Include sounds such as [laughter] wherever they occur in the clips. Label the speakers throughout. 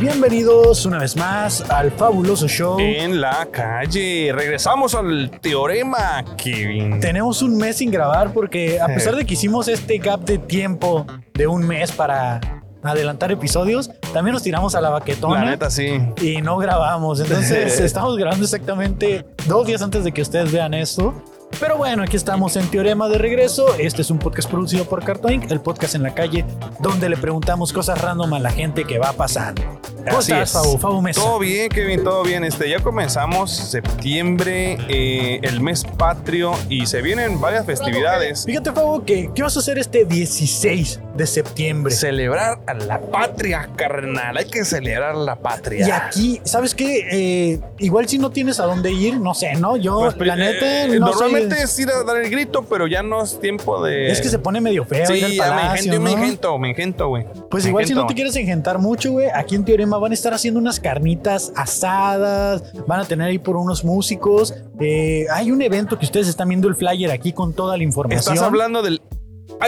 Speaker 1: bienvenidos una vez más al fabuloso show.
Speaker 2: En la calle. Regresamos al teorema, Kevin.
Speaker 1: Tenemos un mes sin grabar
Speaker 2: [laughs]
Speaker 1: porque a pesar de que hicimos este gap de tiempo de un mes para adelantar episodios, también nos tiramos a la baquetona.
Speaker 2: La neta, sí.
Speaker 1: Y no grabamos.
Speaker 2: [laughs]
Speaker 1: Entonces estamos grabando exactamente dos días antes de que ustedes vean esto. Pero bueno, aquí estamos en Teorema de Regreso. Este es un podcast producido por Cartoon Inc., el podcast en la calle, donde le preguntamos cosas random a la gente que va pasando. ¿Cómo
Speaker 2: Así
Speaker 1: estás,
Speaker 2: es.
Speaker 1: Fabu? Fabu Mesa.
Speaker 2: Todo bien, Kevin, todo bien. Este, ya comenzamos septiembre, eh, el mes patrio, y se vienen varias festividades.
Speaker 1: Fíjate, Fabu, que ¿qué vas a hacer este 16 de septiembre?
Speaker 2: Celebrar a la patria, carnal. Hay que celebrar la patria.
Speaker 1: Y aquí, ¿sabes qué? Eh, igual si no tienes a dónde ir, no sé, ¿no? Yo,
Speaker 2: Pues,
Speaker 1: la neta,
Speaker 2: eh,
Speaker 1: no sé.
Speaker 2: normalmente es ir a dar el grito, pero ya no es tiempo de.
Speaker 1: Es que se pone medio feo ir al
Speaker 2: Sí, ya me
Speaker 1: palacio,
Speaker 2: engento, me
Speaker 1: ¿no?
Speaker 2: engento, me engento, güey.
Speaker 1: Pues
Speaker 2: Me
Speaker 1: igual si no
Speaker 2: engento.
Speaker 1: te quieres engentar mucho, güey, aquí en Teorema van a estar haciendo unas carnitas asadas, van a tener ahí por unos músicos. Eh, hay un evento que ustedes están viendo el flyer aquí con toda la información.
Speaker 2: Estás hablando del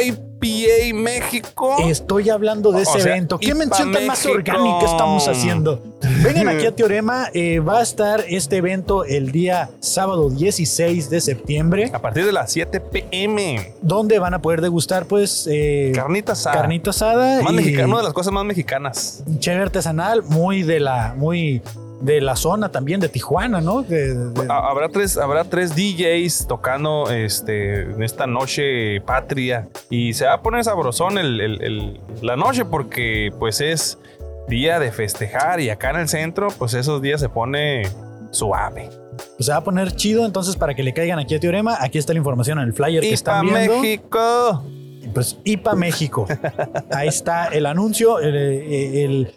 Speaker 2: IPA México.
Speaker 1: Estoy hablando de
Speaker 2: O
Speaker 1: ese
Speaker 2: sea,
Speaker 1: evento. ¿Qué
Speaker 2: IPA
Speaker 1: mención tan más
Speaker 2: México.
Speaker 1: orgánica estamos haciendo? Vengan aquí a Teorema, eh, va a estar este evento el día sábado 16 de septiembre,
Speaker 2: A partir de las 7 pm.
Speaker 1: donde van a poder degustar pues eh,
Speaker 2: Carnita asada.
Speaker 1: carnita asada
Speaker 2: Más
Speaker 1: y
Speaker 2: mexicana, una de las cosas más mexicanas.
Speaker 1: cheve artesanal, muy de la, muy de la zona también de Tijuana, ¿no? De- de- pues, de-
Speaker 2: Ha- Habrá tres, habrá tres DJs tocando este, en esta noche patria. Y se va a poner sabrosón el- el- el- la noche porque pues es día de festejar. Y acá en el centro, pues esos días se pone suave.
Speaker 1: pues, se va a poner chido, entonces para que le caigan aquí a Teorema, aquí está la información en el flyer que
Speaker 2: Y
Speaker 1: están
Speaker 2: para
Speaker 1: viendo.
Speaker 2: México.
Speaker 1: Pues IPA México. Ahí está el anuncio. el- el- el-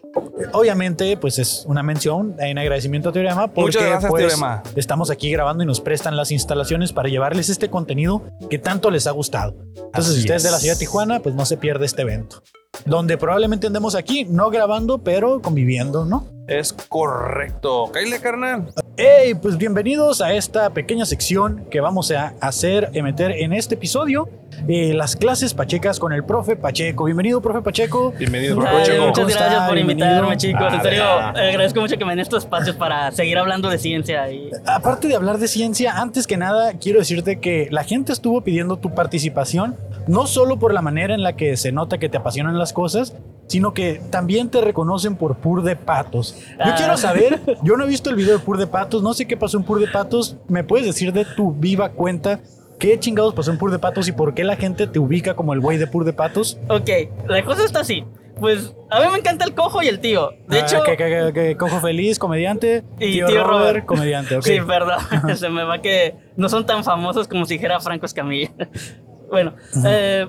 Speaker 1: obviamente, pues es una mención en agradecimiento a Teorema. Porque,
Speaker 2: Muchas gracias,
Speaker 1: pues,
Speaker 2: Teorema.
Speaker 1: Estamos aquí grabando y nos prestan las instalaciones para llevarles este contenido que tanto les ha gustado. Entonces,
Speaker 2: Así
Speaker 1: si ustedes de la
Speaker 2: es.
Speaker 1: ciudad de Tijuana, pues no se pierde este evento. Donde probablemente andemos aquí, no grabando, pero conviviendo, ¿no?
Speaker 2: Es correcto. Caile, carnal.
Speaker 1: Hey, pues bienvenidos a esta pequeña sección que vamos a hacer, a meter en este episodio, eh, las clases pachecas con el profe Pacheco. Bienvenido, profe Pacheco.
Speaker 2: Bienvenido,
Speaker 1: Ay,
Speaker 2: profe
Speaker 1: Hola,
Speaker 3: Ay,
Speaker 1: Checo.
Speaker 2: Pacheco.
Speaker 3: muchas
Speaker 1: ¿Cómo
Speaker 3: gracias
Speaker 1: está?
Speaker 3: por
Speaker 1: Bienvenido.
Speaker 3: invitarme, chicos.
Speaker 2: Ah,
Speaker 3: en serio,
Speaker 2: ¿verdad?
Speaker 3: agradezco mucho que me den estos espacios para seguir hablando de ciencia. Y...
Speaker 1: Aparte de hablar de ciencia, antes que nada quiero decirte que la gente estuvo pidiendo tu participación, no solo por la manera en la que se nota que te apasionan las cosas, sino que también te reconocen por Pur de Patos. Yo
Speaker 3: Ah.
Speaker 1: quiero
Speaker 3: [laughs]
Speaker 1: saber, yo no he visto el video de Pur de Patos, no sé qué pasó en Pur de Patos, ¿me puedes decir de tu viva cuenta? ¿Qué chingados pasó en Pur de Patos y por qué la gente te ubica como el güey de Pur de Patos?
Speaker 3: Ok, la cosa está así. Pues a mí me encanta el cojo y el tío. De
Speaker 1: Ah,
Speaker 3: hecho,
Speaker 1: que, que- que- que Cojo Feliz, comediante,
Speaker 3: Y
Speaker 1: tío,
Speaker 3: tío
Speaker 1: Robert,
Speaker 3: Robert.
Speaker 1: comediante, ok.
Speaker 3: sí, perdón, [laughs] se me va que no son tan famosos como si dijera Franco Escamilla. [laughs] bueno, eh,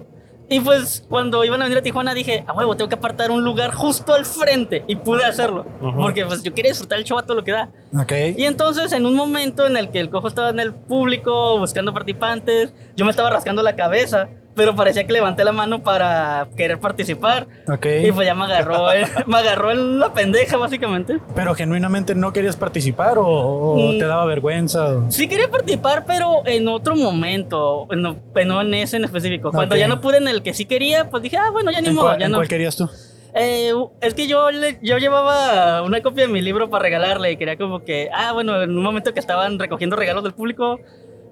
Speaker 3: y pues cuando iban a venir a Tijuana dije, a huevo, tengo que apartar un lugar justo al frente y pude hacerlo.
Speaker 2: Ujú.
Speaker 3: Porque pues yo quería disfrutar el show a todo lo que da.
Speaker 1: Ok.
Speaker 3: Y entonces, en un momento en el que el cojo estaba en el público buscando participantes, yo me estaba rascando la cabeza, pero parecía que levanté la mano para querer participar.
Speaker 1: ok.
Speaker 3: Y pues ya me agarró, eh, [laughs] me agarró en la pendeja, básicamente.
Speaker 1: Pero genuinamente no querías participar o, o
Speaker 3: Mm.
Speaker 1: te daba vergüenza. o-
Speaker 3: Sí quería participar, pero en otro momento, no, pero no en ese en específico. Cuando
Speaker 1: Ok.
Speaker 3: ya no pude en el que sí quería, pues dije, ah, bueno, ya ni
Speaker 1: ¿En,
Speaker 3: modo,
Speaker 1: cuál,
Speaker 3: ya
Speaker 1: en
Speaker 3: no.
Speaker 1: cuál querías tú?
Speaker 3: Eh, es que yo, le- yo llevaba una copia de mi libro para regalarle y quería como que, ah, bueno, en un momento que estaban recogiendo regalos del público,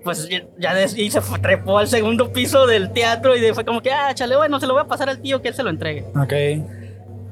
Speaker 3: pues ya- ya des- y se fue- trepó al segundo piso del teatro y de- fue como que, ah, chale, bueno, se lo voy a pasar al tío que él se lo entregue.
Speaker 1: Ok.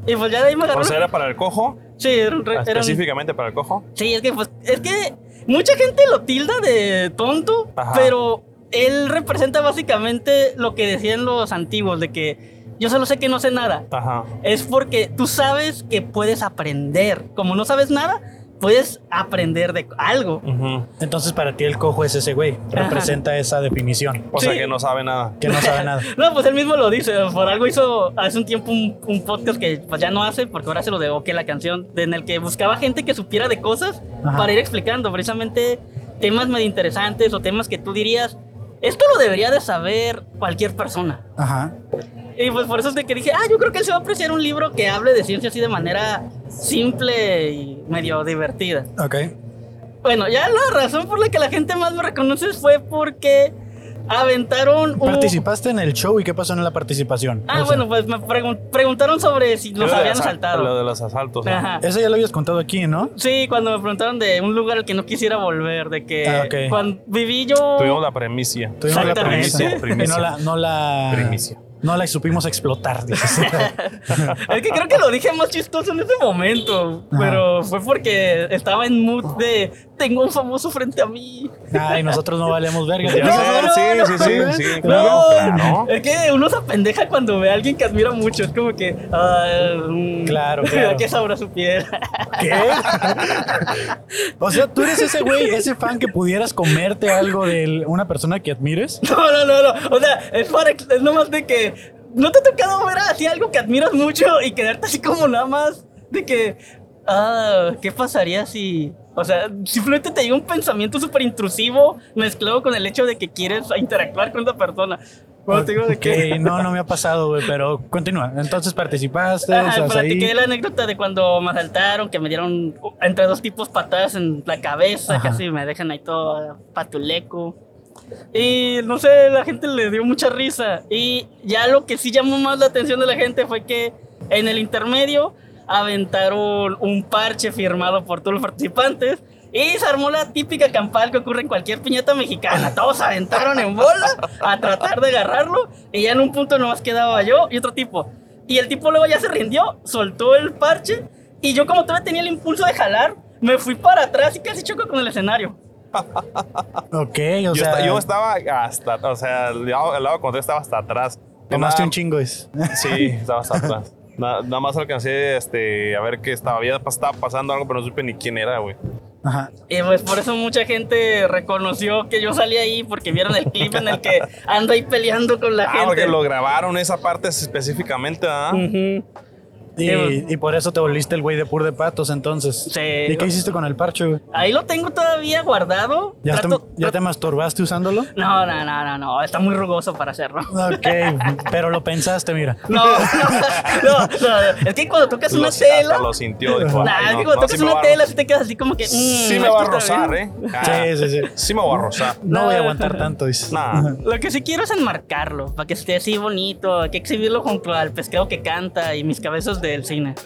Speaker 3: Y pues ya de ahí me agarró.
Speaker 2: O sea, era para el cojo.
Speaker 3: sí, era un re- era un-
Speaker 2: Específicamente para el cojo.
Speaker 3: sí, es que pues, es que mucha gente lo tilda de tonto,
Speaker 2: Ajá.
Speaker 3: pero él representa básicamente lo que decían los antiguos, de que yo solo sé que no sé nada.
Speaker 2: Ajá.
Speaker 3: es porque tú sabes que puedes aprender. Como no sabes nada, puedes aprender de algo.
Speaker 2: Ujú.
Speaker 1: Entonces para ti el cojo es ese güey. Representa esa definición.
Speaker 2: O sea
Speaker 3: Sí.
Speaker 2: que no sabe nada.
Speaker 1: Que no
Speaker 3: [laughs]
Speaker 1: sabe nada.
Speaker 3: No, pues él mismo lo dice. Por algo hizo hace un tiempo un, un podcast que pues, ya no hace, porque ahora se lo debo que la canción, de- en el que buscaba gente que supiera de cosas
Speaker 1: Ajá.
Speaker 3: para ir explicando precisamente temas medio interesantes o temas que tú dirías, esto lo debería de saber cualquier persona.
Speaker 1: Ajá.
Speaker 3: Y pues por eso es de que dije, ah, yo creo que él se va a apreciar un libro que hable de ciencia así de manera simple y medio divertida.
Speaker 1: Ok.
Speaker 3: Bueno, ya la razón por la que la gente más me reconoce fue porque aventaron un...
Speaker 1: ¿Participaste en el show y qué pasó en la participación?
Speaker 3: Uh. Ah,
Speaker 1: O sea,
Speaker 3: bueno, pues me pregun- preguntaron sobre si los
Speaker 2: Lo de
Speaker 3: habían
Speaker 2: asa- Lo
Speaker 3: asaltado.
Speaker 2: de los asaltos. ¿no?
Speaker 3: Ajá.
Speaker 1: Eso ya lo habías contado aquí, ¿no?
Speaker 3: Sí, cuando me preguntaron de un lugar al que no quisiera volver, de que
Speaker 1: Ah, ok.
Speaker 3: cuando viví yo...
Speaker 2: Tuvimos la premicia.
Speaker 1: Tuvimos la
Speaker 3: Exactamente.
Speaker 1: primicia.
Speaker 2: [laughs] Primicia,
Speaker 1: Y no la, no la,
Speaker 2: Primicia.
Speaker 1: no la supimos explotar,
Speaker 3: [laughs]
Speaker 1: dices.
Speaker 3: Es que creo que lo dije más chistoso en ese momento,
Speaker 1: Ajá.
Speaker 3: pero fue porque estaba en mood de tengo un famoso frente a mí.
Speaker 1: Ay, nosotros no valemos verga.
Speaker 2: Ya
Speaker 3: [laughs] No,
Speaker 2: sé,
Speaker 3: no, no,
Speaker 2: sí, sí,
Speaker 1: no,
Speaker 2: sí, sí,
Speaker 1: no.
Speaker 2: claro, claro.
Speaker 3: Es que uno se apendeja cuando ve a alguien que admira mucho. Es como que. ah, mm, [laughs]
Speaker 1: Claro, claro.
Speaker 3: ¿Qué sabrá su piel?
Speaker 1: ¿Qué? O sea, tú eres ese güey, ese fan que pudieras comerte algo de una persona que admires.
Speaker 3: [laughs] No, no, no, no. O sea, es para. Es nomás de que. ¿No te ha tocado ver así algo que admiras mucho y quedarte así como nada más? De que. Ah, ¿qué pasaría si.? O sea, simplemente te llega un pensamiento súper intrusivo mezclado con el hecho de que quieres interactuar con esa persona. Bueno, te digo de que.
Speaker 1: Que no, no me ha pasado, güey, pero continúa. Entonces participaste,
Speaker 3: Ajá,
Speaker 1: o sea,
Speaker 3: platiqué
Speaker 1: ahí-
Speaker 3: la anécdota de cuando me asaltaron, que me dieron entre dos tipos patadas en la cabeza,
Speaker 1: Ajá.
Speaker 3: casi me dejan ahí todo patuleco. Y no sé, la gente le dio mucha risa. Y ya lo que sí llamó más la atención de la gente fue que en el intermedio aventaron un parche firmado por todos los participantes. Y se armó la típica campal que ocurre en cualquier
Speaker 1: [laughs]
Speaker 3: piñata mexicana. Todos se aventaron en bola a tratar de agarrarlo. Y ya en un punto nomás quedaba yo y otro tipo. Y el tipo luego ya se rindió, soltó el parche. Y yo, como todavía tenía el impulso de jalar, me fui para atrás y casi choco con el escenario.
Speaker 1: Ok,
Speaker 2: Yo,
Speaker 1: o sea,
Speaker 2: esta- yo estaba hasta, o sea, al lado, al lado contrario estaba hasta atrás.
Speaker 1: tomaste
Speaker 2: Nada-
Speaker 1: un chingo es.
Speaker 2: Sí, estaba hasta atrás. Na- Nada, más alcancé este, a ver que estaba, había- estaba pasando algo, pero no supe ni quién era, güey.
Speaker 1: Ajá.
Speaker 3: Y pues por eso mucha gente reconoció que yo salí ahí porque vieron el clip en
Speaker 2: [laughs]
Speaker 3: el que ando ahí peleando con la
Speaker 2: Ah, porque
Speaker 3: gente. Mm.
Speaker 2: lo grabaron esa parte específicamente, ¿ah?
Speaker 3: Ujú. Sí,
Speaker 1: Y, y por eso te volviste el güey de pur de patos, entonces.
Speaker 3: Sí.
Speaker 1: ¿Y qué hiciste con el parche, güey?
Speaker 3: Ahí lo tengo todavía guardado.
Speaker 1: ¿Ya, te-
Speaker 3: Trato-
Speaker 1: ¿Ya te masturbaste usándolo?
Speaker 3: No, no, no, no, no, está muy rugoso
Speaker 1: [laughs]
Speaker 3: para hacerlo.
Speaker 1: Ok, pero lo pensaste, mira.
Speaker 3: No, no, no, no, es que cuando tocas
Speaker 2: Lo-
Speaker 3: una
Speaker 2: hasta
Speaker 3: tela,
Speaker 2: lo sintió. dijo,
Speaker 3: Nah,
Speaker 2: "Ay,
Speaker 3: es
Speaker 2: no,
Speaker 3: que cuando
Speaker 2: no,
Speaker 3: tocas
Speaker 2: sí me
Speaker 3: una
Speaker 2: va a
Speaker 3: tela, sí te quedas así como que. mm,
Speaker 2: Sí me va a
Speaker 3: esto está
Speaker 2: rozar,
Speaker 3: bien.
Speaker 2: ¿eh? Ah,
Speaker 1: Sí, sí, sí.
Speaker 2: Sí me va a rozar.
Speaker 1: No
Speaker 3: No.
Speaker 1: voy a aguantar tanto, dices.
Speaker 2: Nah.
Speaker 3: Lo que sí quiero es enmarcarlo, para que esté así bonito. Hay que exhibirlo junto al pescado que canta y mis cabezas del cine.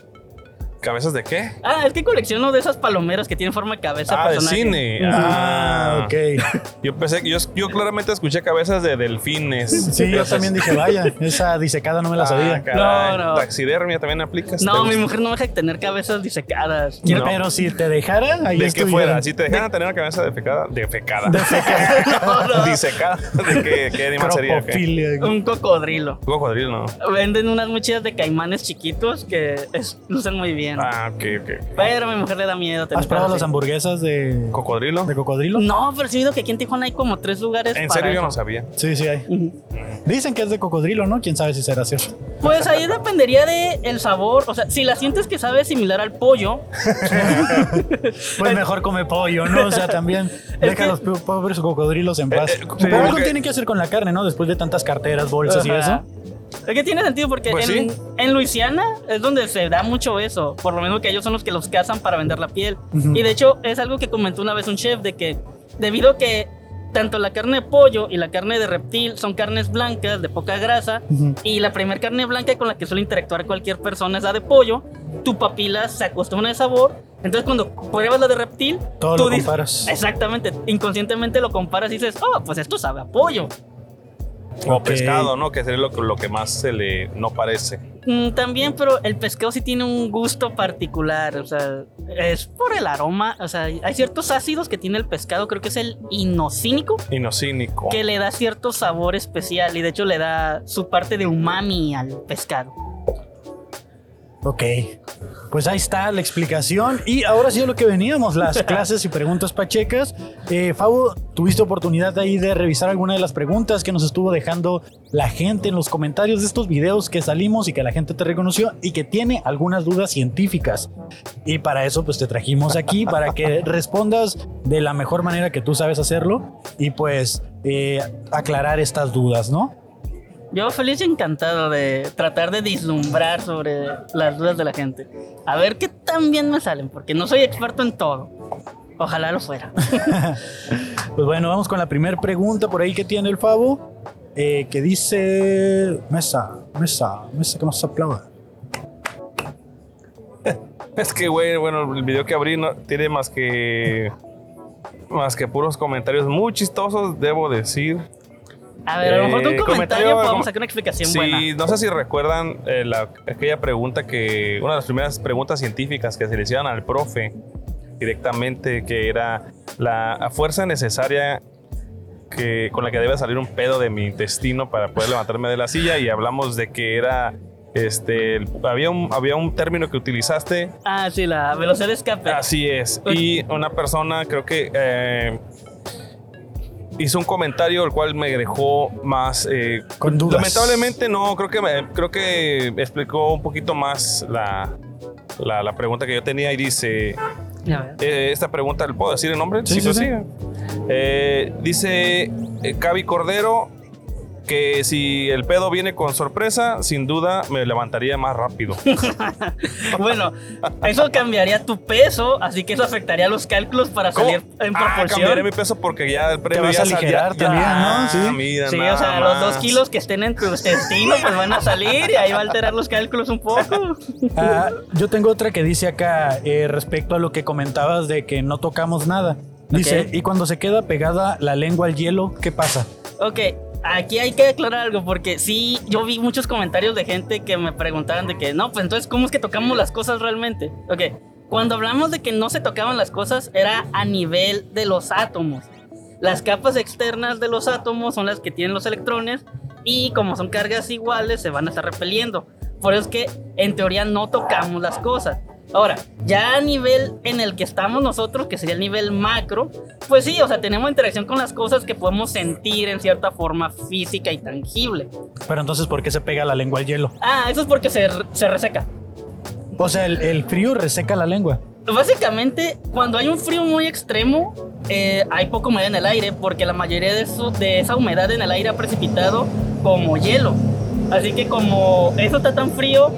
Speaker 2: ¿Cabezas de qué?
Speaker 3: Ah, es que colecciono de esas palomeras que tienen forma de cabeza.
Speaker 2: Ah, de
Speaker 3: personaje. Mm.
Speaker 2: cine.
Speaker 1: Ah,
Speaker 2: Ah,
Speaker 1: ok.
Speaker 2: Yo pensé que yo, yo claramente escuché cabezas de delfines.
Speaker 1: Sí, yo
Speaker 2: Cabezas-
Speaker 1: también dije,
Speaker 2: [laughs]
Speaker 1: vaya, esa disecada no me la
Speaker 2: pues, Ah,
Speaker 1: sabía.
Speaker 2: caray.
Speaker 3: No, no.
Speaker 2: Taxidermia también aplicas.
Speaker 3: No,
Speaker 2: ¿Te
Speaker 3: mi
Speaker 2: gusta?
Speaker 3: mujer no me deja tener cabezas disecadas.
Speaker 2: Quiero-
Speaker 1: Pero si te dejara, ahí
Speaker 2: De que fuera,
Speaker 1: estuvieran. [laughs]
Speaker 2: si te dejaran tener una cabeza defecada, defecada, [laughs]
Speaker 3: No, no,
Speaker 2: disecada, ¿de qué, qué animal sería? ¿Qué?
Speaker 1: Cropofilia.
Speaker 3: un cocodrilo.
Speaker 2: Cocodrilo, no.
Speaker 3: Venden unas mochilas de caimanes chiquitos que es- lucen muy bien.
Speaker 2: Ah, ok, ok.
Speaker 3: Pero a mi mujer le da miedo tener
Speaker 1: ¿Has probado las
Speaker 3: cosas así.
Speaker 1: hamburguesas de,
Speaker 2: ¿Cocodrilo?
Speaker 1: de cocodrilo?
Speaker 3: No, pero sí he oído que aquí en Tijuana hay como tres lugares
Speaker 2: En
Speaker 3: para
Speaker 2: serio, yo
Speaker 3: eso.
Speaker 2: no sabía.
Speaker 1: Sí, sí hay.
Speaker 3: Ujú.
Speaker 1: Dicen que es de cocodrilo, ¿no? Quién sabe si será cierto.
Speaker 3: Pues ahí dependería de el sabor, o sea, si la sientes que sabe similar al pollo,
Speaker 1: Pues mejor come pollo, ¿no? O
Speaker 2: [laughs]
Speaker 1: sea, también deja a los po- pobres cocodrilos en paz.
Speaker 2: Eh, eh,
Speaker 1: Pero
Speaker 2: como
Speaker 1: algo
Speaker 2: que-
Speaker 1: tienen que hacer con la carne, ¿no? Después de tantas carteras, bolsas y
Speaker 3: Ajá.
Speaker 1: eso.
Speaker 3: Es que tiene sentido porque
Speaker 2: Pues
Speaker 3: en,
Speaker 2: sí.
Speaker 3: en Luisiana es donde se da mucho eso. Por lo menos que ellos son los que los cazan para vender la piel.
Speaker 1: Ujú.
Speaker 3: Y de hecho es algo que comentó una vez un chef de que debido a que tanto la carne de pollo y la carne de reptil son carnes blancas de poca grasa
Speaker 1: Ujú.
Speaker 3: y la primer carne blanca con la que suele interactuar cualquier persona es la de pollo, tu papila se acostumbra al sabor. Entonces cuando pruebas la de reptil,
Speaker 1: Todo
Speaker 3: tú
Speaker 1: lo
Speaker 3: dices-
Speaker 1: comparas.
Speaker 3: Exactamente, inconscientemente lo comparas y dices, oh, pues esto sabe a pollo.
Speaker 2: O
Speaker 1: Ok.
Speaker 2: pescado, ¿no? Que sería lo, que- lo que más se le no parece.
Speaker 3: Mm, también, pero el pescado sí tiene un gusto particular, o sea, es por el aroma, o sea, hay ciertos ácidos que tiene el pescado, creo que es el inocínico,
Speaker 2: Inocínico.
Speaker 3: que le da cierto sabor especial y de hecho le da su parte de umami al pescado.
Speaker 1: Ok. Pues ahí está la explicación. Y ahora sí es lo que veníamos, las clases y preguntas pachecas. Eh, Fabo, ¿tuviste oportunidad ahí de revisar alguna de las preguntas que nos estuvo dejando la gente en los comentarios de estos videos que salimos y que la gente te reconoció y que tiene algunas dudas científicas? Y para eso pues te trajimos aquí, para que respondas de la mejor manera que tú sabes hacerlo y pues eh, aclarar estas dudas, ¿no?
Speaker 3: Yo feliz y encantado de tratar de vislumbrar sobre las dudas de la gente. A ver qué tan bien me salen, porque no soy experto en todo. Ojalá lo fuera.
Speaker 1: Pues bueno, vamos con la primera pregunta por ahí que tiene el Favo. eh, que dice. Mesa, mesa, mesa, que más aplauda.
Speaker 2: Es que, güey, bueno, el video que abrí no tiene más que. Más que puros comentarios muy chistosos, debo decir.
Speaker 3: A ver, a lo mejor de un
Speaker 2: Eh,
Speaker 3: comentario,
Speaker 2: comentario,
Speaker 3: podemos
Speaker 2: com-
Speaker 3: sacar una explicación
Speaker 2: Sí,
Speaker 3: buena.
Speaker 2: no sé si recuerdan eh, la- aquella pregunta que, una de las primeras preguntas científicas que se le hicieron al profe directamente, que era la fuerza necesaria que, con la que debe salir un pedo de mi intestino para poder levantarme de la silla y hablamos de que era, este, el- había un, había un término que utilizaste
Speaker 3: Ah, sí, la velocidad de escape.
Speaker 2: Así es.
Speaker 1: Pues
Speaker 2: Y una persona creo que eh, hizo un comentario el cual me dejó más eh,
Speaker 1: Con dudas.
Speaker 2: Lamentablemente no, creo que me- creo que explicó un poquito más la, la, la pregunta que yo tenía y dice
Speaker 3: A ver.
Speaker 2: eh, esta pregunta, ¿le puedo decir el nombre? pues
Speaker 1: Sí, sí, sí.
Speaker 2: Eh, dice eh, Cavi Cordero que si el pedo viene con sorpresa, sin duda me levantaría más rápido.
Speaker 3: [laughs] Bueno, eso cambiaría tu peso, así que eso afectaría los cálculos para
Speaker 2: ¿Cómo?
Speaker 3: salir en
Speaker 2: Ah, cambiaré
Speaker 3: proporción.
Speaker 2: mi peso porque ya el premio
Speaker 1: vas
Speaker 2: ya Ah,
Speaker 1: a aligerar también, ¿no? Sí.
Speaker 2: mira,
Speaker 3: Sí, o
Speaker 2: nada
Speaker 3: sea,
Speaker 2: más.
Speaker 3: los dos kilos que estén en tu intestino pues van a salir y ahí va a alterar los cálculos un poco.
Speaker 1: Ah, yo tengo otra que dice acá eh, respecto a lo que comentabas de que no tocamos nada. Dice,
Speaker 3: Ok.
Speaker 1: y cuando se queda pegada la lengua al hielo, ¿qué pasa?
Speaker 3: Ok, aquí hay que aclarar algo porque sí, yo vi muchos comentarios de gente que me preguntaban de que no, pues entonces, ¿cómo es que tocamos las cosas realmente? Ok, cuando hablamos de que no se tocaban las cosas, era a nivel de los átomos. Las capas externas de los átomos son las que tienen los electrones y como son cargas iguales, se van a estar repeliendo. Por eso es que en teoría no tocamos las cosas. Ahora, ya a nivel en el que estamos nosotros, que sería el nivel macro, pues sí, o sea, tenemos interacción con las cosas que podemos sentir en cierta forma física y tangible.
Speaker 1: Pero entonces, ¿por qué se pega la lengua al hielo?
Speaker 3: Ah, eso es porque se, se reseca.
Speaker 1: O sea, el, el frío reseca la lengua.
Speaker 3: Básicamente, cuando hay un frío muy extremo, eh, hay poca humedad en el aire, porque la mayoría de, eso- de esa humedad en el aire ha precipitado como hielo. Así que como eso está tan frío,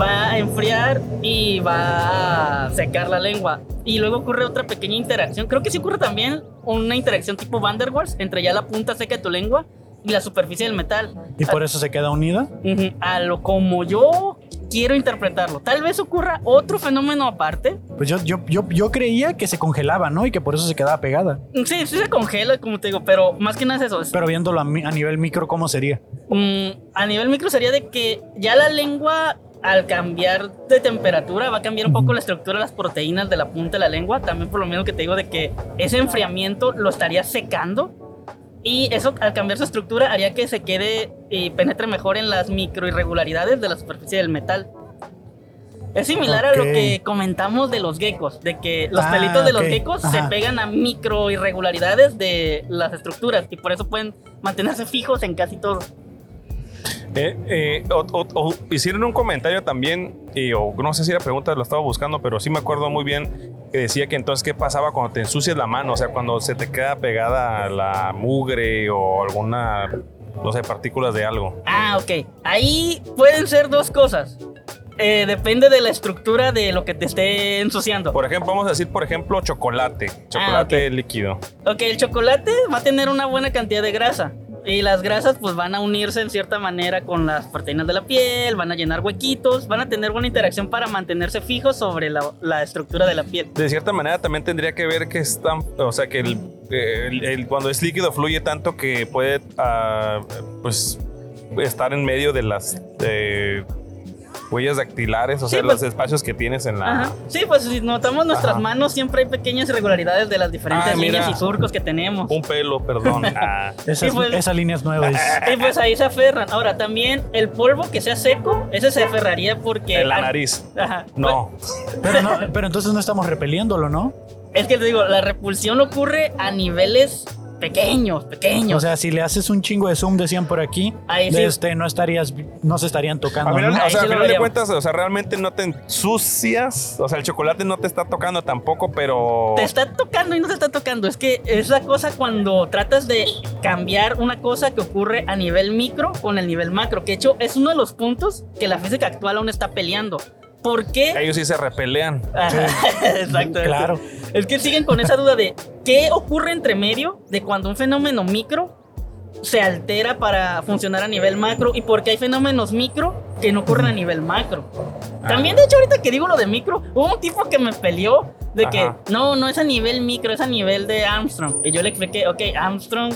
Speaker 3: va a enfriar y va a secar la lengua. Y luego ocurre otra pequeña interacción. Creo que sí ocurre también una interacción tipo Van der Waals entre ya la punta seca de tu lengua y la superficie del metal.
Speaker 1: Y por eso se queda unida.
Speaker 3: Ujú, A lo como yo quiero interpretarlo. Tal vez ocurra otro fenómeno aparte,
Speaker 1: Pues yo, yo, yo, yo creía que se congelaba, ¿no? Y que por eso se quedaba pegada.
Speaker 3: Sí, sí se congela, como te digo, pero más que nada es eso. es-
Speaker 1: Pero viéndolo a, mi- a nivel micro, ¿cómo sería?
Speaker 3: mm, a nivel micro sería de que ya la lengua, al cambiar de temperatura, va a cambiar un poco la estructura de las proteínas de la punta de la lengua. También por lo mismo que te digo de que ese enfriamiento lo estaría secando. Y eso, al cambiar su estructura, haría que se quede y penetre mejor en las microirregularidades de la superficie del metal. Es similar a
Speaker 1: Ok.
Speaker 3: lo que comentamos de los geckos, de que los
Speaker 1: Ah,
Speaker 3: pelitos de los
Speaker 1: ok.
Speaker 3: geckos
Speaker 1: Ajá.
Speaker 3: se pegan a micro irregularidades de las estructuras y por eso pueden mantenerse fijos en casi todo.
Speaker 2: Eh, eh, o- o- o hicieron un comentario también, y, o no sé si la pregunta lo estaba buscando, pero sí me acuerdo muy bien que decía que entonces qué pasaba cuando te ensucias la mano, o sea, cuando se te queda pegada la mugre o alguna, no sé, partículas de algo.
Speaker 3: Ah, ok. Ahí pueden ser dos cosas. Eh, depende de la estructura de lo que te esté ensuciando.
Speaker 2: Por ejemplo, vamos a decir, por ejemplo, chocolate, chocolate líquido.
Speaker 3: Ah, Ok, el chocolate va a tener una buena cantidad de grasa. Y las grasas pues van a unirse en cierta manera con las proteínas de la piel, van a llenar huequitos, van a tener buena interacción para mantenerse fijos sobre la, la estructura de la piel.
Speaker 2: de cierta manera también tendría que ver que están, o sea, que el, el- el- cuando es líquido fluye tanto que puede, ah, pues, estar en medio de las eh, huellas dactilares, o
Speaker 3: Sí,
Speaker 2: sea,
Speaker 3: pues-
Speaker 2: los espacios que tienes en la.
Speaker 3: Ajá. Sí, pues si notamos nuestras
Speaker 2: Ah. Ajá.
Speaker 3: manos siempre hay pequeñas irregularidades de las diferentes
Speaker 2: Ah, mira.
Speaker 3: líneas y surcos que tenemos.
Speaker 2: Un pelo,
Speaker 3: [laughs]
Speaker 2: perdón. Ah,
Speaker 1: Esas,
Speaker 3: Sí, pues-
Speaker 1: Esa línea es nueva. dice.
Speaker 3: Y pues ahí se aferran. Ahora también el polvo que sea seco, ese se aferraría porque...
Speaker 2: en la nariz.
Speaker 3: Ajá.
Speaker 2: No.
Speaker 3: Pues,
Speaker 1: Pero, no- pero entonces no estamos repeliéndolo, ¿no?
Speaker 3: Es que te digo, la repulsión ocurre a niveles pequeños, pequeños.
Speaker 1: O sea, si le haces un chingo de zoom, decían por aquí,
Speaker 3: Ahí
Speaker 1: de
Speaker 3: sí.
Speaker 1: este, no estarías, no se estarían
Speaker 2: A
Speaker 1: tocando.
Speaker 2: final,
Speaker 1: ¿no?
Speaker 2: o
Speaker 3: ahí
Speaker 2: sea, al
Speaker 3: sí lo
Speaker 2: final de
Speaker 3: veríamos.
Speaker 2: cuentas, o sea, realmente no te ensucias. O sea, el chocolate no te está tocando tampoco, pero.
Speaker 3: Te está tocando y no te está tocando. Es que es la cosa cuando tratas de cambiar una cosa que ocurre a nivel micro con el nivel macro. Que de hecho es uno de los puntos que la física actual aún está peleando. ¿Por qué? [laughs]
Speaker 2: Ellos sí se repelean.
Speaker 3: Ajá, Exacto.
Speaker 1: Claro.
Speaker 3: Es que siguen con esa duda de qué ocurre entre medio de cuando un fenómeno micro se altera para funcionar a nivel macro y por qué hay fenómenos micro que no ocurren a nivel macro. También, de hecho, ahorita que digo lo de micro, hubo un tipo que me peleó de que
Speaker 2: Ajá.
Speaker 3: no, no es a nivel micro, es a nivel de Armstrong. Y yo le expliqué, ok, Armstrong.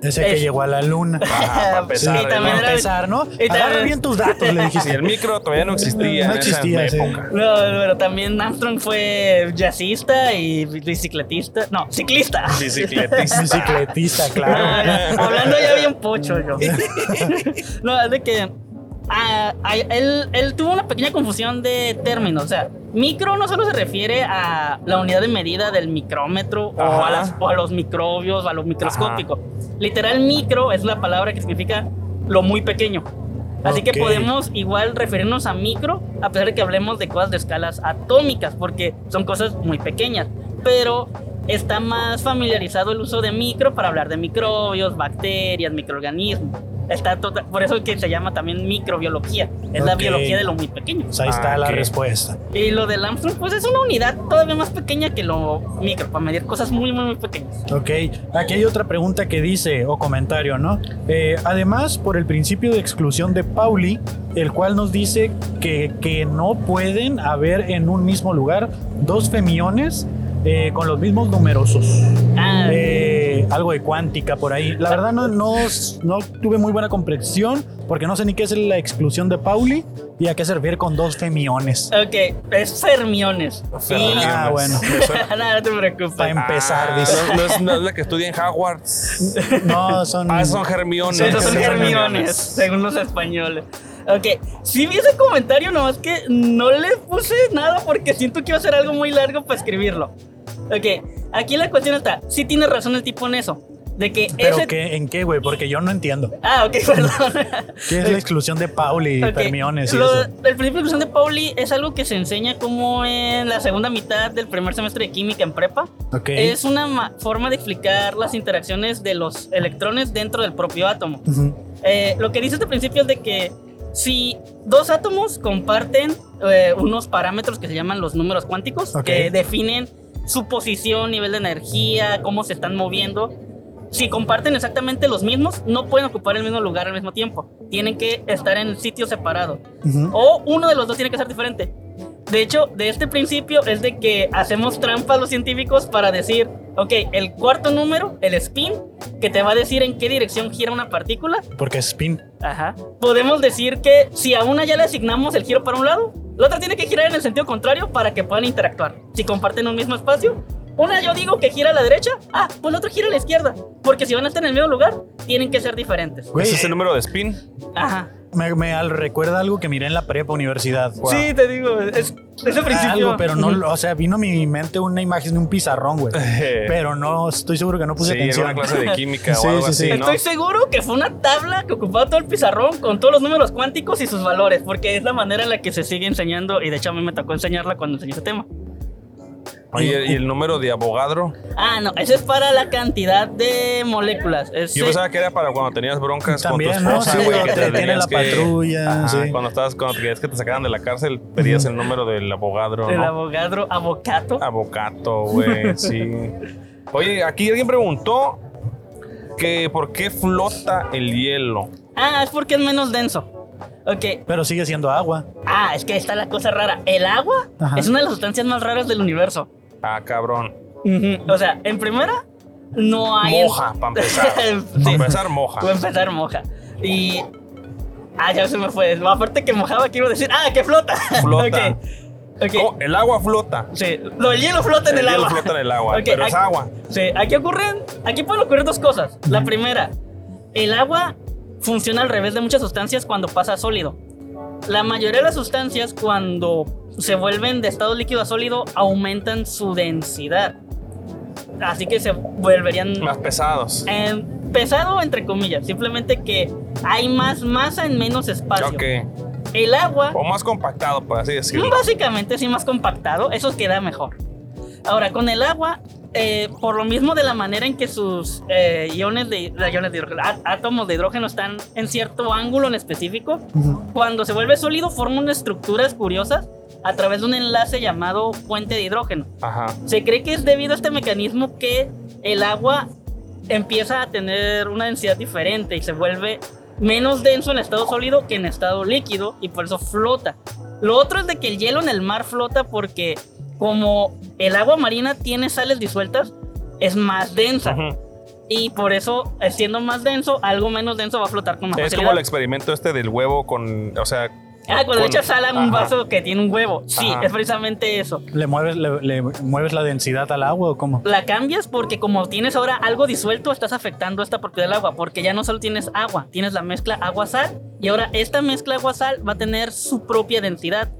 Speaker 1: Ese que
Speaker 3: Es-
Speaker 1: llegó a la luna.
Speaker 2: Ajá, para
Speaker 1: Sí,
Speaker 2: empezar.
Speaker 3: y también
Speaker 1: para
Speaker 3: era-
Speaker 1: empezar, ¿no?
Speaker 3: y
Speaker 1: Agarra
Speaker 3: también-
Speaker 1: bien tus datos, le
Speaker 2: ¿no? [laughs] Sí,
Speaker 1: dijiste.
Speaker 2: el micro todavía no existía.
Speaker 1: No
Speaker 2: en esa
Speaker 1: existía, sí.
Speaker 2: época.
Speaker 3: No, pero también Armstrong fue jazzista y bicicletista. No, ciclista.
Speaker 1: [laughs]
Speaker 2: Bicicletista.
Speaker 1: Bicicletista,
Speaker 3: [laughs]
Speaker 1: claro.
Speaker 3: Ah, Hablando ya bien pocho
Speaker 1: [laughs]
Speaker 3: yo. no, es de que ah, ah, él, él tuvo una pequeña confusión de términos. O sea, micro no solo se refiere a la unidad de medida del micrómetro o
Speaker 2: Ajá.
Speaker 3: a, las- o a los microbios o a lo microscópico. Literal, micro es la palabra que significa lo muy pequeño. Así que
Speaker 1: Ok.
Speaker 3: podemos igual referirnos a micro, a pesar de que hablemos de cosas de escalas atómicas, porque son cosas muy pequeñas. Pero está más familiarizado el uso de micro para hablar de microbios, bacterias, microorganismos. Está tota- por eso que se llama también microbiología. Es la
Speaker 1: Ok.
Speaker 3: biología de lo muy pequeño.
Speaker 1: Pues ahí está
Speaker 2: Ah,
Speaker 1: la
Speaker 2: ok.
Speaker 1: respuesta.
Speaker 3: Y lo del Armstrong, pues es una unidad todavía más pequeña que lo micro, para medir cosas muy, muy, muy pequeñas.
Speaker 1: Ok, aquí hay otra pregunta que dice, o comentario, ¿no? Eh, además, por el principio de exclusión de Pauli, el cual nos dice que, que no pueden haber en un mismo lugar dos femiones eh, con los mismos numerosos.
Speaker 3: Ah,
Speaker 1: Eh, algo de cuántica por ahí. La verdad no, no, no tuve muy buena comprensión porque no sé ni qué es la exclusión de Pauli y a qué se refiere con dos
Speaker 3: [laughs]
Speaker 1: femiones.
Speaker 3: ok, es fermiones.
Speaker 2: Fermiones.
Speaker 1: Ah, bueno.
Speaker 2: Me suena-
Speaker 3: [laughs] Nada, no te
Speaker 1: Para
Speaker 3: preocupes.
Speaker 1: empezar, dice.
Speaker 2: Ah, No, no es, no es la que estudia en Hogwarts.
Speaker 1: No, son...
Speaker 2: Ah, son Hermiones.
Speaker 3: Esos son
Speaker 1: Sí, son
Speaker 3: Hermiones, según los españoles. Ok, sí vi ese comentario, nomás que no le puse nada porque siento que iba a ser algo muy largo para escribirlo. Ok, aquí la cuestión está, sí tiene razón el tipo en eso, de que
Speaker 1: ¿Pero
Speaker 3: ese...
Speaker 1: qué, en qué, güey? Porque yo no entiendo.
Speaker 3: Ah, ok, [laughs] perdón.
Speaker 1: ¿Qué es la exclusión de Pauli y
Speaker 3: Eh, Ok,
Speaker 1: Hermiones y
Speaker 3: lo-
Speaker 1: eso?
Speaker 3: el principio de inclusión de Pauli es algo que se enseña como en la segunda mitad del primer semestre de química en prepa.
Speaker 1: Ok.
Speaker 3: Es una ma- forma de explicar las interacciones de los electrones dentro del propio átomo.
Speaker 1: Ujú.
Speaker 3: Eh, lo que dice este principio es de que si dos átomos comparten eh, unos parámetros que se llaman los números cuánticos,
Speaker 1: Ok.
Speaker 3: que definen su posición, nivel de energía, cómo se están moviendo, si comparten exactamente los mismos, no pueden ocupar el mismo lugar al mismo tiempo. Tienen que estar en sitios separados.
Speaker 1: Ujú.
Speaker 3: O uno de los dos tiene que ser diferente. De hecho, de este principio es de que hacemos trampa a los científicos para decir, ok, el cuarto número, el spin, que te va a decir en qué dirección gira una partícula,
Speaker 1: Oh, Porque es spin.
Speaker 3: Ajá. Podemos decir que si a una ya le asignamos el giro para un lado, la otra tiene que girar en el sentido contrario para que puedan interactuar. Si comparten un mismo espacio, una yo digo que gira a la derecha, ah, pues la otra gira a la izquierda. Porque si van a estar en el mismo lugar, tienen que ser diferentes.
Speaker 1: Güey,
Speaker 2: ¿Ese es el número de spin?
Speaker 3: Ajá.
Speaker 1: me, me al- recuerda algo que miré en la prepa universidad.
Speaker 3: Sí, te digo, es, es el principio.
Speaker 1: Algo, pero no,
Speaker 3: [laughs]
Speaker 1: lo- o sea, vino a mi mente una imagen de un pizarrón, güey. Pero no, estoy seguro que no puse
Speaker 2: Eh. sí,
Speaker 1: atención.
Speaker 2: alguna clase de química
Speaker 1: Sí,
Speaker 2: o algo
Speaker 1: sí, sí.
Speaker 2: así, ¿no?
Speaker 3: Estoy seguro que fue una tabla que ocupaba todo el pizarrón con todos los números cuánticos y sus valores, porque es la manera en la que se sigue enseñando, y de hecho a mí me tocó enseñarla cuando enseñé ese tema.
Speaker 2: Oye, ¿y el número de abogadro?
Speaker 3: Ah, no, ese es para la cantidad de moléculas. Ese-
Speaker 2: Yo pensaba que era para cuando tenías broncas
Speaker 1: También,
Speaker 2: con tu
Speaker 1: ¿no?
Speaker 2: esposa,
Speaker 1: Sí,
Speaker 2: güey.
Speaker 1: cuando
Speaker 2: que
Speaker 1: te detiene
Speaker 2: tenías
Speaker 1: la patrulla,
Speaker 2: Ajá,
Speaker 1: sí.
Speaker 2: Cuando estabas, cuando querías que te sacaran de la cárcel, pedías el número del abogadro,
Speaker 3: El
Speaker 2: ¿no? Ah.
Speaker 3: abogado, abocato.
Speaker 2: Abocato, güey, sí. Oye, aquí alguien preguntó que por qué flota el hielo.
Speaker 3: Ah, es porque es menos denso. Ok.
Speaker 1: [laughs] Pero sigue siendo agua.
Speaker 3: Ah, es que ahí está la cosa rara. El agua
Speaker 1: Ajá.
Speaker 3: es una de las sustancias más raras del universo.
Speaker 2: Ah, cabrón.
Speaker 3: Ujú. O sea, en primera, no hay.
Speaker 2: Moja, para empezar.
Speaker 3: [laughs] Sí. Pues,
Speaker 2: Para empezar, moja.
Speaker 3: Voy a empezar moja. Y. Ah, ya se me fue. Aparte que mojaba, quiero decir. Ah, que flota.
Speaker 2: Flota.
Speaker 3: [laughs] Ok. Ok.
Speaker 2: Oh, el agua flota.
Speaker 3: Sí, lo del hielo flota en el,
Speaker 2: hielo
Speaker 3: agua.
Speaker 2: flota en el agua,
Speaker 3: Ok,
Speaker 2: pero es
Speaker 3: aquí-
Speaker 2: agua.
Speaker 3: Sí, aquí ocurren, aquí pueden ocurrir dos cosas. La primera, el agua funciona al revés de muchas sustancias cuando pasa a sólido. La mayoría de las sustancias cuando se vuelven de estado líquido a sólido aumentan su densidad. Así que se volverían
Speaker 2: Más pesados.
Speaker 3: eh, pesado entre comillas, simplemente que hay más masa en menos espacio.
Speaker 2: Ok.
Speaker 3: El agua
Speaker 2: O más compactado, por así decirlo.
Speaker 3: Básicamente, sí, más compactado, eso queda mejor. Ahora, con el agua, eh, por lo mismo de la manera en que sus eh, iones de, de iones de hidrógeno, á- átomos de hidrógeno están en cierto ángulo en específico,
Speaker 1: Ujú.
Speaker 3: cuando se vuelve sólido forman estructuras curiosas a través de un enlace llamado fuente de hidrógeno.
Speaker 2: Ajá.
Speaker 3: Se cree que es debido a este mecanismo que el agua empieza a tener una densidad diferente y se vuelve menos denso en estado sólido que en estado líquido y por eso flota. Lo otro es de que el hielo en el mar flota porque como el agua marina tiene sales disueltas, es más densa.
Speaker 2: Ujú.
Speaker 3: Y por eso, eh, siendo más denso, algo menos denso va a flotar con más
Speaker 2: Es como
Speaker 3: facilidad.
Speaker 2: el experimento este del huevo con. O sea.
Speaker 3: Ah, cuando
Speaker 2: con-
Speaker 3: echas sal a un
Speaker 2: Ajá.
Speaker 3: vaso que tiene un huevo. Sí,
Speaker 2: Ajá.
Speaker 3: es precisamente eso.
Speaker 1: ¿Le mueves, le, le mueves la densidad al agua o cómo?
Speaker 3: La cambias porque como tienes ahora algo disuelto, estás afectando esta propiedad del agua, porque ya no solo tienes agua, tienes la mezcla agua-sal, y ahora esta mezcla agua-sal va a tener su propia densidad,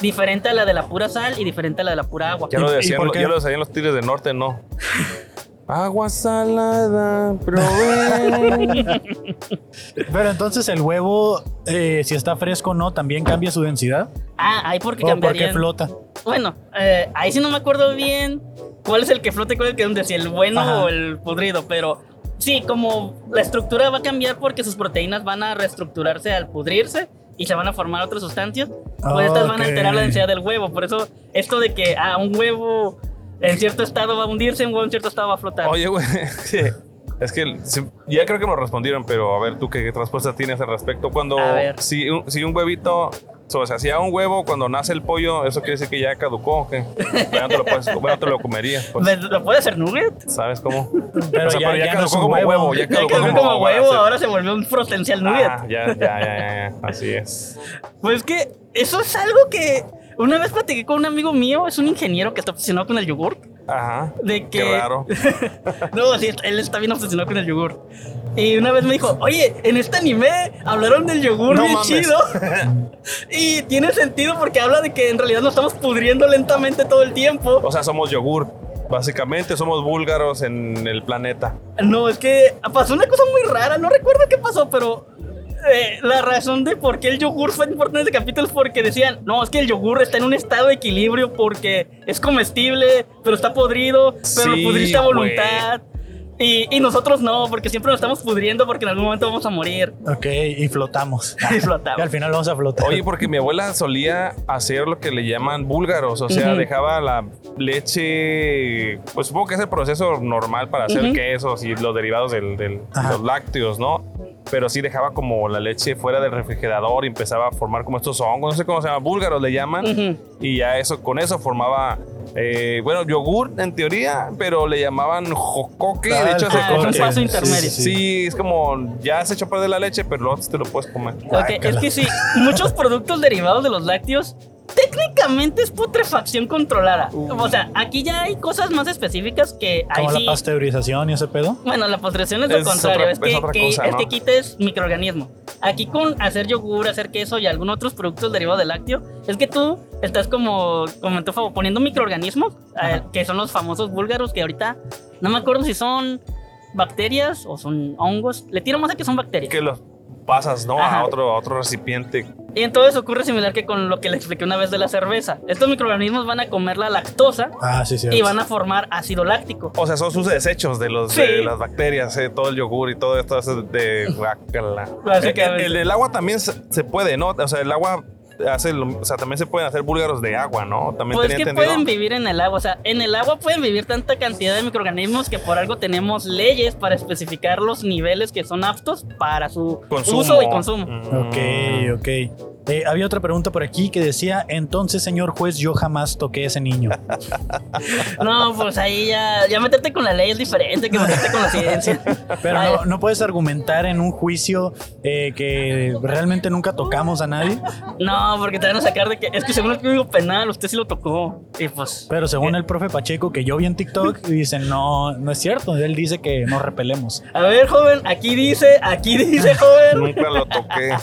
Speaker 3: diferente a la de la pura sal y diferente a la de la pura agua.
Speaker 2: Ya lo
Speaker 1: ¿Y- y
Speaker 2: decían,
Speaker 1: por
Speaker 2: lo-
Speaker 1: qué?
Speaker 2: ya lo decían los tigres del norte, no. Agua salada, provee.
Speaker 1: Pero entonces el huevo, eh, si está fresco o no, también cambia su densidad.
Speaker 3: Ah, ahí porque
Speaker 1: ¿O por qué
Speaker 3: cambiarían.
Speaker 1: Oh, flota?
Speaker 3: Bueno, eh, ahí sí no me acuerdo bien cuál es el que flota y cuál es el que hunde, si el bueno
Speaker 1: Ajá.
Speaker 3: o el podrido, pero sí, como la estructura va a cambiar porque sus proteínas van a reestructurarse al pudrirse y se van a formar otras sustancias, pues estas van a
Speaker 1: Ok.
Speaker 3: alterar la densidad del huevo. Por eso, esto de que a un huevo en cierto estado va a hundirse, un huevo en cierto estado va a flotar.
Speaker 2: Oye, güey. Es que sí, ya creo que nos respondieron, pero a ver, tú qué, qué respuesta tienes al respecto. Cuando.
Speaker 3: A ver.
Speaker 2: Si, un, si un huevito. O sea, si a un huevo cuando nace el pollo, ¿eso quiere decir que ya caducó o qué? Ya no te lo, puedes, ya no te lo comerías, pues.
Speaker 3: ¿Ves? ¿Lo puede hacer nugget?
Speaker 2: ¿Sabes cómo?
Speaker 1: Pero
Speaker 2: O sea,
Speaker 1: ya- ya no es un
Speaker 2: como
Speaker 1: huevo.
Speaker 2: ya
Speaker 3: Ya
Speaker 2: caducó
Speaker 3: quedó
Speaker 2: como,
Speaker 3: como huevo,
Speaker 2: ahora
Speaker 3: ahora se volvió un potencial
Speaker 2: sí.
Speaker 3: nugget.
Speaker 2: Ah, ya, ya, ya, ya, ya, así es.
Speaker 3: Pues que eso es algo que una vez platiqué con un amigo mío, es un ingeniero que está obsesionado con el yogur.
Speaker 2: Ajá.
Speaker 3: De que,
Speaker 2: Qué raro.
Speaker 3: [laughs] No, sí, él está bien obsesionado con el yogur. Y una vez me dijo, oye, en este anime hablaron del yogur
Speaker 1: No
Speaker 3: bien
Speaker 1: mames.
Speaker 3: chido. y tiene sentido porque habla de que en realidad nos estamos pudriendo lentamente todo el tiempo.
Speaker 2: O sea, somos yogur. Básicamente somos búlgaros en el planeta.
Speaker 3: No, es que pasó una cosa muy rara, no recuerdo qué pasó, pero eh, la razón de por qué el yogur fue importante en este capítulo es porque decían, no, es que el yogur está en un estado de equilibrio porque es comestible, pero está podrido, pero
Speaker 2: Sí,
Speaker 3: lo pudriste a
Speaker 2: güey.
Speaker 3: voluntad. Y, y nosotros no, porque siempre nos estamos pudriendo porque en algún momento vamos a morir. [laughs]
Speaker 1: Ok, y flotamos.
Speaker 3: Y
Speaker 1: Y al
Speaker 3: flotaba.
Speaker 1: final vamos a flotar.
Speaker 2: Oye, porque mi abuela solía hacer lo que le llaman búlgaros, o sea,
Speaker 3: Ujú.
Speaker 2: dejaba la leche, pues supongo que es el proceso normal para hacer
Speaker 3: Ujú.
Speaker 2: quesos y los derivados del- del-
Speaker 1: Ajá.
Speaker 2: los lácteos, ¿no? Pero sí dejaba como la leche fuera del refrigerador y empezaba a formar como estos hongos, no sé cómo se llama, búlgaros le llaman,
Speaker 3: Ujú.
Speaker 2: y ya eso, con eso formaba, eh, bueno, yogur en teoría, pero le llamaban jocoque, de hecho se
Speaker 3: Ah, es un
Speaker 2: come-
Speaker 3: paso intermedio.
Speaker 2: Sí, es como ya se echó a perder la leche, pero luego te lo puedes comer.
Speaker 1: Ah,
Speaker 3: Ok, es que sí, muchos productos derivados de los lácteos técnicamente es putrefacción controlada.
Speaker 2: Uh.
Speaker 3: O sea, aquí ya hay cosas más específicas que ahí
Speaker 1: Como
Speaker 3: sí-
Speaker 1: la pasteurización y ese pedo.
Speaker 3: Bueno, la postración es lo
Speaker 2: Es
Speaker 3: contrario,
Speaker 2: otra-
Speaker 3: es, que,
Speaker 2: es otra
Speaker 3: que-
Speaker 2: cosa,
Speaker 3: es
Speaker 2: ¿no?
Speaker 3: que quites microorganismo. Aquí con hacer yogur, hacer queso y algunos otros productos derivados del lácteo, es que tú estás como, como en tu favor, poniendo microorganismos, eh, que son los famosos búlgaros que ahorita, no me acuerdo si son bacterias o son hongos, le tiro más a que son bacterias.
Speaker 2: que los pasas, ¿no?
Speaker 3: Ajá.
Speaker 2: A otro, a otro recipiente.
Speaker 3: Y entonces ocurre similar que con lo que le expliqué una vez de la cerveza. Estos microorganismos van a comer la lactosa
Speaker 1: Ah, sí, sí.
Speaker 3: y van a formar ácido láctico.
Speaker 2: O sea, son sus desechos de los
Speaker 3: Sí.
Speaker 2: de las bacterias, eh, todo el yogur y todo esto eso de guácala.
Speaker 3: Básicamente.
Speaker 2: Eh, El, el agua también se, se puede, ¿no? O sea, el agua hace, lo- o sea, también se pueden hacer búlgaros de agua, ¿no? También
Speaker 3: Pues
Speaker 2: tenía
Speaker 3: que
Speaker 2: entendido.
Speaker 3: pueden vivir en el agua, o sea, en el agua pueden vivir tanta cantidad de microorganismos que por algo tenemos leyes para especificar los niveles que son aptos para su
Speaker 2: Consumo.
Speaker 3: uso y consumo.
Speaker 2: Mm.
Speaker 1: Ok, ok. Eh, había otra pregunta por aquí que decía, entonces señor juez, yo jamás toqué a ese niño.
Speaker 2: Mm.
Speaker 3: No, pues ahí ya, ya meterte con la ley es diferente que meterte con la
Speaker 2: [laughs]
Speaker 3: ciencia.
Speaker 1: Pero
Speaker 3: Ay,
Speaker 1: no, no puedes argumentar en un juicio eh, que realmente nunca tocamos a nadie,
Speaker 3: no, porque te van a sacar de que es que según el código penal usted sí lo tocó. Y pues
Speaker 1: pero según el profe Pacheco que yo vi en TikTok, dicen, no, no es cierto, él dice que nos repelemos.
Speaker 3: A ver, joven, aquí dice, aquí dice, joven.
Speaker 2: Nunca lo
Speaker 3: [laughs]
Speaker 2: toqué.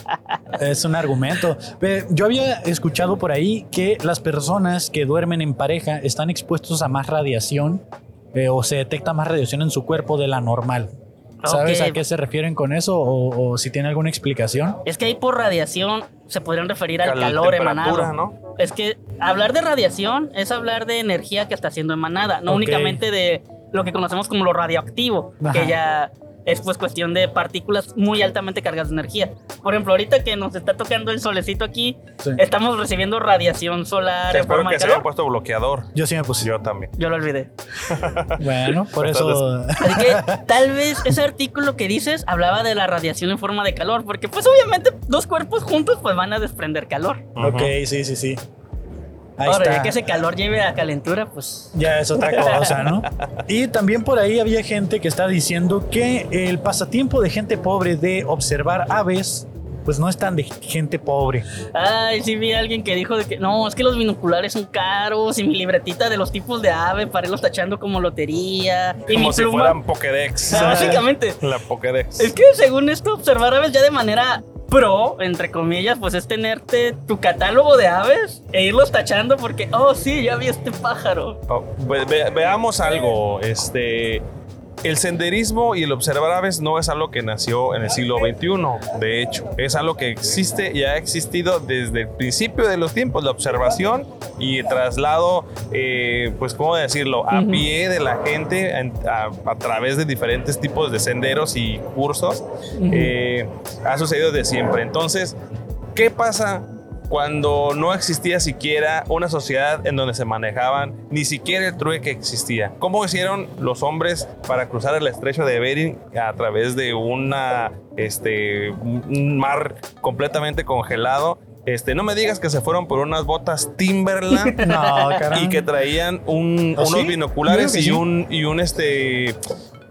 Speaker 1: Es un argumento. Pe- Yo había escuchado por ahí que las personas que duermen en pareja están expuestos a más radiación eh, o se detecta más radiación en su cuerpo de la normal. [laughs] ¿Sabes
Speaker 3: Ok.
Speaker 1: a qué se refieren con eso o, o si tiene alguna explicación?
Speaker 3: Es que ahí por radiación se podrían referir al
Speaker 2: Cal-
Speaker 3: calor
Speaker 2: temperatura,
Speaker 3: emanado.
Speaker 2: ¿no?
Speaker 3: Es que hablar de radiación es hablar de energía que está siendo emanada, no
Speaker 1: Ok.
Speaker 3: únicamente de lo que conocemos como lo radioactivo,
Speaker 1: Ajá.
Speaker 3: que ya es pues cuestión de partículas muy altamente cargadas de energía. Por ejemplo, ahorita que nos está tocando el solecito aquí,
Speaker 1: Sí.
Speaker 3: estamos recibiendo radiación solar en
Speaker 2: espero
Speaker 3: forma
Speaker 2: que
Speaker 3: de
Speaker 2: se haya
Speaker 3: calor.
Speaker 2: puesto bloqueador. Pues
Speaker 1: Yo sí me
Speaker 2: [laughs]
Speaker 1: puse.
Speaker 2: Yo también.
Speaker 3: Yo lo olvidé.
Speaker 1: Bueno, por eso.
Speaker 3: Así que tal vez ese artículo que dices hablaba de la radiación en forma de calor, porque pues obviamente dos cuerpos juntos pues van a desprender calor.
Speaker 1: [laughs] ok, sí, sí, sí. Ahí
Speaker 3: Ahora,
Speaker 1: está.
Speaker 3: ya que ese calor lleve a calentura, pues
Speaker 1: Ya es otra cosa, ¿no? Y también por ahí había gente que está diciendo que el pasatiempo de gente pobre de observar aves, pues no es tan de gente pobre.
Speaker 3: Ay, sí vi a alguien que dijo de que no, es que los binoculares son caros y mi libretita de los tipos de ave para irlos tachando como lotería y
Speaker 2: Como
Speaker 3: mi
Speaker 2: si
Speaker 3: pluma.
Speaker 2: fueran Pokédex.
Speaker 3: O sea, básicamente.
Speaker 2: La Pokédex.
Speaker 3: Es que según esto, observar aves ya de manera pro, entre comillas, pues es tenerte tu catálogo de aves e irlos tachando porque, oh sí, ya vi este pájaro.
Speaker 2: Oh, ve- ve- veamos algo. Este, el senderismo y el observar aves no es algo que nació en el siglo XXI. De hecho, es algo que existe y ha existido desde el principio de los tiempos. La observación y el traslado, eh, pues, ¿cómo decirlo? A
Speaker 3: Ujú.
Speaker 2: pie de la gente en- a, a través de diferentes tipos de senderos y cursos
Speaker 3: Ah,
Speaker 2: eh, ha sucedido de siempre. Entonces, ¿qué pasa cuando no existía siquiera una sociedad en donde se manejaban, ni siquiera el trueque existía? ¿Cómo hicieron los hombres para cruzar el estrecho de Bering a través de una, este, un mar completamente congelado? Este, no me digas que se fueron por unas botas Timberland
Speaker 1: No, caray.
Speaker 2: [laughs] y que traían un-
Speaker 1: ¿Ah,
Speaker 2: unos
Speaker 1: sí? Mira
Speaker 2: binoculares
Speaker 1: que
Speaker 2: y
Speaker 1: sí.
Speaker 2: un y un este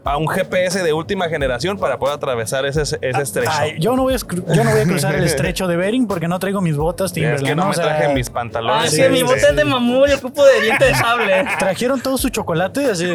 Speaker 2: a un GPS de última generación para poder atravesar ese, ese estrecho.
Speaker 1: Ah, Ay, yo, no voy a, escru- yo no voy a cruzar
Speaker 2: [laughs]
Speaker 1: el estrecho de Bering porque no traigo mis botas Timberland.
Speaker 2: es que no
Speaker 1: ¿no?
Speaker 2: me
Speaker 1: O sea,
Speaker 2: traje mis pantalones. Este,
Speaker 3: Ah, es
Speaker 1: sí,
Speaker 3: que mi
Speaker 1: sí,
Speaker 3: bota
Speaker 1: sí.
Speaker 3: es de mamú y ocupo de diente
Speaker 2: [laughs]
Speaker 3: de sable.
Speaker 1: Trajeron todo su chocolate, así.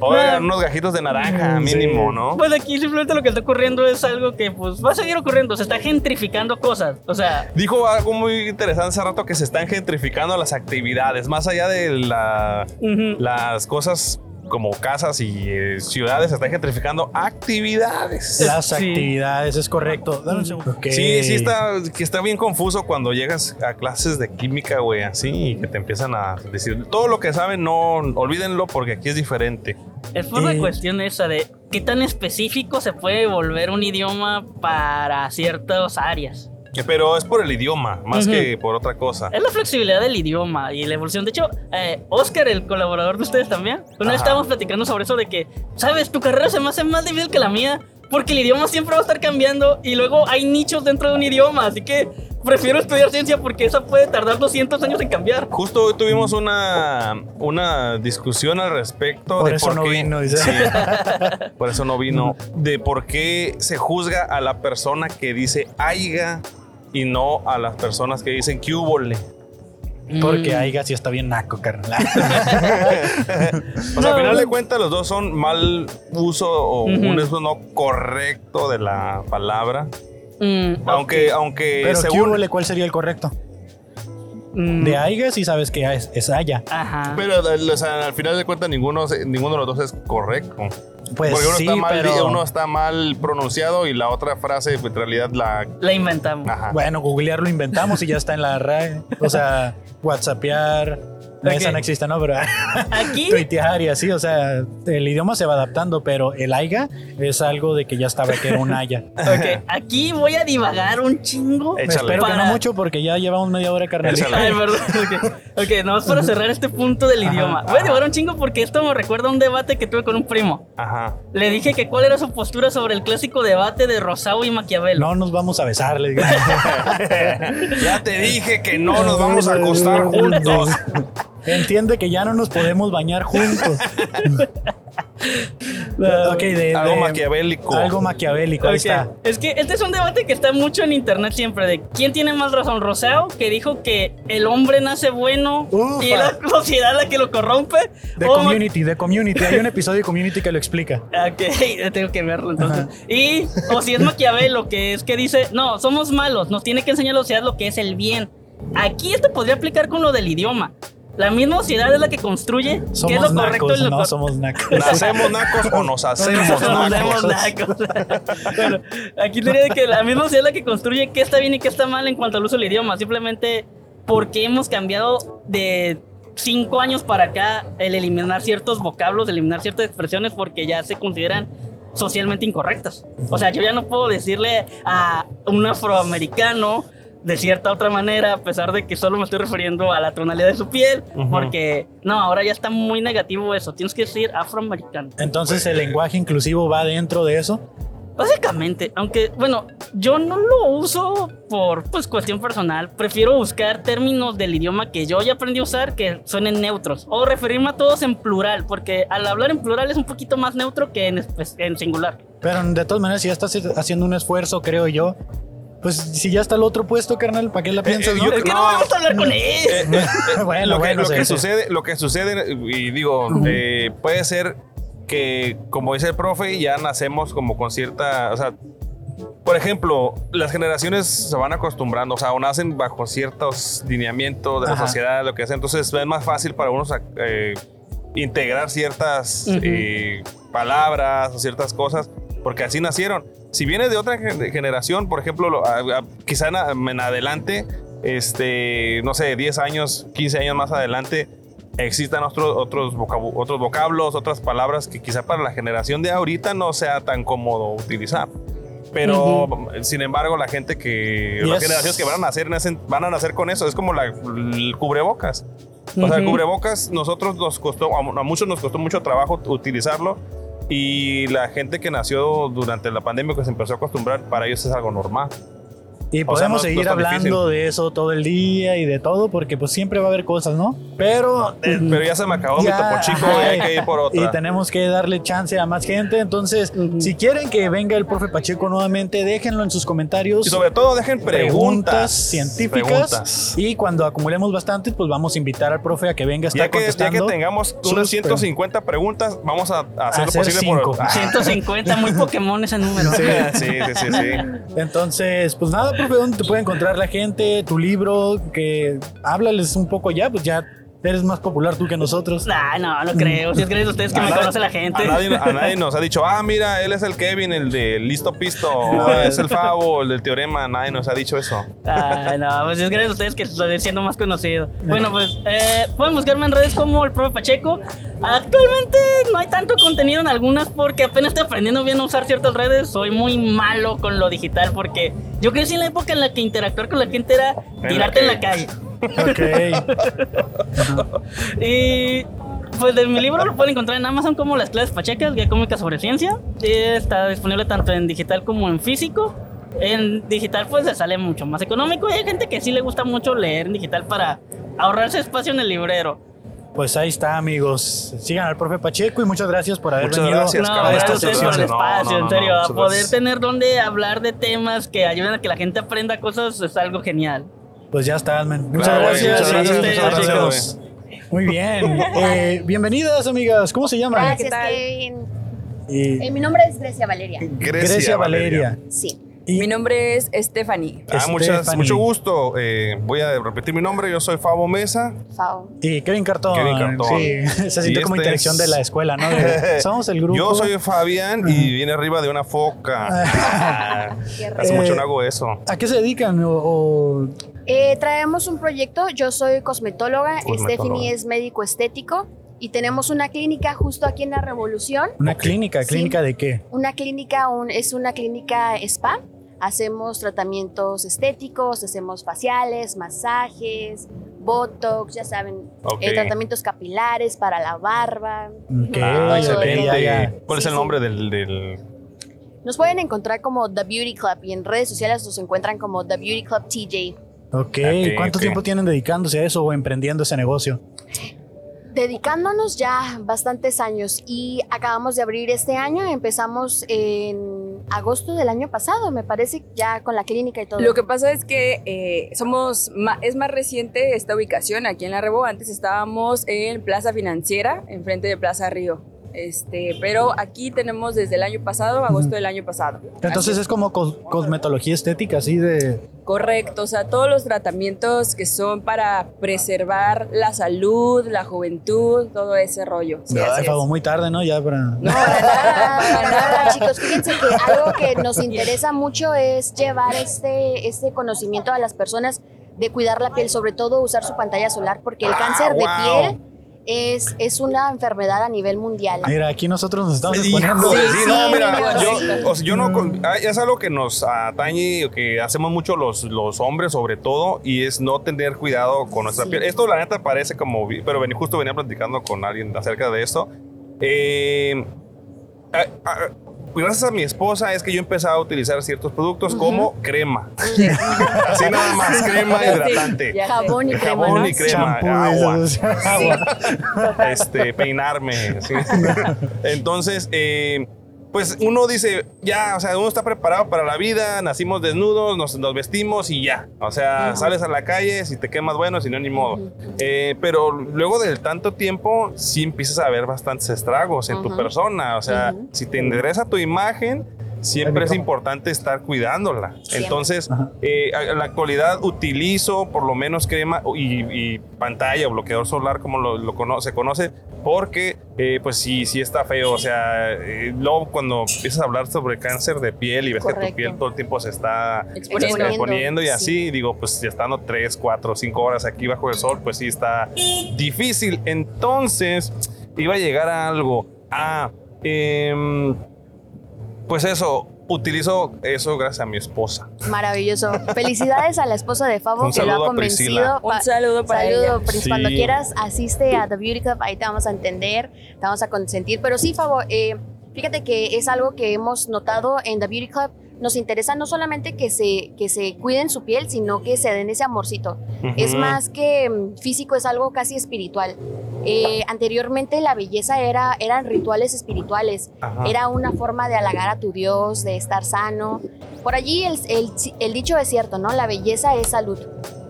Speaker 2: Oigan, unos gajitos de naranja
Speaker 1: Ah. Mm, sí.
Speaker 2: mínimo, ¿no?
Speaker 3: Pues aquí simplemente lo que está ocurriendo es algo que pues va a seguir ocurriendo, se está gentrificando cosas. O sea,
Speaker 2: Dijo algo muy interesante hace rato que se están gentrificando las actividades, más allá de la,
Speaker 3: ujú.
Speaker 2: las cosas como casas y eh, ciudades, se están gentrificando actividades.
Speaker 1: Las
Speaker 3: Sí.
Speaker 1: actividades, es correcto. Dame un segundo. Ok.
Speaker 2: Sí, sí está, que está bien confuso cuando llegas a clases de química, güey, así, y que te empiezan a decir, todo lo que saben, no, olvídenlo porque aquí es diferente.
Speaker 3: Es por la
Speaker 1: Eh,
Speaker 3: cuestión esa de qué tan específico se puede volver un idioma para ciertas áreas.
Speaker 2: Pero es por el idioma, más
Speaker 3: Ujú.
Speaker 2: que por otra cosa.
Speaker 3: Es la flexibilidad del idioma y la evolución. De hecho, eh, Oscar, el colaborador de ustedes también, una vez
Speaker 2: Ajá.
Speaker 3: estábamos platicando sobre eso de que, sabes, tu carrera se me hace más difícil que la mía porque el idioma siempre va a estar cambiando y luego hay nichos dentro de un idioma, así que prefiero estudiar ciencia porque esa puede tardar 200 años en cambiar.
Speaker 2: Justo hoy tuvimos una, una discusión al respecto
Speaker 1: Por
Speaker 2: de
Speaker 1: eso
Speaker 2: por
Speaker 1: no
Speaker 2: qué- [laughs]
Speaker 1: vino, dice.
Speaker 2: Sí, por eso no vino. De por qué se juzga a la persona que dice aiga y no a las personas que dicen cúbole.
Speaker 1: Porque
Speaker 3: Mm.
Speaker 1: ahí sí está bien naco, carnal.
Speaker 2: O sea,
Speaker 3: No,
Speaker 2: al final
Speaker 3: no.
Speaker 2: de cuentas, los dos son mal uso o
Speaker 3: Ujú.
Speaker 2: un uso no correcto de la palabra.
Speaker 3: Mm,
Speaker 2: Aunque,
Speaker 1: [laughs]
Speaker 2: aunque
Speaker 1: Pero ¿qué
Speaker 2: según.
Speaker 1: hubole? ¿cuál sería el correcto?
Speaker 3: mm,
Speaker 1: De Aiga sí sabes que es, es Aya.
Speaker 3: Ajá.
Speaker 2: Pero eh, o sea, al final de cuentas, ninguno, se- ninguno de los dos es correcto.
Speaker 1: Pues
Speaker 2: Porque uno,
Speaker 1: sí,
Speaker 2: está mal,
Speaker 1: pero...
Speaker 2: uno está mal pronunciado y la otra frase, pues, en realidad, la.
Speaker 3: La inventamos.
Speaker 2: Ajá.
Speaker 1: Bueno, googlear lo inventamos y ya está en la RAE. O
Speaker 2: [laughs]
Speaker 1: sea, whatsappear. no, Esa
Speaker 3: Ok.
Speaker 1: no existe, ¿no? Pero
Speaker 3: Aquí
Speaker 1: [laughs] tuitear y así. O sea, el idioma se va adaptando, pero el Aiga es algo de que ya estaba que era un Aya.
Speaker 3: Ok, aquí voy a divagar [laughs] un chingo.
Speaker 2: Échale.
Speaker 1: Espero que
Speaker 3: Para-
Speaker 1: no mucho porque ya llevamos media hora carnalito.
Speaker 2: Échale.
Speaker 3: Ay, perdón. Ok, okay nada más para cerrar este punto del
Speaker 1: Ajá.
Speaker 3: idioma. Voy a divagar un chingo porque esto me recuerda a un debate que tuve con un primo.
Speaker 2: Ajá.
Speaker 3: Le dije que cuál era su postura sobre el clásico debate de Rosado y Maquiavelo.
Speaker 1: No nos vamos a besar, les digo.
Speaker 2: Ya te dije que no nos vamos
Speaker 1: [laughs]
Speaker 2: a acostar juntos.
Speaker 1: Entiende que ya no nos podemos bañar juntos. Ah, ok, de,
Speaker 2: Algo
Speaker 1: de-
Speaker 2: maquiavélico.
Speaker 1: Algo maquiavélico, ahí
Speaker 3: Ok,
Speaker 1: está.
Speaker 3: Es que este es un debate que está mucho en internet siempre de quién tiene más razón, Rosado, que dijo que el hombre nace bueno
Speaker 1: Ufa.
Speaker 3: y es la sociedad la que lo corrompe.
Speaker 1: De
Speaker 3: o Ma-
Speaker 1: community, de community. Hay un episodio de community que lo explica.
Speaker 3: Ok, [laughs] tengo que verlo entonces. Y, o si es Maquiavelo, que es que dice, no, somos malos, nos tiene que enseñar la sociedad lo que es el bien. Aquí esto podría aplicar con lo del idioma. La misma sociedad es la que construye qué es
Speaker 1: Somos
Speaker 3: lo correcto
Speaker 1: nacos,
Speaker 3: y lo
Speaker 1: no
Speaker 3: cor-
Speaker 1: somos nacos.
Speaker 2: ¿Nacemos nacos o nos hacemos
Speaker 3: [laughs] Somos
Speaker 2: nacos?
Speaker 3: nacos. bueno, aquí diría que la misma sociedad es la que construye qué está bien y qué está mal en cuanto al uso del idioma. Simplemente porque hemos cambiado de cinco años para acá el eliminar ciertos vocablos, eliminar ciertas expresiones porque ya se consideran socialmente incorrectas. O sea, yo ya no puedo decirle a un afroamericano de cierta otra manera, a pesar de que solo me estoy refiriendo a la tonalidad de su piel,
Speaker 2: Ujú.
Speaker 3: porque no, ahora ya está muy negativo eso. Tienes que decir afroamericano.
Speaker 1: Entonces el lenguaje inclusivo va dentro de eso.
Speaker 3: Básicamente, aunque, bueno, yo no lo uso por pues cuestión personal. Prefiero buscar términos del idioma que yo ya aprendí a usar que suenen neutros. O referirme a todos en plural, porque al hablar en plural es un poquito más neutro que en, pues, en singular.
Speaker 1: Pero de todas maneras, si ya estás haciendo un esfuerzo, creo yo, pues si ya está el otro puesto, carnal, ¿para qué la piensas?
Speaker 2: eh,
Speaker 1: no?
Speaker 2: yo-
Speaker 3: Es
Speaker 1: [laughs]
Speaker 3: que no,
Speaker 2: no,
Speaker 3: me gusta hablar con él.
Speaker 2: Eh, eh, eh,
Speaker 1: Bueno,
Speaker 2: lo que,
Speaker 1: bueno,
Speaker 2: lo
Speaker 1: sí,
Speaker 2: que
Speaker 1: sí.
Speaker 2: sucede, lo que sucede, y digo, eh, puede ser que, como dice el profe, ya nacemos como con cierta, o sea, por ejemplo, las generaciones se van acostumbrando, o sea, o nacen bajo ciertos lineamientos de la
Speaker 1: Ajá.
Speaker 2: sociedad, lo que sea, entonces es más fácil para unos eh, integrar ciertas
Speaker 3: Ujú.
Speaker 2: eh, palabras o ciertas cosas, porque así nacieron. Si vienes de otra gen- generación, por ejemplo, lo- a- a- quizá en, a- en adelante, este, no sé, 10 años, 15 años más adelante, existan otros, otros, vocabu- otros vocablos, otras palabras que quizá para la generación de ahorita no sea tan cómodo utilizar. Pero, sin embargo, la gente que...
Speaker 1: Y
Speaker 2: Las
Speaker 1: es-
Speaker 2: generaciones que van a nacer nacen- van a nacer con eso. Es como la, el cubrebocas. O sea, el
Speaker 3: Ujú.
Speaker 2: cubrebocas nosotros nos costó, a, a muchos nos costó mucho trabajo utilizarlo y la gente que nació durante la pandemia que se empezó a acostumbrar, para ellos es algo normal.
Speaker 1: Y
Speaker 2: O
Speaker 1: podemos
Speaker 2: sea, no- no
Speaker 1: seguir
Speaker 2: está
Speaker 1: hablando de eso todo el día y de todo, porque pues siempre va a haber cosas, ¿no? Pero
Speaker 2: Eh,
Speaker 3: Ujú.
Speaker 2: Pero ya se me acabó mi
Speaker 1: Ya,
Speaker 2: topo chico,
Speaker 1: ajá.
Speaker 2: hay que ir por
Speaker 1: y
Speaker 2: otra.
Speaker 1: tenemos que darle chance a más gente. Entonces,
Speaker 3: Ujú.
Speaker 1: si quieren que venga el profe Pacheco nuevamente, déjenlo en sus comentarios.
Speaker 2: Y sobre todo dejen preguntas,
Speaker 1: científicas.
Speaker 2: preguntas.
Speaker 1: Y cuando acumulemos bastante, pues vamos a invitar al profe a que venga a estar
Speaker 2: Ya que, ya que
Speaker 1: contestando.
Speaker 2: tengamos
Speaker 1: sus
Speaker 2: unas 150 preguntas, vamos a, a hacer lo
Speaker 1: Hacer
Speaker 2: posible
Speaker 1: cinco.
Speaker 2: por... Ah,
Speaker 3: 150, muy Pokémon ese número.
Speaker 1: [laughs]
Speaker 2: [laughs] sí, sí, sí, sí.
Speaker 1: Entonces, pues nada, profe, ¿dónde te puede encontrar la gente? Tu libro, que háblales un poco ya, pues ya eres más popular tú que
Speaker 3: [laughs]
Speaker 1: nosotros.
Speaker 3: Nah, no, no creo. Si es que creen ustedes que
Speaker 2: A
Speaker 3: me
Speaker 2: nadie-
Speaker 3: conoce la gente.
Speaker 2: A nadie, a nadie nos ha dicho, ah, mira, él es el Kevin, el de Listo Pisto, o es el Favo, el del Teorema. Nadie nos ha dicho eso.
Speaker 3: Ah, no, pues es gracias a ustedes que estoy siendo más conocido. Bueno, pues eh, pueden buscarme en redes como el profe Pacheco. Actualmente no hay tanto contenido en algunas porque apenas estoy aprendiendo bien a usar ciertas redes. Soy muy malo con lo digital porque yo crecí en la época en la que interactuar con la gente era
Speaker 2: la
Speaker 3: tirarte en
Speaker 2: que-
Speaker 3: la calle.
Speaker 1: Ok.
Speaker 3: Y pues de mi libro lo pueden encontrar en Amazon como Las clases pachecas, guía cómica sobre ciencia. Y está disponible tanto en digital como en físico. En digital pues le sale mucho más económico y hay gente que sí le gusta mucho leer en digital para ahorrarse espacio en el librero.
Speaker 1: Pues ahí está, amigos. Sigan al profe Pacheco y muchas gracias por haber
Speaker 2: Muchas
Speaker 1: venido.
Speaker 2: gracias,
Speaker 3: no,
Speaker 2: cabrón,
Speaker 3: gracias a
Speaker 2: muchas
Speaker 3: ustedes por el
Speaker 2: gracias. No,
Speaker 3: espacio,
Speaker 2: no, no,
Speaker 3: en serio.
Speaker 2: no,
Speaker 3: a
Speaker 2: muchas
Speaker 3: poder
Speaker 2: gracias.
Speaker 3: tener donde hablar de temas que ayuden a que la gente aprenda cosas es algo genial.
Speaker 1: Pues ya está, man. Muchas
Speaker 2: Claro, güey,
Speaker 1: gracias.
Speaker 2: muchas gracias,
Speaker 1: Sí,
Speaker 2: muchas gracias,
Speaker 1: chicos. Muy bien. Eh, bienvenidas, amigas. ¿Cómo se llaman?
Speaker 4: Gracias,
Speaker 5: ¿qué tal?
Speaker 4: Kevin.
Speaker 1: Eh,
Speaker 4: Eh, mi nombre es Grecia Valeria.
Speaker 1: Grecia, Valeria.
Speaker 4: Sí.
Speaker 1: Y-
Speaker 5: Mi nombre es Stephanie.
Speaker 2: Ah, muchas,
Speaker 1: Stephanie.
Speaker 2: mucho gusto. Eh, voy a repetir mi nombre. Yo soy Favo Mesa.
Speaker 4: Fao.
Speaker 1: Y Kevin Cartón.
Speaker 2: Kevin Cartón.
Speaker 1: Sí, [laughs] se
Speaker 2: Y
Speaker 1: sintió como
Speaker 2: este
Speaker 1: interacción
Speaker 2: es-
Speaker 1: de la escuela, ¿no?
Speaker 2: [laughs]
Speaker 1: De, Somos el grupo.
Speaker 2: Yo soy Fabián y viene arriba de una foca. Ah,
Speaker 4: Qué raro.
Speaker 2: Hace
Speaker 1: Eh,
Speaker 2: mucho no hago eso.
Speaker 1: ¿A qué se dedican? O, o-
Speaker 4: Eh, traemos un proyecto. Yo soy cosmetóloga, Eh,
Speaker 2: Cosmetóloga.
Speaker 4: Stephanie es médico estético y tenemos una clínica justo aquí en la Revolución.
Speaker 1: una
Speaker 2: Ok.
Speaker 1: clínica?
Speaker 4: Sí.
Speaker 1: ¿Clínica de qué?
Speaker 4: Una clínica un- es una clínica spa. Hacemos tratamientos estéticos, hacemos faciales, masajes, botox, ya saben,
Speaker 2: Ok.
Speaker 4: eh, tratamientos capilares para la barba.
Speaker 1: Ok,
Speaker 2: Ah,
Speaker 1: ok,
Speaker 2: excelente.
Speaker 1: eh, ya, ya.
Speaker 2: ¿Cuál es
Speaker 4: Sí,
Speaker 2: el
Speaker 4: sí.
Speaker 2: nombre del, del-
Speaker 4: Nos pueden encontrar como The Beauty Club y en redes sociales nos encuentran como The Beauty Club TJ.
Speaker 1: Ok,
Speaker 2: Ok,
Speaker 1: ¿cuánto
Speaker 2: ok.
Speaker 1: tiempo tienen dedicándose a eso o emprendiendo ese negocio?
Speaker 4: Dedicándonos ya bastantes años y acabamos de abrir este año, empezamos en agosto del año pasado, me parece, ya con la clínica y todo.
Speaker 5: Lo que pasa es que eh, somos ma- es más reciente esta ubicación aquí en la Rebo. Antes estábamos en Plaza Financiera, enfrente de Plaza Río. Este, pero aquí tenemos desde el año pasado, agosto del año pasado.
Speaker 1: Entonces es como cos- cosmetología estética, así de...
Speaker 5: Correcto, o sea, todos los tratamientos que son para preservar la salud, la juventud, todo ese rollo. Sí, así
Speaker 1: Ay,
Speaker 5: es.
Speaker 1: Fabo, muy tarde, ¿no? Ya para...
Speaker 2: [laughs]
Speaker 5: No, para
Speaker 4: Ah,
Speaker 5: nada,
Speaker 4: para
Speaker 5: para
Speaker 4: nada,
Speaker 5: nada.
Speaker 4: chicos, fíjense que algo que nos interesa mucho es llevar este, este conocimiento a las personas de cuidar la piel, sobre todo usar su pantalla solar, porque el
Speaker 2: Ah,
Speaker 4: cáncer de
Speaker 2: wow.
Speaker 4: piel es, es una enfermedad a nivel mundial.
Speaker 1: Mira, aquí nosotros nos estamos exponiendo.
Speaker 2: Híjole,
Speaker 5: Sí,
Speaker 2: sí, no,
Speaker 5: sí,
Speaker 2: mira,
Speaker 5: mira,
Speaker 2: yo, o sea, yo no, con- ah, es algo que nos atañe, que hacemos mucho los, los hombres sobre todo, y es no tener cuidado con nuestra
Speaker 4: Sí.
Speaker 2: piel. Esto la neta parece como, vi- pero vení- justo venía platicando con alguien acerca de esto. Eh, ah, ah, gracias a mi esposa es que yo empecé a utilizar ciertos productos como crema, [laughs] así nada más, crema hidratante.
Speaker 5: Ya sé.
Speaker 4: Jabón y crema.
Speaker 2: Jabón
Speaker 4: ¿no?
Speaker 2: y crema,
Speaker 1: Champú,
Speaker 2: agua.
Speaker 1: eso, o
Speaker 2: [laughs]
Speaker 1: sea, agua.
Speaker 2: este, peinarme. ¿sí? Entonces, eh, pues uno dice, ya, o sea, uno está preparado para la vida, nacimos desnudos, nos, nos vestimos y ya. O sea, sales a la calle, si te quemas, bueno, si no, ni modo. Eh, pero luego del tanto tiempo, sí empiezas a ver bastantes estragos en tu
Speaker 4: Ujú.
Speaker 2: persona. O sea, si te interesa tu imagen, siempre es importante estar cuidándola.
Speaker 4: Siempre.
Speaker 2: Entonces,
Speaker 1: Ajá.
Speaker 2: eh, a- en la actualidad utilizo por lo menos crema y, y pantalla o bloqueador solar, como lo, lo cono- se conoce, porque eh, pues sí, sí está feo. O sea, eh, luego cuando empiezas a hablar sobre cáncer de piel y ves que tu
Speaker 4: Correcto.
Speaker 2: piel todo el tiempo se está
Speaker 5: Exponiendo.
Speaker 2: se está Pues exponiendo y
Speaker 4: Sí.
Speaker 2: así, digo, pues ya estando 3, 4, 5 horas aquí bajo el sol, pues sí está difícil. Entonces, iba a llegar a algo. Ah, em, pues eso, utilizo eso gracias a mi esposa.
Speaker 4: Maravilloso. Felicidades a la esposa de Fabo
Speaker 2: Un
Speaker 4: que lo ha
Speaker 2: saludo a
Speaker 4: convencido.
Speaker 2: Priscila.
Speaker 4: pa-
Speaker 5: Un saludo para
Speaker 4: Saludo,
Speaker 5: ella.
Speaker 4: Pris.
Speaker 2: Sí.
Speaker 4: Cuando quieras, asiste a The Beauty Club. Ahí te vamos a entender, te vamos a consentir. Pero sí, Fabo, eh, fíjate que es algo que hemos notado en The Beauty Club. Nos interesa no solamente que se, que se cuiden su piel, sino que se den ese amorcito. Es
Speaker 2: Ujú.
Speaker 4: más que mm, físico, es algo casi espiritual. Eh, anteriormente la belleza era, eran rituales espirituales.
Speaker 2: Ajá.
Speaker 4: Era una forma de halagar a tu Dios, de estar sano. Por allí el, el- el dicho es cierto, ¿no? La belleza es salud.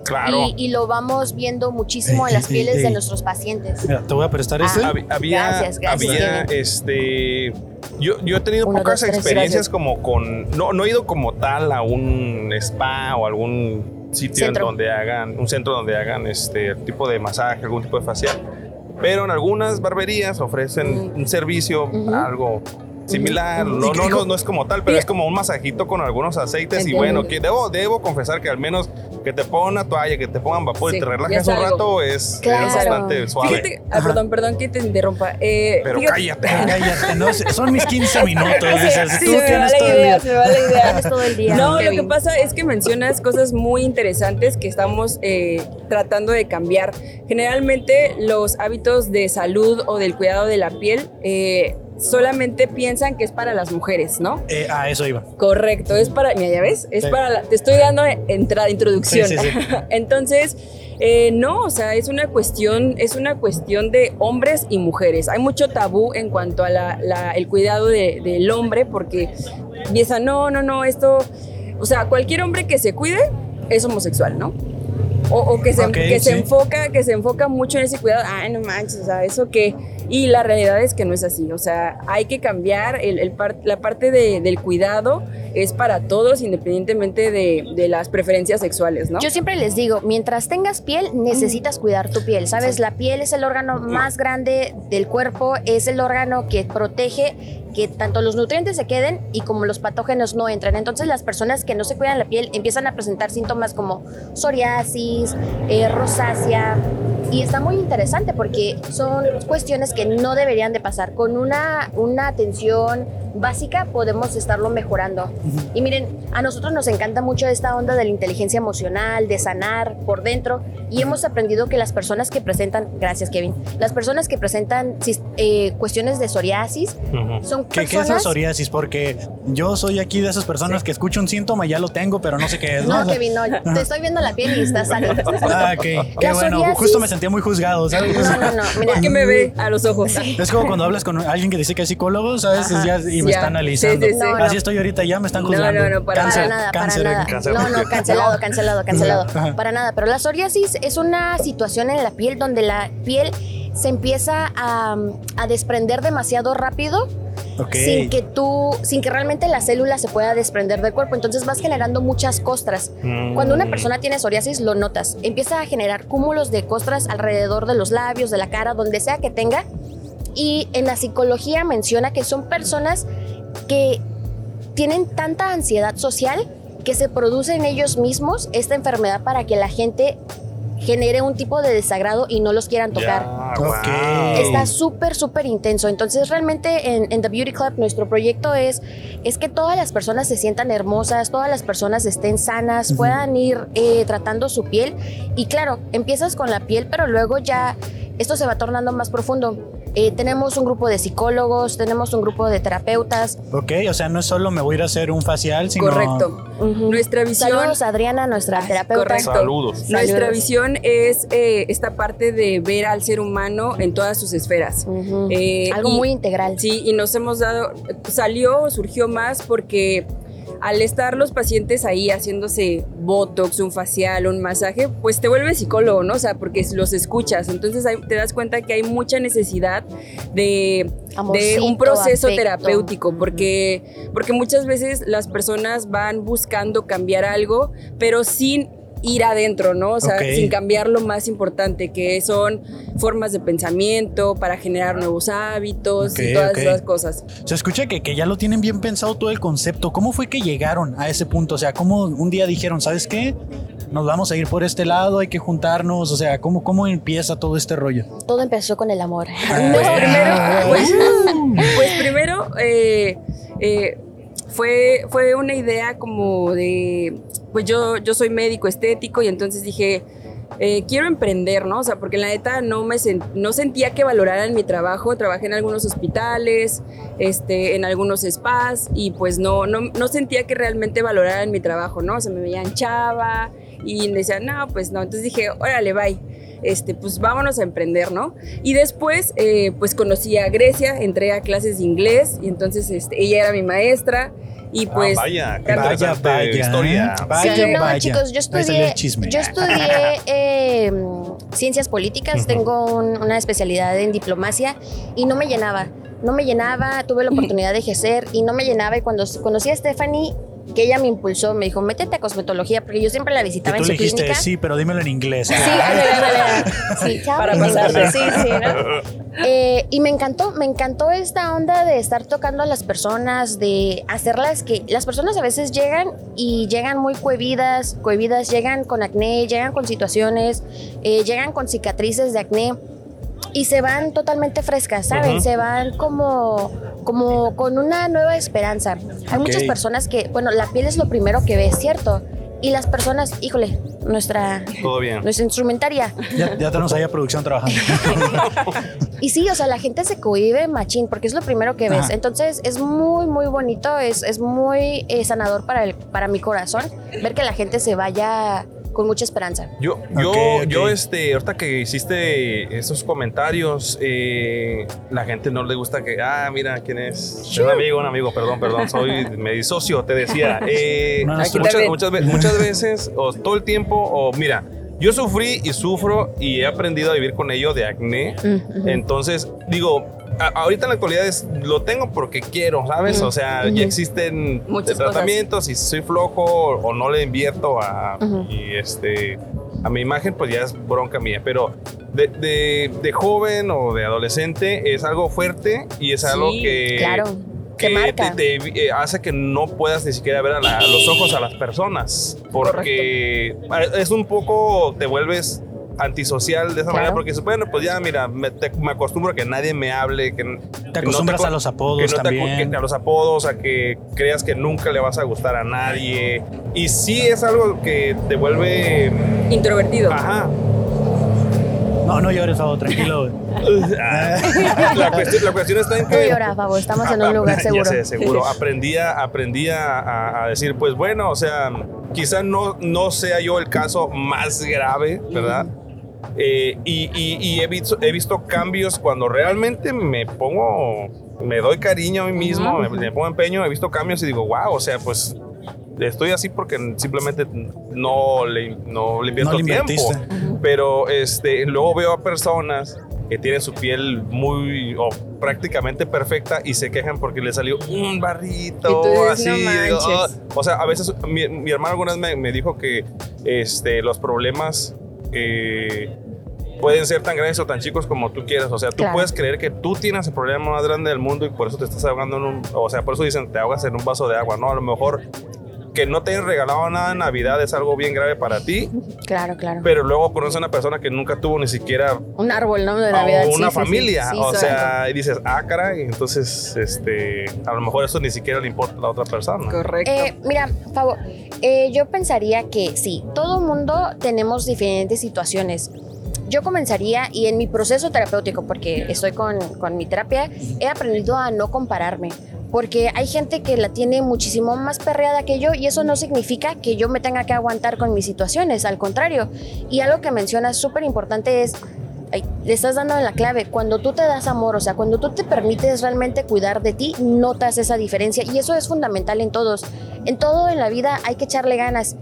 Speaker 2: Claro.
Speaker 4: Y, y lo vamos viendo muchísimo en las
Speaker 1: Ey, ey,
Speaker 4: pieles
Speaker 1: ey,
Speaker 4: de
Speaker 1: ey.
Speaker 4: nuestros pacientes.
Speaker 1: Mira, te voy a prestar
Speaker 4: Ah,
Speaker 1: este.
Speaker 2: Hab- había,
Speaker 4: Gracias, gracias,
Speaker 2: había,
Speaker 4: Kevin.
Speaker 2: este. Yo, yo he tenido
Speaker 4: Uno,
Speaker 2: pocas
Speaker 4: dos, tres,
Speaker 2: experiencias
Speaker 4: gracias.
Speaker 2: como con. No, no he ido como tal a un spa o algún sitio
Speaker 4: Centro.
Speaker 2: en donde hagan. Un centro donde hagan este tipo de masaje, algún tipo de facial. Pero en algunas barberías ofrecen un servicio,
Speaker 4: Ujú.
Speaker 2: algo similar.
Speaker 4: Ujú.
Speaker 2: No, no, no, no es como tal, pero es como un masajito con algunos aceites. Y
Speaker 5: Entiendo.
Speaker 2: bueno, que debo, debo confesar que al menos que te pongan una toalla, que te pongan vapor
Speaker 5: Sí,
Speaker 2: y te
Speaker 5: ya
Speaker 2: relajes
Speaker 5: es
Speaker 2: un
Speaker 5: algo.
Speaker 2: rato es, es
Speaker 4: Claro.
Speaker 2: bastante
Speaker 1: Pues,
Speaker 2: suave.
Speaker 5: Fíjate, ah, perdón, perdón que te interrumpa. Eh,
Speaker 2: pero
Speaker 5: fíjate-
Speaker 2: cállate.
Speaker 1: Cállate, no sé, son mis 15 minutos. dices,
Speaker 5: [laughs] Sí,
Speaker 1: tú
Speaker 5: se me va
Speaker 1: tienes
Speaker 5: la
Speaker 1: todo el
Speaker 5: idea,
Speaker 1: día.
Speaker 5: se me va la idea.
Speaker 1: [laughs]
Speaker 4: Tienes todo el día.
Speaker 5: No, lo
Speaker 4: Kevin.
Speaker 5: que pasa es que mencionas cosas muy interesantes que estamos eh, tratando de cambiar. Generalmente los hábitos de salud o del cuidado de la piel eh, solamente piensan que es para las mujeres, ¿no?
Speaker 1: Eh, a eso iba.
Speaker 5: Correcto, es para, mira, ya ves, es
Speaker 1: Sí.
Speaker 5: para, la- te estoy dando entrada,
Speaker 1: Sí,
Speaker 5: introducción.
Speaker 1: sí, sí.
Speaker 5: [laughs] Entonces, eh, no, o sea, es una cuestión, es una cuestión de hombres y mujeres. Hay mucho tabú en cuanto a la- la- el cuidado de- del hombre, porque piensa, no, no, no, esto, o sea, cualquier hombre que se cuide es homosexual, ¿no? O, o que, se,
Speaker 1: Ok,
Speaker 5: que se
Speaker 1: sí.
Speaker 5: enfoca, que se enfoca mucho en ese cuidado. Ay, no manches, o sea, eso que. Y la realidad es que no es así. O sea, hay que cambiar el, el par- la parte de- del cuidado es para todos, independientemente de, de las preferencias sexuales, ¿no?
Speaker 4: Yo siempre les digo, mientras tengas piel, necesitas cuidar tu piel, ¿sabes? La piel es el órgano más grande del cuerpo, es el órgano que protege que tanto los nutrientes se queden y como los patógenos no entran. Entonces las personas que no se cuidan la piel empiezan a presentar síntomas como psoriasis, eh, rosácea. Y está muy interesante porque son cuestiones que no deberían de pasar. Con una, una atención básica podemos estarlo mejorando. Y miren, a nosotros nos encanta mucho esta onda de la inteligencia emocional, de sanar por dentro, y hemos aprendido que las personas que presentan, gracias Kevin, las personas que presentan sis- eh, cuestiones de psoriasis son
Speaker 1: ¿Qué, qué es la
Speaker 4: personas...
Speaker 1: psoriasis? Porque yo soy aquí de esas personas que escucho un síntoma y ya lo tengo, pero no sé qué es. ¿no?
Speaker 4: No, Kevin, no, te estoy viendo la piel y estás
Speaker 1: [laughs]
Speaker 4: saliendo.
Speaker 1: Ah, ok. Qué
Speaker 4: La
Speaker 1: bueno.
Speaker 4: psoriasis-
Speaker 1: Justo me sentía muy juzgado, ¿sabes?
Speaker 4: No, no, no, mira.
Speaker 5: Es que me ve a los ojos.
Speaker 1: Es como cuando hablas con alguien que dice que es psicólogo, ¿sabes? Ya- y me
Speaker 5: Ya.
Speaker 1: están analizando.
Speaker 5: Sí, sí, sí.
Speaker 4: No, no.
Speaker 1: Así estoy ahorita, ya me están
Speaker 5: No,
Speaker 1: juzgando.
Speaker 5: no, no, para
Speaker 1: cáncer,
Speaker 4: para nada,
Speaker 1: cáncer.
Speaker 4: para nada.
Speaker 2: cáncer.
Speaker 4: No, no, cancelado, cancelado,
Speaker 1: Ajá.
Speaker 4: cancelado. Para nada. Pero la psoriasis es una situación en la piel donde la piel se empieza a, a desprender demasiado rápido
Speaker 1: Ok.
Speaker 4: sin que tú, sin que realmente la célula se pueda desprender del cuerpo. Entonces vas generando muchas costras.
Speaker 2: Mm.
Speaker 4: Cuando una persona tiene psoriasis, lo notas. Empieza a generar cúmulos de costras alrededor de los labios, de la cara, donde sea que tenga. Y en la psicología menciona que son personas que tienen tanta ansiedad social que se produce en ellos mismos esta enfermedad para que la gente genere un tipo de desagrado y no los quieran tocar.
Speaker 2: Ya,
Speaker 1: Ok.
Speaker 2: wow.
Speaker 4: Está súper, súper intenso. Entonces, realmente en, en The Beauty Club nuestro proyecto es, es que todas las personas se sientan hermosas, todas las personas estén sanas,
Speaker 1: Ujú.
Speaker 4: puedan ir eh, tratando su piel. Y claro, empiezas con la piel, pero luego ya esto se va tornando más profundo. Eh, tenemos un grupo de psicólogos, tenemos un grupo de terapeutas.
Speaker 1: Ok, o sea, no es solo me voy a ir a hacer un facial, sino.
Speaker 5: Correcto. Nuestra visión.
Speaker 4: Saludos a Adriana, nuestra
Speaker 5: Ah,
Speaker 4: terapeuta.
Speaker 5: correcto.
Speaker 2: Saludos.
Speaker 5: Nuestra
Speaker 4: Saludos.
Speaker 5: visión es eh, esta parte de ver al ser humano en todas sus esferas.
Speaker 4: Ujú.
Speaker 5: Eh,
Speaker 4: Algo
Speaker 5: y-
Speaker 4: muy integral.
Speaker 5: Sí, y nos hemos dado, salió, surgió más porque al estar los pacientes ahí haciéndose botox, un facial, un masaje, pues te vuelves psicólogo, ¿no? O sea, porque los escuchas, entonces hay- te das cuenta que hay mucha necesidad de, de
Speaker 4: Amorcito,
Speaker 5: un proceso
Speaker 4: afecto.
Speaker 5: terapéutico, porque, porque muchas veces las personas van buscando cambiar algo, pero sin ir adentro, ¿no? O sea,
Speaker 1: Ok.
Speaker 5: sin cambiar lo más importante, que son formas de pensamiento para generar nuevos hábitos
Speaker 1: Ok,
Speaker 5: y todas
Speaker 1: ok.
Speaker 5: esas cosas.
Speaker 1: Se escucha que, que ya lo tienen bien pensado todo el concepto. ¿Cómo fue que llegaron a ese punto? O sea, ¿cómo un día dijeron, ¿sabes qué? Nos vamos a ir por este lado, hay que juntarnos. O sea, ¿cómo, cómo empieza todo este
Speaker 4: [laughs]
Speaker 1: rollo?
Speaker 4: Todo empezó con el amor.
Speaker 5: Pues
Speaker 1: Ah,
Speaker 5: primero,
Speaker 1: ah,
Speaker 5: pues, pues primero eh, eh, fue, fue una idea como de, pues yo, yo soy médico estético y entonces dije, eh, quiero emprender, ¿no? O sea, porque la neta no, me sen- no sentía que valoraran mi trabajo, trabajé en algunos hospitales, este, en algunos spas y pues no, no, no sentía que realmente valoraran mi trabajo, ¿no? O sea, me veían chava y me decían, no, pues no. Entonces dije, órale, bye. Este, pues vámonos a emprender, ¿no? Y después, eh, pues conocí a Grecia, entré a clases de inglés y entonces este, ella era mi maestra y
Speaker 2: Ah,
Speaker 5: pues...
Speaker 2: vaya, qué
Speaker 5: Vaya,
Speaker 1: Vaya,
Speaker 2: interesante
Speaker 1: vaya.
Speaker 2: historia.
Speaker 1: Vaya,
Speaker 4: sí, no,
Speaker 1: vaya.
Speaker 4: chicos, yo
Speaker 1: Ahí salió el
Speaker 4: estudié,
Speaker 1: chisme.
Speaker 4: yo estudié eh, ciencias políticas,
Speaker 2: Ujú.
Speaker 4: tengo un- una especialidad en diplomacia y no me llenaba, no me llenaba, tuve la oportunidad de ejercer y no me llenaba y cuando s- conocí a Stephanie, que ella me impulsó, me dijo, métete a cosmetología, porque yo siempre la
Speaker 1: Que
Speaker 4: visitaba en
Speaker 1: tú
Speaker 4: su
Speaker 1: le dijiste,
Speaker 4: clínica.
Speaker 1: sí, pero dímelo en inglés.
Speaker 4: Sí, ándale, ándale. Sí, chao,
Speaker 2: [laughs]
Speaker 5: Para
Speaker 4: bonito.
Speaker 5: pasarla.
Speaker 4: Sí, sí, ¿no? Eh, y me encantó, me encantó esta onda de estar tocando a las personas, de hacerlas que las personas a veces llegan y llegan muy cohibidas, cohibidas, llegan con acné, llegan con situaciones, eh, llegan con cicatrices de acné y se van totalmente frescas, ¿saben?
Speaker 2: Ujú.
Speaker 4: Se van como, como con una nueva esperanza. Hay muchas
Speaker 1: Ok.
Speaker 4: personas que, bueno, la piel es lo primero que ves, ¿cierto? Y las personas, híjole, nuestra
Speaker 2: Todo bien.
Speaker 4: nuestra instrumentaria.
Speaker 1: Ya, ya tenemos ahí a producción
Speaker 4: [laughs]
Speaker 1: trabajando.
Speaker 4: Y sí, o sea, la gente se cohibe machín porque es lo primero que ves.
Speaker 1: Ajá.
Speaker 4: Entonces es muy, muy bonito, es, es muy eh, sanador para, el, para mi corazón ver que la gente se vaya con mucha esperanza.
Speaker 2: Yo, yo,
Speaker 1: Ok, ok.
Speaker 2: yo, este, ahorita que hiciste esos comentarios, eh, la gente no le gusta que, ah, mira, ¿quién es? Un amigo, un amigo, perdón, perdón,
Speaker 4: [laughs]
Speaker 2: soy, me disocio, te decía. Eh,
Speaker 1: No, no,
Speaker 2: muchas,
Speaker 1: no.
Speaker 2: muchas, ve- muchas veces, o todo el tiempo, o mira, yo sufrí y sufro y he aprendido a vivir con ello de acné. Mm, Entonces, digo, a- ahorita en la actualidad es, lo tengo porque quiero, ¿sabes? O sea, ya existen
Speaker 5: Muchas
Speaker 2: tratamientos y si soy flojo o no le invierto a,
Speaker 4: Ujú.
Speaker 2: y este, a mi imagen, pues ya es bronca mía. Pero de, de- de joven o de adolescente es algo fuerte y es algo
Speaker 5: Sí,
Speaker 2: que...
Speaker 4: claro,
Speaker 2: que
Speaker 4: te marca.
Speaker 2: te- te, eh, hace que no puedas ni siquiera ver a, la- a los ojos a las personas porque es un poco te vuelves antisocial de esa
Speaker 4: Claro.
Speaker 2: manera porque dices, bueno pues ya mira me, te- me acostumbro a que nadie me hable que,
Speaker 1: Te acostumbras a los
Speaker 2: que
Speaker 1: apodos
Speaker 2: no te acu-
Speaker 1: también.
Speaker 2: que a los apodos, a que creas que nunca le vas a gustar a nadie. Y sí es algo que te vuelve.
Speaker 4: [laughs]
Speaker 5: Introvertido.
Speaker 2: Ajá.
Speaker 1: No, no llores, favor, tranquilo.
Speaker 2: [laughs] Ah, La cuestión, la cuestión está en
Speaker 4: Tú
Speaker 2: que.
Speaker 4: llora, Fabo, estamos en un lugar
Speaker 2: Ah, [laughs] Ya
Speaker 4: seguro.
Speaker 2: sé,
Speaker 4: [laughs]
Speaker 2: seguro. Aprendí, a, aprendí a, a- a decir, pues bueno, o sea, quizás no, no sea yo el caso más grave, ¿verdad? Eh, y y- y he, visto, he visto cambios cuando realmente me pongo, me doy cariño a mí mismo, me, me pongo empeño, he visto cambios y digo, wow, o sea, pues estoy así porque simplemente no le, no le invierto
Speaker 1: No le
Speaker 2: tiempo.
Speaker 1: invertiste.
Speaker 2: Pero este, luego veo a personas que tienen su piel muy o prácticamente perfecta y se quejan porque le salió un barrito
Speaker 5: Y tú dices,
Speaker 2: así.
Speaker 5: "No
Speaker 2: digo, "Ah".
Speaker 5: manches.
Speaker 2: o sea, a veces mi, mi hermano algunas me, me dijo que este, los problemas eh, pueden ser tan grandes o tan chicos como tú quieras. O sea, tú
Speaker 4: Claro.
Speaker 2: puedes creer que tú tienes el problema más grande del mundo y por eso te estás ahogando en un. O sea, por eso dicen te ahogas en un vaso de agua. No, a lo mejor que no te hayan regalado nada en Navidad es algo bien grave para ti,
Speaker 4: Claro, claro.
Speaker 2: pero luego conoces a una persona que nunca tuvo ni siquiera
Speaker 4: Un árbol, ¿no? De
Speaker 2: a
Speaker 4: Navidad. sí,
Speaker 2: una
Speaker 4: sí, sí.
Speaker 2: familia.
Speaker 4: Sí,
Speaker 2: o
Speaker 4: sobre todo.
Speaker 2: sea, y dices, ah, caray, entonces este, a lo mejor eso ni siquiera le importa a la otra persona.
Speaker 5: Correcto.
Speaker 4: Eh, mira, Fabo, eh, yo pensaría que sí, todo mundo tenemos diferentes situaciones. Yo comenzaría, y en mi proceso terapéutico, porque estoy con, con mi terapia, he aprendido a no compararme. Porque hay gente que la tiene muchísimo más perreada que yo y eso no significa que yo me tenga que aguantar con mis situaciones, al contrario. Y algo que mencionas súper importante es, ay, le estás dando en la clave, cuando tú te das amor, o sea, cuando tú te permites realmente cuidar de ti, notas esa diferencia y eso es fundamental en todos. En todo en la vida hay que echarle ganas.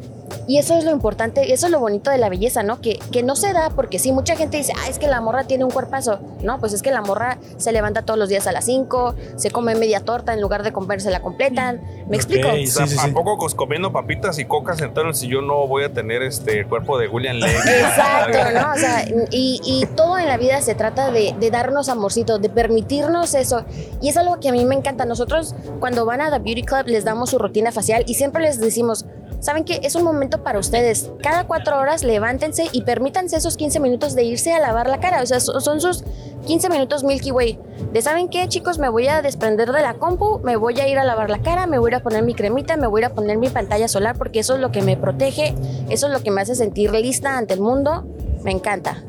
Speaker 4: Y eso es lo importante, y eso es lo bonito de la belleza, ¿no? Que, que no se da porque sí, mucha gente dice, ah, es que la morra tiene un cuerpazo. No, pues es que la morra se levanta todos los días a las 5, se come media torta en lugar de comérsela completa. ¿Me explico?
Speaker 1: Ok,
Speaker 2: O sea,
Speaker 1: sí, sí, sí.
Speaker 2: tampoco cos- comiendo papitas y coca sentaron si yo no voy a tener este el cuerpo de William
Speaker 4: [laughs]
Speaker 2: Lake.
Speaker 4: Exacto, ¿no? O sea, y, y todo en la vida se trata de, de darnos amorcito, de permitirnos eso. Y es algo que a mí me encanta. Nosotros cuando van a The Beauty Club les damos su rutina facial y siempre les decimos, ¿saben qué? Es un momento para ustedes. Cada cuatro horas levántense y permítanse esos 15 minutos de irse a lavar la cara. O sea, so- son sus 15 minutos Milky Way. De ¿saben qué, chicos? Me voy a desprender de la compu, me voy a ir a lavar la cara, me voy a ir a poner mi cremita, me voy a ir a poner mi pantalla solar porque eso es lo que me protege, eso es lo que me hace sentir lista ante el mundo. Me encanta.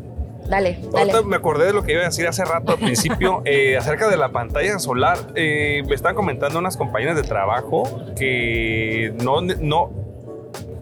Speaker 4: Dale, dale.
Speaker 2: Ahorita me acordé de lo que iba a decir hace rato al
Speaker 4: [laughs]
Speaker 2: principio eh, acerca de la pantalla solar. Eh, me están comentando unas compañeras de trabajo que no, no,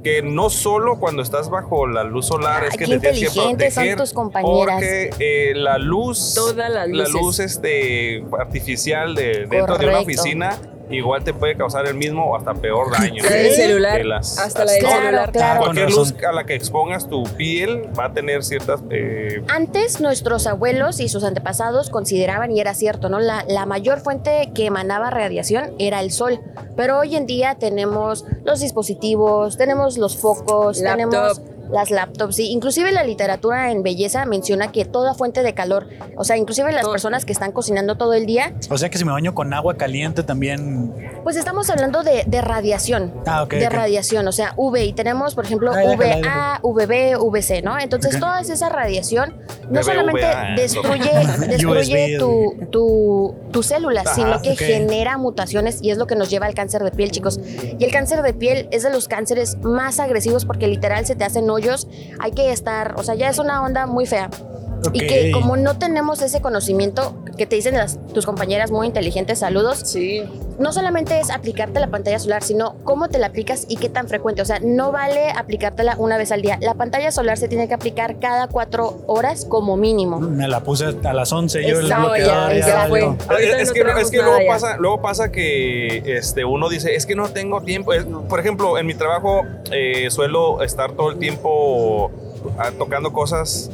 Speaker 2: que no solo cuando estás bajo la luz solar es
Speaker 4: Ay,
Speaker 2: que
Speaker 4: qué
Speaker 2: te tienes que
Speaker 4: inteligentes
Speaker 2: proteger.
Speaker 4: son tus compañeras.
Speaker 2: Porque eh, la luz,
Speaker 5: Todas las
Speaker 2: la
Speaker 5: luces.
Speaker 2: luz este, artificial de, dentro de una
Speaker 4: Correcto.
Speaker 2: oficina igual te puede causar el mismo o hasta
Speaker 4: [laughs]
Speaker 2: peor daño.
Speaker 5: La del celular,
Speaker 2: Que las-
Speaker 5: hasta la del
Speaker 4: Claro,
Speaker 5: celular.
Speaker 4: claro.
Speaker 2: Cualquier
Speaker 1: Con
Speaker 2: luz
Speaker 1: razón.
Speaker 2: a la que expongas tu piel va a tener ciertas eh,
Speaker 4: Antes nuestros abuelos y sus antepasados consideraban, y era cierto, ¿no? La, la mayor fuente que emanaba radiación era el sol. Pero hoy en día tenemos los dispositivos, tenemos los focos,
Speaker 5: Laptop.
Speaker 4: tenemos las laptops, sí. inclusive la literatura en belleza menciona que toda fuente de calor, o sea, inclusive las
Speaker 5: Todo.
Speaker 4: personas que están cocinando todo el día,
Speaker 1: O sea que si me baño con agua caliente también.
Speaker 4: pues estamos hablando de, de radiación.
Speaker 1: Ah, ok.
Speaker 4: de
Speaker 1: ok.
Speaker 4: radiación, o sea, V, y tenemos, por ejemplo,
Speaker 1: Ay, déjala,
Speaker 4: VA, VB, VC, ¿no? Entonces,
Speaker 1: Ok.
Speaker 4: toda esa radiación no
Speaker 2: VVA,
Speaker 4: solamente
Speaker 1: [laughs]
Speaker 2: ¿no?
Speaker 4: destruye, destruye
Speaker 1: USB.
Speaker 4: tu, tu, tus células,
Speaker 2: Ajá,
Speaker 4: sino que
Speaker 1: ok.
Speaker 4: genera mutaciones y es lo que nos lleva al cáncer de piel, chicos. Y el cáncer de piel es de los cánceres más agresivos porque literal se te hacen hoyos, hay que estar, o sea, ya es una onda muy fea. Y que
Speaker 1: Ok.
Speaker 4: como no tenemos ese conocimiento que te dicen las- tus compañeras muy inteligentes, saludos,
Speaker 5: Sí.
Speaker 4: no solamente es aplicarte la pantalla solar, sino cómo te la aplicas y qué tan frecuente. O sea, no vale aplicártela una vez al día. La pantalla solar se tiene que aplicar cada cuatro horas como mínimo.
Speaker 1: Me la puse a las 11 yo el
Speaker 4: Exacto,
Speaker 1: bloqueador.
Speaker 4: ya,
Speaker 1: ya
Speaker 4: ya
Speaker 1: valió.
Speaker 5: fue. Ahorita
Speaker 2: es,
Speaker 5: no
Speaker 2: que,
Speaker 5: traemos
Speaker 2: es que
Speaker 5: nada
Speaker 2: luego,
Speaker 5: ya.
Speaker 2: pasa, luego pasa que este, uno dice, es que no tengo tiempo. Es- por ejemplo, en mi trabajo eh, suelo estar todo el tiempo ah, tocando cosas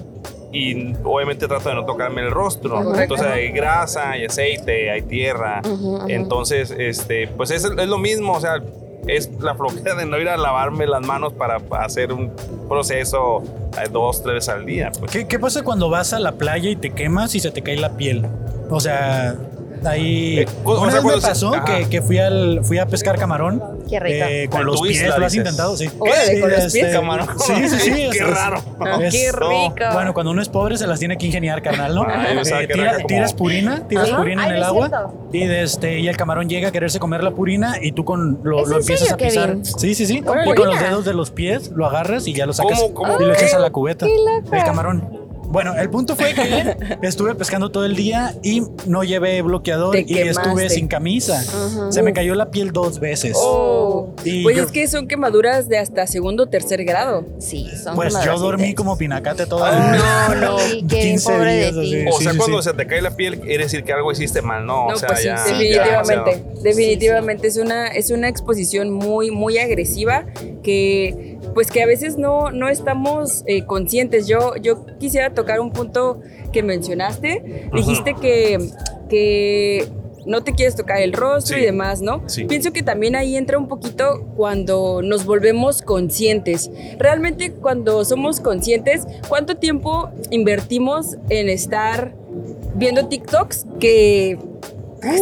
Speaker 2: y obviamente trato de no tocarme el rostro.
Speaker 5: Correcto.
Speaker 2: Entonces hay grasa, hay aceite, hay tierra.
Speaker 4: Ujú, ujú.
Speaker 2: Entonces, este, pues es, es lo mismo, o sea, es la flojera de no ir a lavarme las manos para hacer un proceso eh, dos, tres veces al día. Pues.
Speaker 1: ¿Qué, qué pasa cuando vas a la playa y te quemas y se te cae la piel? O sea, ahí.
Speaker 2: Eh, o- o
Speaker 1: una
Speaker 2: sea,
Speaker 1: vez
Speaker 2: cuando
Speaker 1: me
Speaker 2: se-
Speaker 1: pasó
Speaker 2: ajá.
Speaker 1: que, que fui, al, fui a pescar camarón.
Speaker 4: Qué rico.
Speaker 1: eh, con
Speaker 2: En
Speaker 1: los
Speaker 2: tu
Speaker 1: pies,
Speaker 2: isla,
Speaker 1: ¿lo has
Speaker 2: dices.
Speaker 1: intentado? Sí.
Speaker 5: Órale,
Speaker 1: Sí,
Speaker 5: con los
Speaker 1: este,
Speaker 5: pies,
Speaker 2: camarón.
Speaker 1: Sí, sí, sí.
Speaker 2: [laughs] Qué
Speaker 1: es- es-
Speaker 2: raro.
Speaker 5: Ah,
Speaker 1: es-
Speaker 5: qué rico.
Speaker 1: Bueno, cuando uno es pobre se las tiene que ingeniar, carnal, ¿no?
Speaker 2: Ay, yo pensaba
Speaker 1: Eh,
Speaker 2: que
Speaker 1: tira-
Speaker 2: era como-
Speaker 1: tiras purina, tiras
Speaker 4: Ajá.
Speaker 1: purina
Speaker 4: Ay,
Speaker 1: en el
Speaker 4: no es
Speaker 1: agua
Speaker 4: cierto.
Speaker 1: y, de este, y el camarón llega a quererse comer la purina y tú con lo,
Speaker 4: ¿Es
Speaker 1: lo
Speaker 4: en
Speaker 1: empiezas
Speaker 4: serio,
Speaker 1: a pisar.
Speaker 4: Kevin?
Speaker 1: Sí, sí, sí.
Speaker 4: ¿Con
Speaker 1: y con los
Speaker 4: purina?
Speaker 1: dedos de los pies lo agarras y ya lo sacas
Speaker 2: ¿Cómo, cómo?
Speaker 1: y lo echas a la
Speaker 5: Ay,
Speaker 1: cubeta.
Speaker 5: qué loca.
Speaker 1: El camarón. Bueno, el punto fue que
Speaker 4: [laughs]
Speaker 1: estuve pescando todo el día y no llevé bloqueador
Speaker 5: Te
Speaker 1: y
Speaker 5: quemaste.
Speaker 1: estuve sin camisa.
Speaker 4: Ujú.
Speaker 1: Se me cayó la piel dos veces.
Speaker 5: Oh.
Speaker 1: Y
Speaker 5: Pues
Speaker 1: yo-
Speaker 5: es que son quemaduras de hasta segundo o tercer grado.
Speaker 4: Sí, son
Speaker 1: Pues yo
Speaker 4: quemadoras
Speaker 1: dormí
Speaker 4: intensas.
Speaker 1: como pinacate todo el [laughs]
Speaker 4: No, no,
Speaker 1: Sí,
Speaker 4: qué
Speaker 1: 15
Speaker 4: pobre de
Speaker 1: días,
Speaker 4: ti.
Speaker 1: así.
Speaker 2: Ah. O
Speaker 1: Sí,
Speaker 2: sea,
Speaker 1: sí,
Speaker 2: cuando
Speaker 1: sí.
Speaker 2: se te cae la piel, quiere decir que algo hiciste mal, ¿no?
Speaker 5: No,
Speaker 2: o sea,
Speaker 5: pues sí,
Speaker 2: ya,
Speaker 5: sí,
Speaker 2: ya,
Speaker 5: definitivamente.
Speaker 2: demasiado.
Speaker 5: Definitivamente es una es una exposición muy muy agresiva que pues que a veces no no estamos eh, conscientes. Yo yo quisiera tocar un punto que mencionaste.
Speaker 2: Ajá.
Speaker 5: Dijiste que que no te quieres tocar el rostro
Speaker 2: Sí.
Speaker 5: y demás, ¿no?
Speaker 2: Sí.
Speaker 5: Pienso que también ahí entra un poquito cuando nos volvemos conscientes. Realmente cuando somos conscientes, ¿cuánto tiempo invertimos en estar viendo TikToks que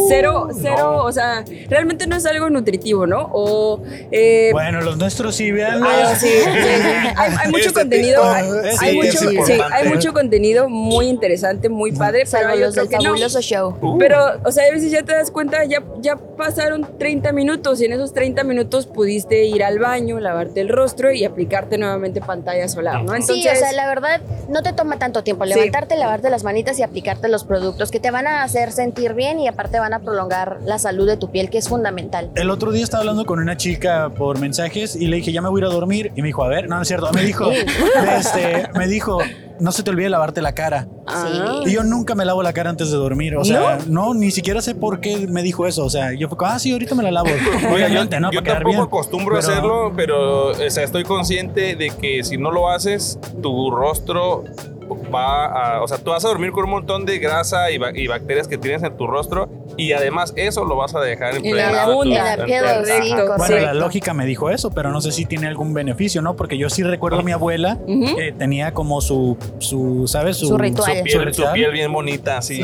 Speaker 5: Cero, cero, o sea, realmente no es algo nutritivo, ¿no? O eh,
Speaker 1: Bueno, los nuestros sí, véanlo.
Speaker 5: Ah, sí, sí, sí. Hay, hay mucho
Speaker 2: Este
Speaker 5: contenido,
Speaker 2: TikTok,
Speaker 5: hay,
Speaker 2: sí,
Speaker 5: hay
Speaker 2: es
Speaker 5: mucho, sí,
Speaker 2: importante.
Speaker 5: hay mucho contenido muy interesante, muy padre, pero
Speaker 4: Salvo
Speaker 5: hay
Speaker 4: los
Speaker 5: otro
Speaker 4: del
Speaker 5: que no.
Speaker 4: fabuloso show.
Speaker 2: Uh,
Speaker 5: Pero, o sea, a veces ya te das cuenta, ya, ya pasaron 30 minutos y en esos 30 minutos pudiste ir al baño, lavarte el rostro y aplicarte nuevamente pantalla solar, ¿no? Entonces,
Speaker 4: sí, o sea, la verdad no te toma tanto tiempo
Speaker 5: Sí.
Speaker 4: levantarte, lavarte las manitas y aplicarte los productos que te van a hacer sentir bien y aparte van a prolongar la salud de tu piel, que es fundamental.
Speaker 1: El otro día estaba hablando con una chica por mensajes y le dije, ya me voy a ir a dormir. Y me dijo, a ver, no, no es cierto. Me dijo, [laughs] este, me dijo, no se te olvide lavarte la cara.
Speaker 5: Ah.
Speaker 1: Y yo nunca me lavo la cara antes de dormir. O sea, no, ni siquiera sé por qué me dijo eso. O sea, yo fue como, ah, sí, ahorita me la lavo.
Speaker 2: Oiga, yo,
Speaker 1: Obviamente, ¿no?
Speaker 2: yo
Speaker 1: Para quedar
Speaker 2: tampoco
Speaker 1: bien.
Speaker 2: acostumbro a
Speaker 1: Pero-
Speaker 2: hacerlo, pero o sea, estoy consciente de que si no lo haces, tu rostro va a... O sea, tú vas a dormir con un montón de grasa y, ba- y bacterias que tienes en tu rostro y además eso lo vas a dejar
Speaker 5: En la
Speaker 2: impregnado tu-
Speaker 5: funda,
Speaker 4: en la
Speaker 2: tu-
Speaker 4: piel,
Speaker 2: ajá.
Speaker 4: sí, correcto.
Speaker 1: Bueno, la lógica me dijo eso, pero no sé si tiene algún beneficio, ¿no? Porque yo sí recuerdo a mi abuela
Speaker 5: Ujú.
Speaker 1: que tenía como su, su ¿sabes?
Speaker 4: Su ritual.
Speaker 2: Su piel, su piel bien bonita, así.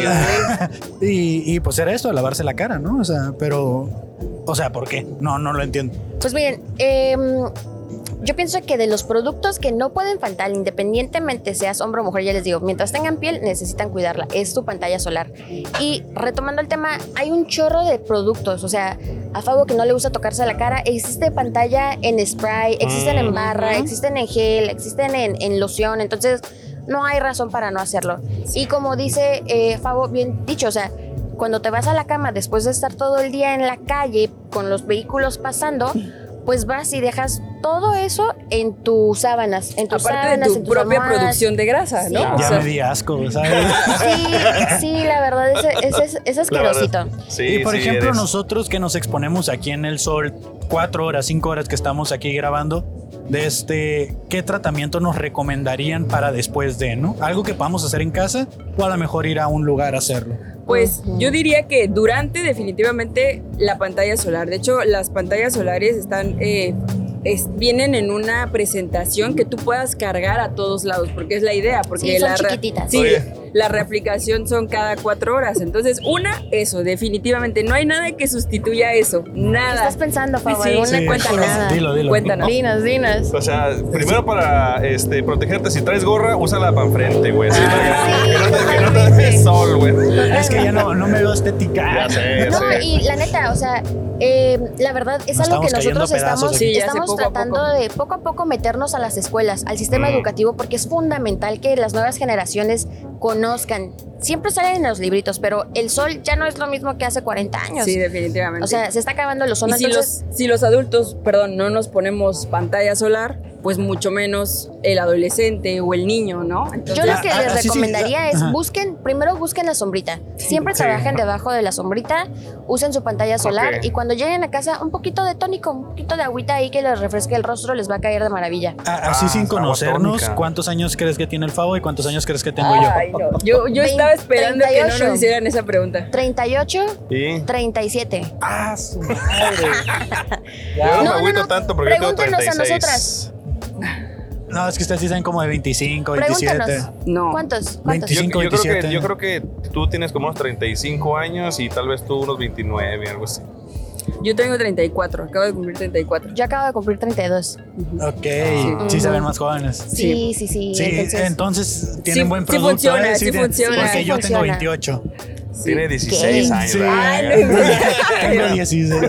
Speaker 1: Y, y, pues era esto, lavarse la cara, ¿no? O sea, pero... O sea, ¿por qué? No, no lo entiendo.
Speaker 4: Pues miren, em, yo pienso que de los productos que no pueden faltar, independientemente seas hombre o mujer, ya les digo, mientras tengan piel necesitan cuidarla, es tu pantalla solar. Y retomando el tema, hay un chorro de productos, o sea, a Fabo que no le gusta tocarse la cara, existe pantalla en spray, existen en barra,
Speaker 5: Ujú.
Speaker 4: existen en gel, existen en, en loción, entonces no hay razón para no hacerlo. Y como dice eh, Fabo, bien dicho, o sea, cuando te vas a la cama después de estar todo el día en la calle con los vehículos pasando, pues vas y dejas todo eso en tus sábanas, en tus
Speaker 5: aparte de
Speaker 4: sábanas,
Speaker 5: tu
Speaker 4: en tus
Speaker 5: propia
Speaker 4: almohadas.
Speaker 5: producción de grasa,
Speaker 4: Sí.
Speaker 5: ¿no? O
Speaker 1: ya
Speaker 5: sea,
Speaker 1: me di asco, ¿sabes?
Speaker 4: Sí, sí, la verdad ese- ese es, es
Speaker 2: La verdad.
Speaker 4: asquerosito.
Speaker 2: [laughs] Sí,
Speaker 1: y por
Speaker 2: sí,
Speaker 1: ejemplo,
Speaker 2: eres-
Speaker 1: nosotros que nos exponemos aquí en el sol cuatro horas, cinco horas que estamos aquí grabando, de este, ¿qué tratamiento nos recomendarían para después de, no? Algo que podamos hacer en casa o a lo mejor ir a un lugar a hacerlo.
Speaker 5: Pues
Speaker 4: Ujú.
Speaker 5: yo diría que durante definitivamente la pantalla solar. De hecho, las pantallas solares están eh, es- vienen en una presentación que tú puedas cargar a todos lados, porque es la idea, porque
Speaker 4: Sí, son
Speaker 5: la re-
Speaker 4: chiquititas.
Speaker 5: Sí,
Speaker 2: Oye.
Speaker 5: la reaplicación son cada cuatro horas. Entonces, una, eso, definitivamente. No hay nada que sustituya eso.
Speaker 4: ¿Qué
Speaker 5: Nada.
Speaker 4: estás pensando, Fabo?
Speaker 5: Sí,
Speaker 4: ¿Alguna
Speaker 5: sí,
Speaker 4: cuenta
Speaker 5: claro.
Speaker 4: nada?
Speaker 1: Dilo, dilo.
Speaker 5: Cuéntanos.
Speaker 6: Dinos, dinos.
Speaker 2: O sea, primero para este, protegerte, si traes gorra, úsala para enfrente, güey. así
Speaker 4: Ah,
Speaker 2: para que- que no te- que no te dé sol, güey.
Speaker 1: Es que ya no, no me veo estética.
Speaker 2: Ya sé, ya
Speaker 4: No,
Speaker 2: sé.
Speaker 4: y la neta, o sea, eh, la verdad es
Speaker 1: Nos
Speaker 4: algo que
Speaker 1: estamos cayendo
Speaker 4: nosotros
Speaker 1: a pedazos
Speaker 4: estamos,
Speaker 1: aquí.
Speaker 5: Sí, ya sé,
Speaker 4: estamos
Speaker 5: poco a
Speaker 4: tratando
Speaker 5: poco.
Speaker 4: de poco a poco meternos a las escuelas, al sistema
Speaker 2: Mm.
Speaker 4: educativo, porque es fundamental que las nuevas generaciones conozcan. Siempre salen en los libritos, pero el sol ya no es lo mismo que hace 40 años.
Speaker 5: Sí, definitivamente.
Speaker 4: o sea, se está acabando el
Speaker 5: Y
Speaker 4: ozono.
Speaker 5: si
Speaker 4: entonces,
Speaker 5: los, si los adultos, perdón, no nos ponemos pantalla solar, pues mucho menos el adolescente o el niño, ¿no? Entonces-
Speaker 4: yo lo que
Speaker 1: Ah, ah,
Speaker 4: les
Speaker 1: sí, sí,
Speaker 4: recomendaría
Speaker 1: ah,
Speaker 4: es
Speaker 1: ajá.
Speaker 4: busquen, primero busquen la sombrita. Siempre
Speaker 1: Sí.
Speaker 4: trabajen debajo de la sombrita, usen su pantalla solar
Speaker 2: Ok.
Speaker 4: y cuando lleguen a casa, un poquito de tónico, un poquito de agüita ahí que les refresque el rostro, les va a caer de maravilla.
Speaker 1: A- Así
Speaker 2: Ah,
Speaker 1: sin
Speaker 2: agua
Speaker 1: conocernos,
Speaker 2: tónica.
Speaker 1: ¿cuántos años crees que tiene el Fabo y cuántos años crees que tengo
Speaker 5: Ay,
Speaker 1: yo?
Speaker 5: no. Yo, yo
Speaker 4: Vein-
Speaker 5: estaba esperando que no
Speaker 4: 38.
Speaker 5: nos hicieran esa pregunta.
Speaker 4: 38
Speaker 2: Y-
Speaker 4: 37.
Speaker 2: ¡Ah, su madre! Yo no,
Speaker 4: No,
Speaker 2: me
Speaker 4: no,
Speaker 2: agüito
Speaker 4: no,
Speaker 2: tanto porque yo tengo
Speaker 4: pregúntenos a
Speaker 2: 36.
Speaker 4: nosotras.
Speaker 1: No, es que ustedes dicen como de 25, 27.
Speaker 4: Pregúntanos.
Speaker 5: No.
Speaker 4: ¿Cuántos? ¿Cuántos?
Speaker 2: Yo,
Speaker 1: 25,
Speaker 2: yo creo que,
Speaker 1: 27.
Speaker 2: yo creo que tú tienes como unos 35 años y tal vez tú unos 29, algo así.
Speaker 5: Yo tengo 34, acabo de cumplir 34.
Speaker 4: Yo acabo de cumplir 32.
Speaker 1: Ok, sí se ven más jóvenes.
Speaker 4: Sí,
Speaker 5: Sí.
Speaker 4: sí, sí.
Speaker 1: Sí, entonces,
Speaker 4: entonces,
Speaker 1: tienen
Speaker 5: Sí,
Speaker 1: buen
Speaker 5: sí
Speaker 1: producto.
Speaker 5: funciona,
Speaker 1: ¿eh?
Speaker 5: sí
Speaker 1: tienen-
Speaker 5: funciona.
Speaker 1: Porque
Speaker 4: Sí
Speaker 1: yo tengo
Speaker 4: funciona.
Speaker 1: 28.
Speaker 2: Tiene 16 años.
Speaker 1: Sí.
Speaker 5: Ay,
Speaker 2: ¿verdad?
Speaker 5: no inventes.
Speaker 1: [laughs] tengo
Speaker 5: [laughs]
Speaker 1: 16.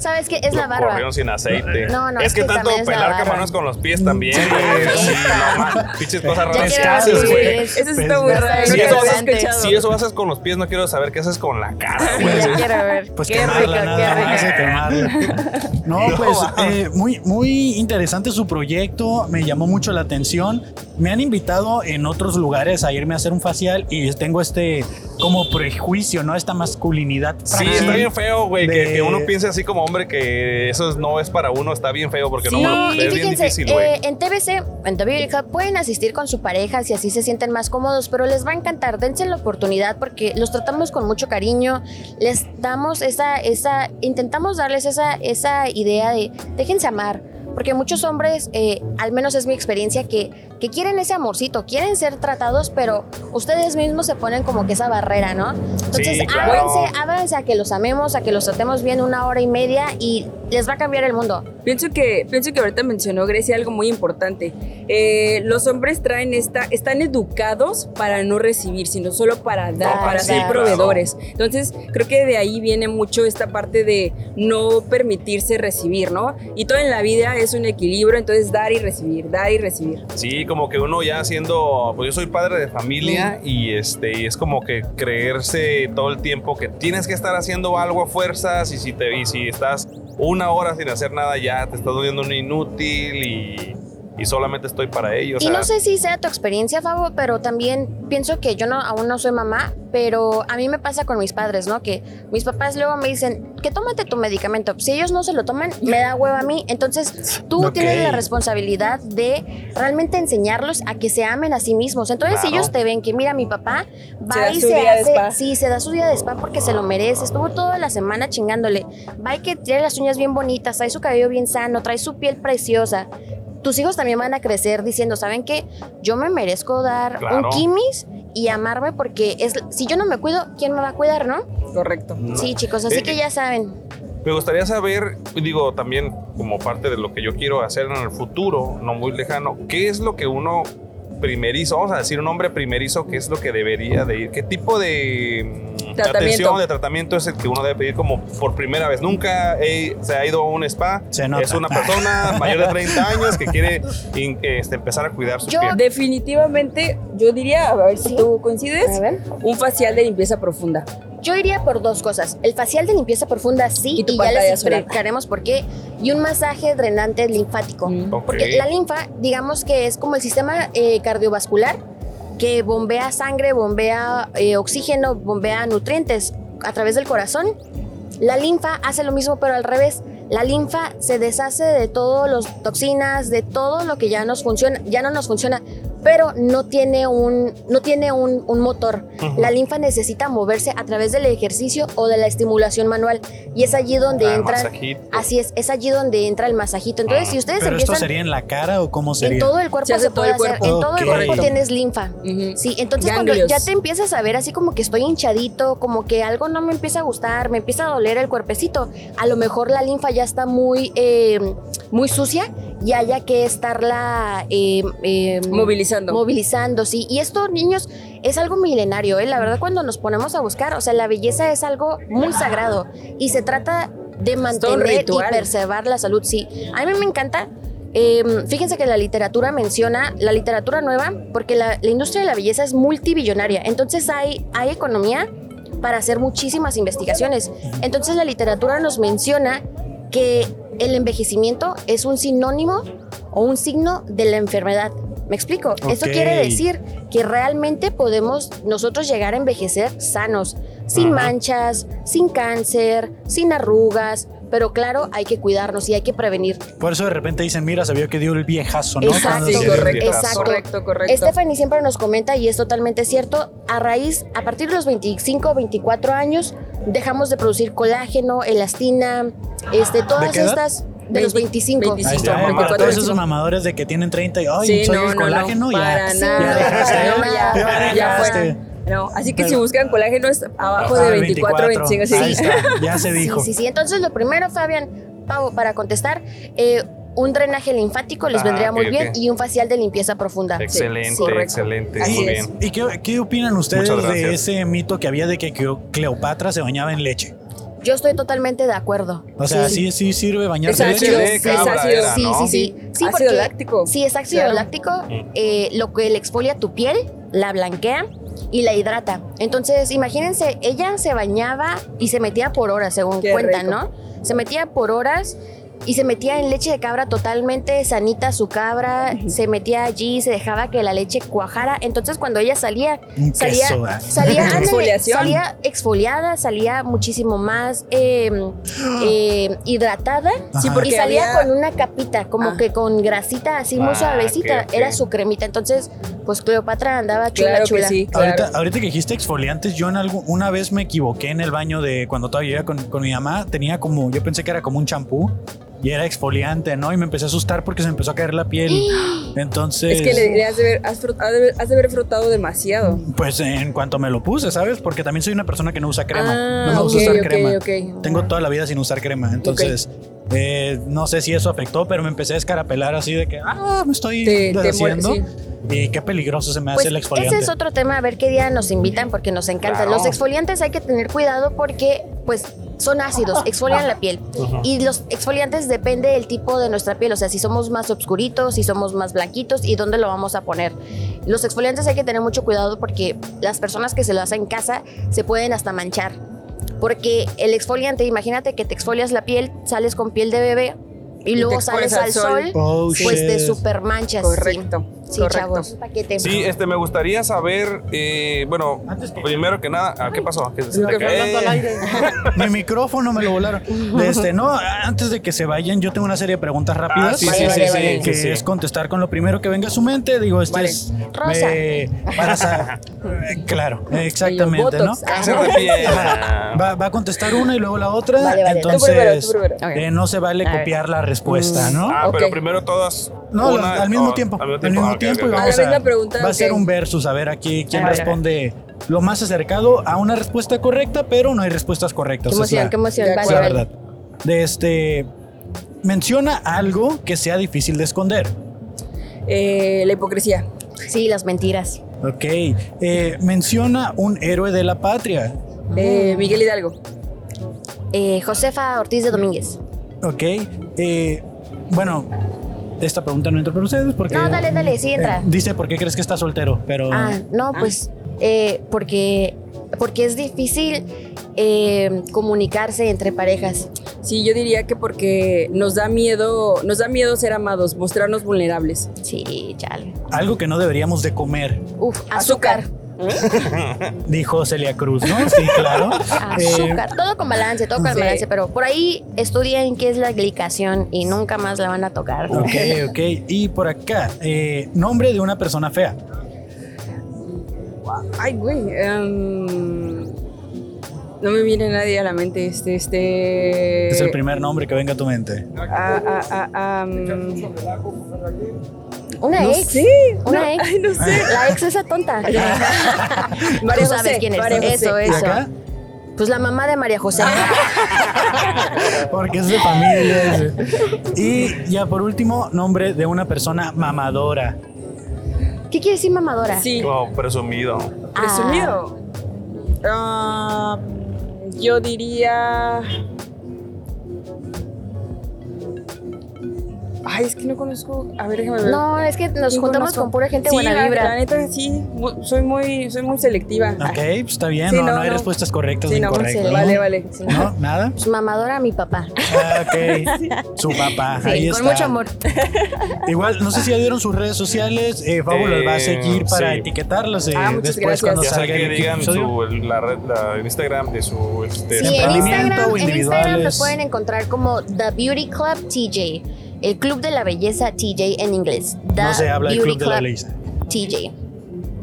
Speaker 4: ¿sabes qué? Es la
Speaker 2: Lo
Speaker 4: barba.
Speaker 2: corrieron sin aceite.
Speaker 4: No, no,
Speaker 2: es
Speaker 4: es
Speaker 2: que
Speaker 4: que
Speaker 2: tanto
Speaker 4: también es la
Speaker 2: pelar
Speaker 4: barra.
Speaker 2: camarones con los pies también. güey. Sí, no man. Pinches cosas
Speaker 4: Ya
Speaker 2: raras que
Speaker 4: quiero
Speaker 2: haces,
Speaker 4: decir-
Speaker 2: güey.
Speaker 5: Eso sí está muy
Speaker 1: Pues,
Speaker 5: raro.
Speaker 2: si
Speaker 5: nunca
Speaker 2: eso
Speaker 5: lo había
Speaker 2: haces-
Speaker 5: escuchado.
Speaker 2: Si eso haces con los pies, no quiero saber qué haces con la cara,
Speaker 4: [laughs]
Speaker 6: Sí,
Speaker 2: güey.
Speaker 6: ya quiero ver.
Speaker 1: Pues
Speaker 6: qué
Speaker 1: quemarla
Speaker 6: rico, qué
Speaker 1: nada
Speaker 6: rico.
Speaker 1: más, quemarla. No, pues
Speaker 2: wow.
Speaker 1: eh, muy, muy interesante su proyecto, me llamó mucho la atención. Me han invitado en otros lugares a irme a hacer un facial y tengo este como prejuicio, ¿no? Esta masculinidad.
Speaker 2: Sí,
Speaker 1: frágil.
Speaker 2: está bien feo, güey. que-
Speaker 1: De-
Speaker 2: Que, uno piense así como hombre que eso es- no es para uno, está bien feo porque no,
Speaker 4: No,
Speaker 2: mames,
Speaker 4: y
Speaker 2: es bien
Speaker 4: fíjense,
Speaker 2: difícil, güey.
Speaker 4: eh, en TBC, en The Beauty Club, pueden asistir con su pareja si así se sienten más cómodos, pero les va a encantar, dense la oportunidad porque los tratamos con mucho cariño, les damos esa, esa, intentamos darles esa, esa idea de déjense amar, porque muchos hombres, eh, al menos es mi experiencia, que que quieren ese amorcito, quieren ser tratados, pero ustedes mismos se ponen como que esa barrera, ¿no? Entonces,
Speaker 2: Sí, claro.
Speaker 4: ábranse, ábranse a que los amemos, a que los tratemos bien una hora y media y les va a cambiar el mundo.
Speaker 5: Pienso que, pienso que ahorita mencionó Grecia algo muy importante. Eh, los hombres traen esta, están educados para no recibir, sino solo para dar,
Speaker 4: Ah,
Speaker 5: para ser
Speaker 4: claro.
Speaker 5: proveedores. Entonces, creo que de ahí viene mucho esta parte de no permitirse recibir, ¿no? Y todo en la vida es un equilibrio, entonces dar y recibir, dar y recibir.
Speaker 2: Sí, como que uno ya siendo, pues yo soy padre de familia y este y es como que creerse todo el tiempo que tienes que estar haciendo algo a fuerzas y si te y si estás una hora sin hacer nada ya te estás volviendo un inútil y, y solamente estoy para ellos.
Speaker 4: Y no sé si sea tu experiencia, Fabo, pero también pienso que yo no, aún no soy mamá, pero a mí me pasa con mis padres, ¿no? Que mis papás luego me dicen que tómate tu medicamento. Si ellos no se lo toman, me da hueva a mí. Entonces, tú
Speaker 1: Ok.
Speaker 4: tienes la responsabilidad de realmente enseñarlos a que se amen a sí mismos. Entonces,
Speaker 2: Claro.
Speaker 4: ellos te ven que, mira, mi papá va
Speaker 5: Se da
Speaker 4: y
Speaker 5: su
Speaker 4: se
Speaker 5: día de
Speaker 4: hace.
Speaker 5: spa.
Speaker 4: Sí, se da su día de spa porque se lo merece. Estuvo toda la semana chingándole. Va y que tiene las uñas bien bonitas, trae su cabello bien sano, trae su piel preciosa tus hijos también van a crecer diciendo, ¿saben qué? Yo me merezco dar
Speaker 2: Claro.
Speaker 4: un kimis y amarme porque es, si yo no me cuido, ¿quién me va a cuidar, no?
Speaker 5: Correcto.
Speaker 2: No.
Speaker 4: Sí, chicos, así
Speaker 2: Eh,
Speaker 4: que ya saben.
Speaker 2: Me gustaría saber, digo, también como parte de lo que yo quiero hacer en el futuro, no muy lejano, ¿qué es lo que uno primerizo, vamos a decir un hombre primerizo, qué es lo que debería de ir? ¿Qué tipo de mm,
Speaker 5: Tratamiento.
Speaker 2: atención, de tratamiento es el que uno debe pedir como por primera vez? Nunca he- se ha ido a un spa,
Speaker 1: Se nota.
Speaker 2: es una persona mayor de 30 años que quiere in- este, empezar a cuidar su
Speaker 4: Yo-
Speaker 2: piel.
Speaker 5: Definitivamente, yo diría, a ver si
Speaker 4: Sí.
Speaker 5: tú
Speaker 4: A
Speaker 5: coincides,
Speaker 4: ver.
Speaker 5: un facial de limpieza profunda.
Speaker 4: Yo iría por dos cosas. El facial de limpieza profunda, sí,
Speaker 5: Y tu
Speaker 4: y, ya les
Speaker 5: pantalla solar.
Speaker 4: explicaremos por qué. Y un masaje drenante linfático.
Speaker 2: Ok.
Speaker 4: Porque la linfa, digamos que es como el sistema eh, cardiovascular que bombea sangre, bombea eh, oxígeno, bombea nutrientes a través del corazón. La linfa hace lo mismo, pero al revés. La linfa se deshace de todas las toxinas, de todo lo que ya nos funciona, ya no nos funciona, pero no tiene un, no tiene un, un motor.
Speaker 2: Ujú.
Speaker 4: La linfa necesita moverse a través del ejercicio o de la estimulación manual. Y es allí donde
Speaker 2: Ah,
Speaker 4: entran.
Speaker 2: masajito.
Speaker 4: Así es, es allí donde entra el masajito. Entonces,
Speaker 2: Ah,
Speaker 4: si ustedes
Speaker 1: Pero esto
Speaker 4: empiezan
Speaker 1: sería en la cara o cómo sería?
Speaker 4: en todo el cuerpo
Speaker 5: Se
Speaker 4: se,
Speaker 5: hace todo
Speaker 4: puede
Speaker 5: el
Speaker 4: hacer.
Speaker 5: cuerpo.
Speaker 4: En todo el
Speaker 1: Ok.
Speaker 4: cuerpo tienes linfa.
Speaker 5: Ujú.
Speaker 4: Sí, entonces cuando
Speaker 5: Ganglios.
Speaker 4: ya te empiezas a ver así como que estoy hinchadito, como que algo no me empieza a gustar, me empieza a doler el cuerpecito, a lo mejor la linfa ya está muy, eh, muy sucia y haya que estarla eh, eh,
Speaker 5: Movilizando.
Speaker 4: movilizando, sí. Y esto, niños, es algo milenario, ¿eh? La verdad, cuando nos ponemos a buscar, o sea, la belleza es algo muy sagrado y se trata de mantener y
Speaker 5: ritual.
Speaker 4: preservar la salud, sí. A mí me encanta. eh, fíjense que la literatura menciona la literatura nueva porque la, la industria de la belleza es multibillonaria, entonces hay, hay economía para hacer muchísimas investigaciones. Entonces la literatura nos menciona que el envejecimiento es un sinónimo o un signo de la enfermedad. ¿Me explico? Esto
Speaker 1: Ok.
Speaker 4: quiere decir que realmente podemos nosotros llegar a envejecer sanos, sin
Speaker 2: Ajá.
Speaker 4: manchas, sin cáncer, sin arrugas, pero claro, hay que cuidarnos y hay que prevenir.
Speaker 1: Por eso de repente dicen, mira, se vio que dio el viejazo, ¿no?
Speaker 4: Exacto,
Speaker 1: Cuando se dio el
Speaker 2: correcto.
Speaker 1: viejazo.
Speaker 4: Exacto. Este
Speaker 5: Correcto, correcto.
Speaker 4: Stephanie siempre nos comenta y es totalmente cierto, a raíz, a partir de los 25 24 años, dejamos de producir colágeno, elastina, este, todas
Speaker 1: qué edad?
Speaker 4: estas... De los
Speaker 5: 25.
Speaker 4: 25.
Speaker 1: Ahí
Speaker 5: Sí,
Speaker 1: está,
Speaker 5: porque
Speaker 1: para
Speaker 5: cuatro
Speaker 1: todos esos
Speaker 5: encima.
Speaker 1: mamadores de que tienen 30 y, ay,
Speaker 5: Sí,
Speaker 1: soy
Speaker 5: no,
Speaker 1: el
Speaker 5: no,
Speaker 1: colágeno,
Speaker 5: no,
Speaker 1: ya,
Speaker 5: para
Speaker 1: ya
Speaker 5: nada,
Speaker 1: dejaste,
Speaker 4: para
Speaker 1: ¿eh?
Speaker 4: nada,
Speaker 1: ya este,
Speaker 5: para
Speaker 1: dejaste.
Speaker 5: No, así que
Speaker 1: Pero-
Speaker 5: si buscan colágeno es abajo
Speaker 1: Ah,
Speaker 5: de 24, 25. sí.
Speaker 1: Ahí está, ya se dijo.
Speaker 4: Sí, sí, sí. Entonces, lo primero, Fabián, Pavo, para contestar, eh, un drenaje linfático les
Speaker 2: Ah,
Speaker 4: vendría
Speaker 2: ok,
Speaker 4: muy bien
Speaker 2: ok.
Speaker 4: y un facial de limpieza profunda.
Speaker 2: Excelente,
Speaker 4: Sí, correcto.
Speaker 2: excelente,
Speaker 5: Así
Speaker 2: muy
Speaker 5: es.
Speaker 2: bien.
Speaker 1: ¿Y qué, qué opinan ustedes
Speaker 2: Muchas gracias.
Speaker 1: de ese mito que había de que Cleo- Cleopatra se bañaba en leche?
Speaker 4: Yo estoy totalmente de acuerdo.
Speaker 1: O sea, sí, sí, sirve bañarse en
Speaker 5: Exacto.
Speaker 1: leche.
Speaker 2: Leche de
Speaker 5: sí, [laughs] es
Speaker 2: cabra
Speaker 5: ácido,
Speaker 2: era,
Speaker 4: Sí,
Speaker 2: ¿no?
Speaker 4: sí, sí. Sí,
Speaker 5: ácido
Speaker 4: porque
Speaker 5: láctico.
Speaker 4: sí es ácido
Speaker 5: Claro.
Speaker 4: láctico,
Speaker 2: Mm.
Speaker 4: eh, lo que le exfolia tu piel, la blanquea y la hidrata. Entonces, imagínense, ella se bañaba y se metía por horas, según
Speaker 5: Qué
Speaker 4: cuentan,
Speaker 5: rico.
Speaker 4: ¿no? Se metía por horas y se metía en leche de cabra totalmente sanita su cabra, se metía allí, se dejaba que la leche cuajara. Entonces, cuando ella salía,
Speaker 1: Un
Speaker 4: salía,
Speaker 1: queso, ah. [laughs]
Speaker 4: salía, ándale,
Speaker 5: [laughs] Exfoliación.
Speaker 4: salía exfoliada, salía muchísimo más eh,
Speaker 5: [gasps]
Speaker 4: eh, hidratada
Speaker 1: Sí,
Speaker 5: porque
Speaker 4: y salía
Speaker 5: había-
Speaker 4: con una capita, como
Speaker 5: Ah.
Speaker 4: que con grasita así muy
Speaker 2: Ah,
Speaker 4: suavecita,
Speaker 2: ok, ok.
Speaker 4: era su cremita. Entonces, Pues Cleopatra andaba chula,
Speaker 5: claro
Speaker 4: chula.
Speaker 5: que sí, claro.
Speaker 1: Ahorita, ahorita que dijiste exfoliantes, yo en algo, una vez me equivoqué en el baño de cuando todavía iba con, con mi mamá, tenía como, yo pensé que era como un champú y era exfoliante, ¿no? Y me empecé a asustar porque se me empezó a caer la piel. Entonces,
Speaker 5: Es que le, le has, de ver, has frot- has de ver- has de haber frotado demasiado.
Speaker 1: pues en cuanto me lo puse, ¿sabes? Porque también soy una persona que no usa crema.
Speaker 5: Ah,
Speaker 1: no me gusta
Speaker 5: ok,
Speaker 1: usar
Speaker 5: ok,
Speaker 1: crema.
Speaker 5: ok.
Speaker 1: Tengo toda la vida sin usar crema, entonces eh, no sé si eso afectó, pero me empecé a escarapelar así de que, ah, me estoy
Speaker 5: Te- te muer-
Speaker 1: deshaciendo.
Speaker 5: sí.
Speaker 1: Y qué peligroso
Speaker 5: Ah,
Speaker 1: se me
Speaker 4: Pues
Speaker 1: hace el exfoliante.
Speaker 4: ese es otro tema, a ver qué día nos invitan porque nos encantan.
Speaker 2: Claro.
Speaker 4: Los exfoliantes hay que tener cuidado porque pues son
Speaker 5: [laughs]
Speaker 4: ácidos, exfolian la piel. Y los exfoliantes depende del tipo de nuestra piel, o sea, si somos más oscuritos, si somos más blanquitos y dónde lo vamos a poner. Los exfoliantes hay que tener mucho cuidado porque las personas que se lo hacen en casa se pueden hasta manchar. Porque el exfoliante, imagínate que te exfolias la piel, sales con piel de bebé y,
Speaker 5: Y te
Speaker 4: luego
Speaker 5: expones
Speaker 4: sales
Speaker 5: al
Speaker 4: al sol,
Speaker 5: sol.
Speaker 1: Oh,
Speaker 4: pues te
Speaker 1: shit.
Speaker 4: super manchas. sí.
Speaker 5: Correcto.
Speaker 4: Sí,
Speaker 5: correcto.
Speaker 4: chavos, un paquete.
Speaker 2: Sí, este, me gustaría saber, eh, bueno,
Speaker 1: Antes que-
Speaker 2: primero que nada, ah, ¿qué pasó? ¿Qué se
Speaker 3: Lo
Speaker 2: te
Speaker 3: que fue
Speaker 2: cae?
Speaker 3: hablando al aire.
Speaker 1: Mi micrófono me lo volaron. Este, no, antes de que se vayan, yo tengo una serie de preguntas rápidas.
Speaker 2: Ah, sí,
Speaker 4: sí, sí, sí,
Speaker 1: Que
Speaker 2: sí, sí.
Speaker 1: es contestar con lo primero que venga a su mente. Digo, este
Speaker 5: Vale.
Speaker 1: es.
Speaker 4: Rosa.
Speaker 1: eh, para sa- eh, claro, [laughs] exactamente, ¿no?
Speaker 5: Botox. Ah,
Speaker 2: Cáncer de piel.
Speaker 1: Va, va a contestar una y luego la otra.
Speaker 4: Vale, vale. Tú
Speaker 1: Entonces,
Speaker 5: primero, tú primero.
Speaker 4: Ok.
Speaker 1: eh, no se vale
Speaker 4: A ver.
Speaker 1: copiar la respuesta, ¿no?
Speaker 2: Ah, pero
Speaker 5: Ok.
Speaker 2: primero todas.
Speaker 1: No,
Speaker 2: una-
Speaker 1: al, al mismo
Speaker 2: o-
Speaker 1: tiempo.
Speaker 2: Al
Speaker 1: Al mismo tiempo,
Speaker 2: mismo Ah, ok, ok,
Speaker 1: y
Speaker 2: ok.
Speaker 1: vamos
Speaker 5: A
Speaker 1: a,
Speaker 5: la misma pregunta,
Speaker 1: va a ser
Speaker 5: ok.
Speaker 1: un versus, a ver aquí quién
Speaker 4: A ver, a ver.
Speaker 1: responde lo más acercado a una respuesta correcta, pero no hay respuestas correctas.
Speaker 4: Qué
Speaker 1: es
Speaker 4: emoción,
Speaker 1: la-
Speaker 4: qué emoción.
Speaker 5: la
Speaker 1: es
Speaker 4: Vale,
Speaker 1: la
Speaker 4: vale.
Speaker 1: verdad. De este menciona algo que sea difícil de esconder.
Speaker 5: Eh, la hipocresía.
Speaker 4: Sí, las mentiras.
Speaker 1: Ok. Eh, menciona un héroe de la patria.
Speaker 5: Eh, Miguel Hidalgo.
Speaker 4: Eh, Josefa Ortiz de Domínguez.
Speaker 1: Ok. Eh, bueno, esta pregunta no entra por ustedes porque.
Speaker 4: No, dale, dale, sí entra.
Speaker 1: Eh, dice por qué crees que está soltero, pero.
Speaker 4: Ah, no, pues eh, porque, porque es difícil eh, comunicarse entre parejas.
Speaker 5: Sí, yo diría que porque nos da miedo, nos da miedo ser amados, mostrarnos vulnerables.
Speaker 4: Sí, chale.
Speaker 1: Algo que no deberíamos de comer.
Speaker 4: Uf, azúcar.
Speaker 1: Dijo Celia Cruz, ¿no? Sí,
Speaker 4: [laughs]
Speaker 1: claro. Eh,
Speaker 4: Ah, Azúcar. Todo con balance, todo con
Speaker 5: Sí.
Speaker 4: balance, pero por ahí estudien qué es la glicación y nunca más la van a tocar.
Speaker 1: ok, ok. Y por acá, eh, nombre de una persona fea.
Speaker 5: Ay, güey. em, no me viene nadie a la mente. Este, este.
Speaker 4: Eh,
Speaker 1: Es el primer nombre que venga a tu mente.
Speaker 5: Ah, ah, ah, ah, em,
Speaker 4: Una
Speaker 5: no
Speaker 4: ex.
Speaker 5: sé.
Speaker 4: Una
Speaker 5: no,
Speaker 4: ex.
Speaker 5: Ay, no sé.
Speaker 4: La ex esa tonta.
Speaker 5: [laughs]
Speaker 4: María
Speaker 5: José,
Speaker 4: sabes quién es.
Speaker 5: María José.
Speaker 4: Eso,
Speaker 1: ¿Y
Speaker 4: eso.
Speaker 1: acá?
Speaker 4: Pues la mamá de María José.
Speaker 5: Ah.
Speaker 1: Porque es de familia. ese. Y ya por último, nombre de una persona mamadora.
Speaker 4: ¿Qué quiere decir mamadora?
Speaker 5: Sí.
Speaker 2: Como presumido.
Speaker 4: Ah.
Speaker 5: Presumido. Ah, yo diría. Ay, es que no conozco. A ver, déjame ver.
Speaker 4: No, es que nos
Speaker 5: ¿Quién
Speaker 4: juntamos
Speaker 5: conozco?
Speaker 4: con pura gente
Speaker 5: Sí,
Speaker 4: buena
Speaker 5: la- La
Speaker 4: vibra.
Speaker 5: neta, sí. mu- Soy muy, soy muy selectiva.
Speaker 1: Ok, pues está bien,
Speaker 5: Sí,
Speaker 1: no,
Speaker 5: no,
Speaker 1: no hay
Speaker 5: no.
Speaker 1: respuestas correctas
Speaker 5: Sí,
Speaker 1: ni
Speaker 5: no,
Speaker 1: incorrectas.
Speaker 4: sí.
Speaker 1: ¿no?
Speaker 5: Vale, vale.
Speaker 1: ¿No? ¿Nada?
Speaker 4: Pues mamadora a mi papá.
Speaker 1: Ah, ok. Su papá,
Speaker 4: Sí,
Speaker 1: ahí
Speaker 4: con
Speaker 1: está.
Speaker 4: mucho amor.
Speaker 1: Igual, no sé si ya dieron sus redes sociales. Eh, Fábula
Speaker 2: Eh,
Speaker 1: va a seguir para
Speaker 2: sí.
Speaker 1: etiquetarlas eh,
Speaker 5: Ah, muchas
Speaker 1: después
Speaker 5: gracias.
Speaker 1: cuando
Speaker 2: Ya sea
Speaker 1: salga
Speaker 2: que
Speaker 1: el
Speaker 2: digan
Speaker 1: episodio.
Speaker 2: su, el- la red, la, el Instagram de su. Este,
Speaker 4: Sí, en
Speaker 1: emprendimiento o
Speaker 4: Instagram, en Instagram
Speaker 1: individuales.
Speaker 4: nos pueden encontrar como The Beauty Club TJ. El Club de la Belleza TJ en inglés. The
Speaker 1: No se habla del
Speaker 4: Beauty
Speaker 1: club de la ley.
Speaker 4: TJ.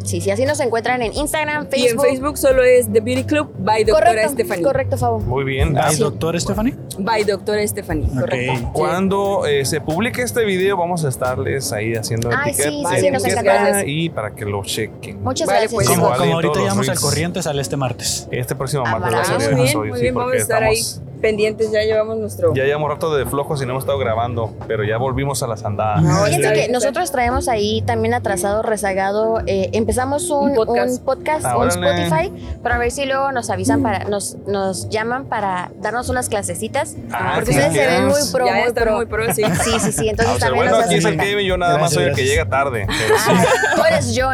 Speaker 4: Sí, sí, así nos encuentran en Instagram,
Speaker 5: Y en
Speaker 4: Facebook.
Speaker 5: Facebook solo es The Beauty Club by Doctora
Speaker 4: correcto,
Speaker 5: Stephanie.
Speaker 4: correcto, Fabo.
Speaker 2: Muy bien.
Speaker 1: Ay,
Speaker 2: Ah,
Speaker 1: doctor Stephanie?
Speaker 5: By Doctora Stephanie.
Speaker 1: Ok.
Speaker 5: Correcto.
Speaker 2: Cuando eh, se publique este video, vamos a estarles ahí haciendo
Speaker 4: Ay,
Speaker 2: etiqueta,
Speaker 4: sí,
Speaker 5: sí, nos
Speaker 2: etiqueta
Speaker 5: encantará.
Speaker 2: y para que lo chequen.
Speaker 4: Muchas
Speaker 5: Vale,
Speaker 4: gracias.
Speaker 5: pues,
Speaker 4: Fabo.
Speaker 1: Como,
Speaker 2: igual
Speaker 1: como
Speaker 2: en
Speaker 1: ahorita
Speaker 2: todos los
Speaker 1: llegamos al
Speaker 2: reels.
Speaker 1: corriente, sale este martes.
Speaker 2: Este próximo
Speaker 4: Ah,
Speaker 2: martes va a
Speaker 5: Ah,
Speaker 2: salir
Speaker 5: muy
Speaker 2: el
Speaker 5: bien,
Speaker 2: episodio,
Speaker 5: muy
Speaker 2: sí,
Speaker 5: bien. Vamos
Speaker 2: porque
Speaker 5: a estar ahí
Speaker 2: estamos-
Speaker 5: pendientes. Ya llevamos nuestro.
Speaker 2: Ya llevamos rato de flojos y no hemos estado grabando, pero ya volvimos a las andadas.
Speaker 1: No,
Speaker 4: Fíjense
Speaker 5: está
Speaker 4: que
Speaker 5: bien.
Speaker 4: nosotros traemos ahí también atrasado, rezagado. eh, empezamos un,
Speaker 5: Un
Speaker 4: un
Speaker 5: podcast.
Speaker 4: podcast, un,
Speaker 2: Ah, órale.
Speaker 4: Spotify, para ver si luego nos
Speaker 1: Mm.
Speaker 4: avisan, para nos, nos llaman para darnos unas clasecitas.
Speaker 2: Ah,
Speaker 4: porque
Speaker 2: sí,
Speaker 4: ustedes se ven muy
Speaker 2: yes.
Speaker 4: pro,
Speaker 5: ya
Speaker 4: muy
Speaker 5: están
Speaker 4: pro.
Speaker 5: muy pro, [laughs] sí.
Speaker 4: Sí, sí, sí,
Speaker 2: Ah,
Speaker 4: entonces
Speaker 2: o sea,
Speaker 4: también
Speaker 2: bueno,
Speaker 4: nos
Speaker 2: aquí es el
Speaker 4: hacen falta.
Speaker 2: Kevin, yo nada más
Speaker 1: Gracias,
Speaker 2: soy el
Speaker 1: gracias.
Speaker 2: que llega tarde. pero sí.
Speaker 4: Ah, tú eres yo,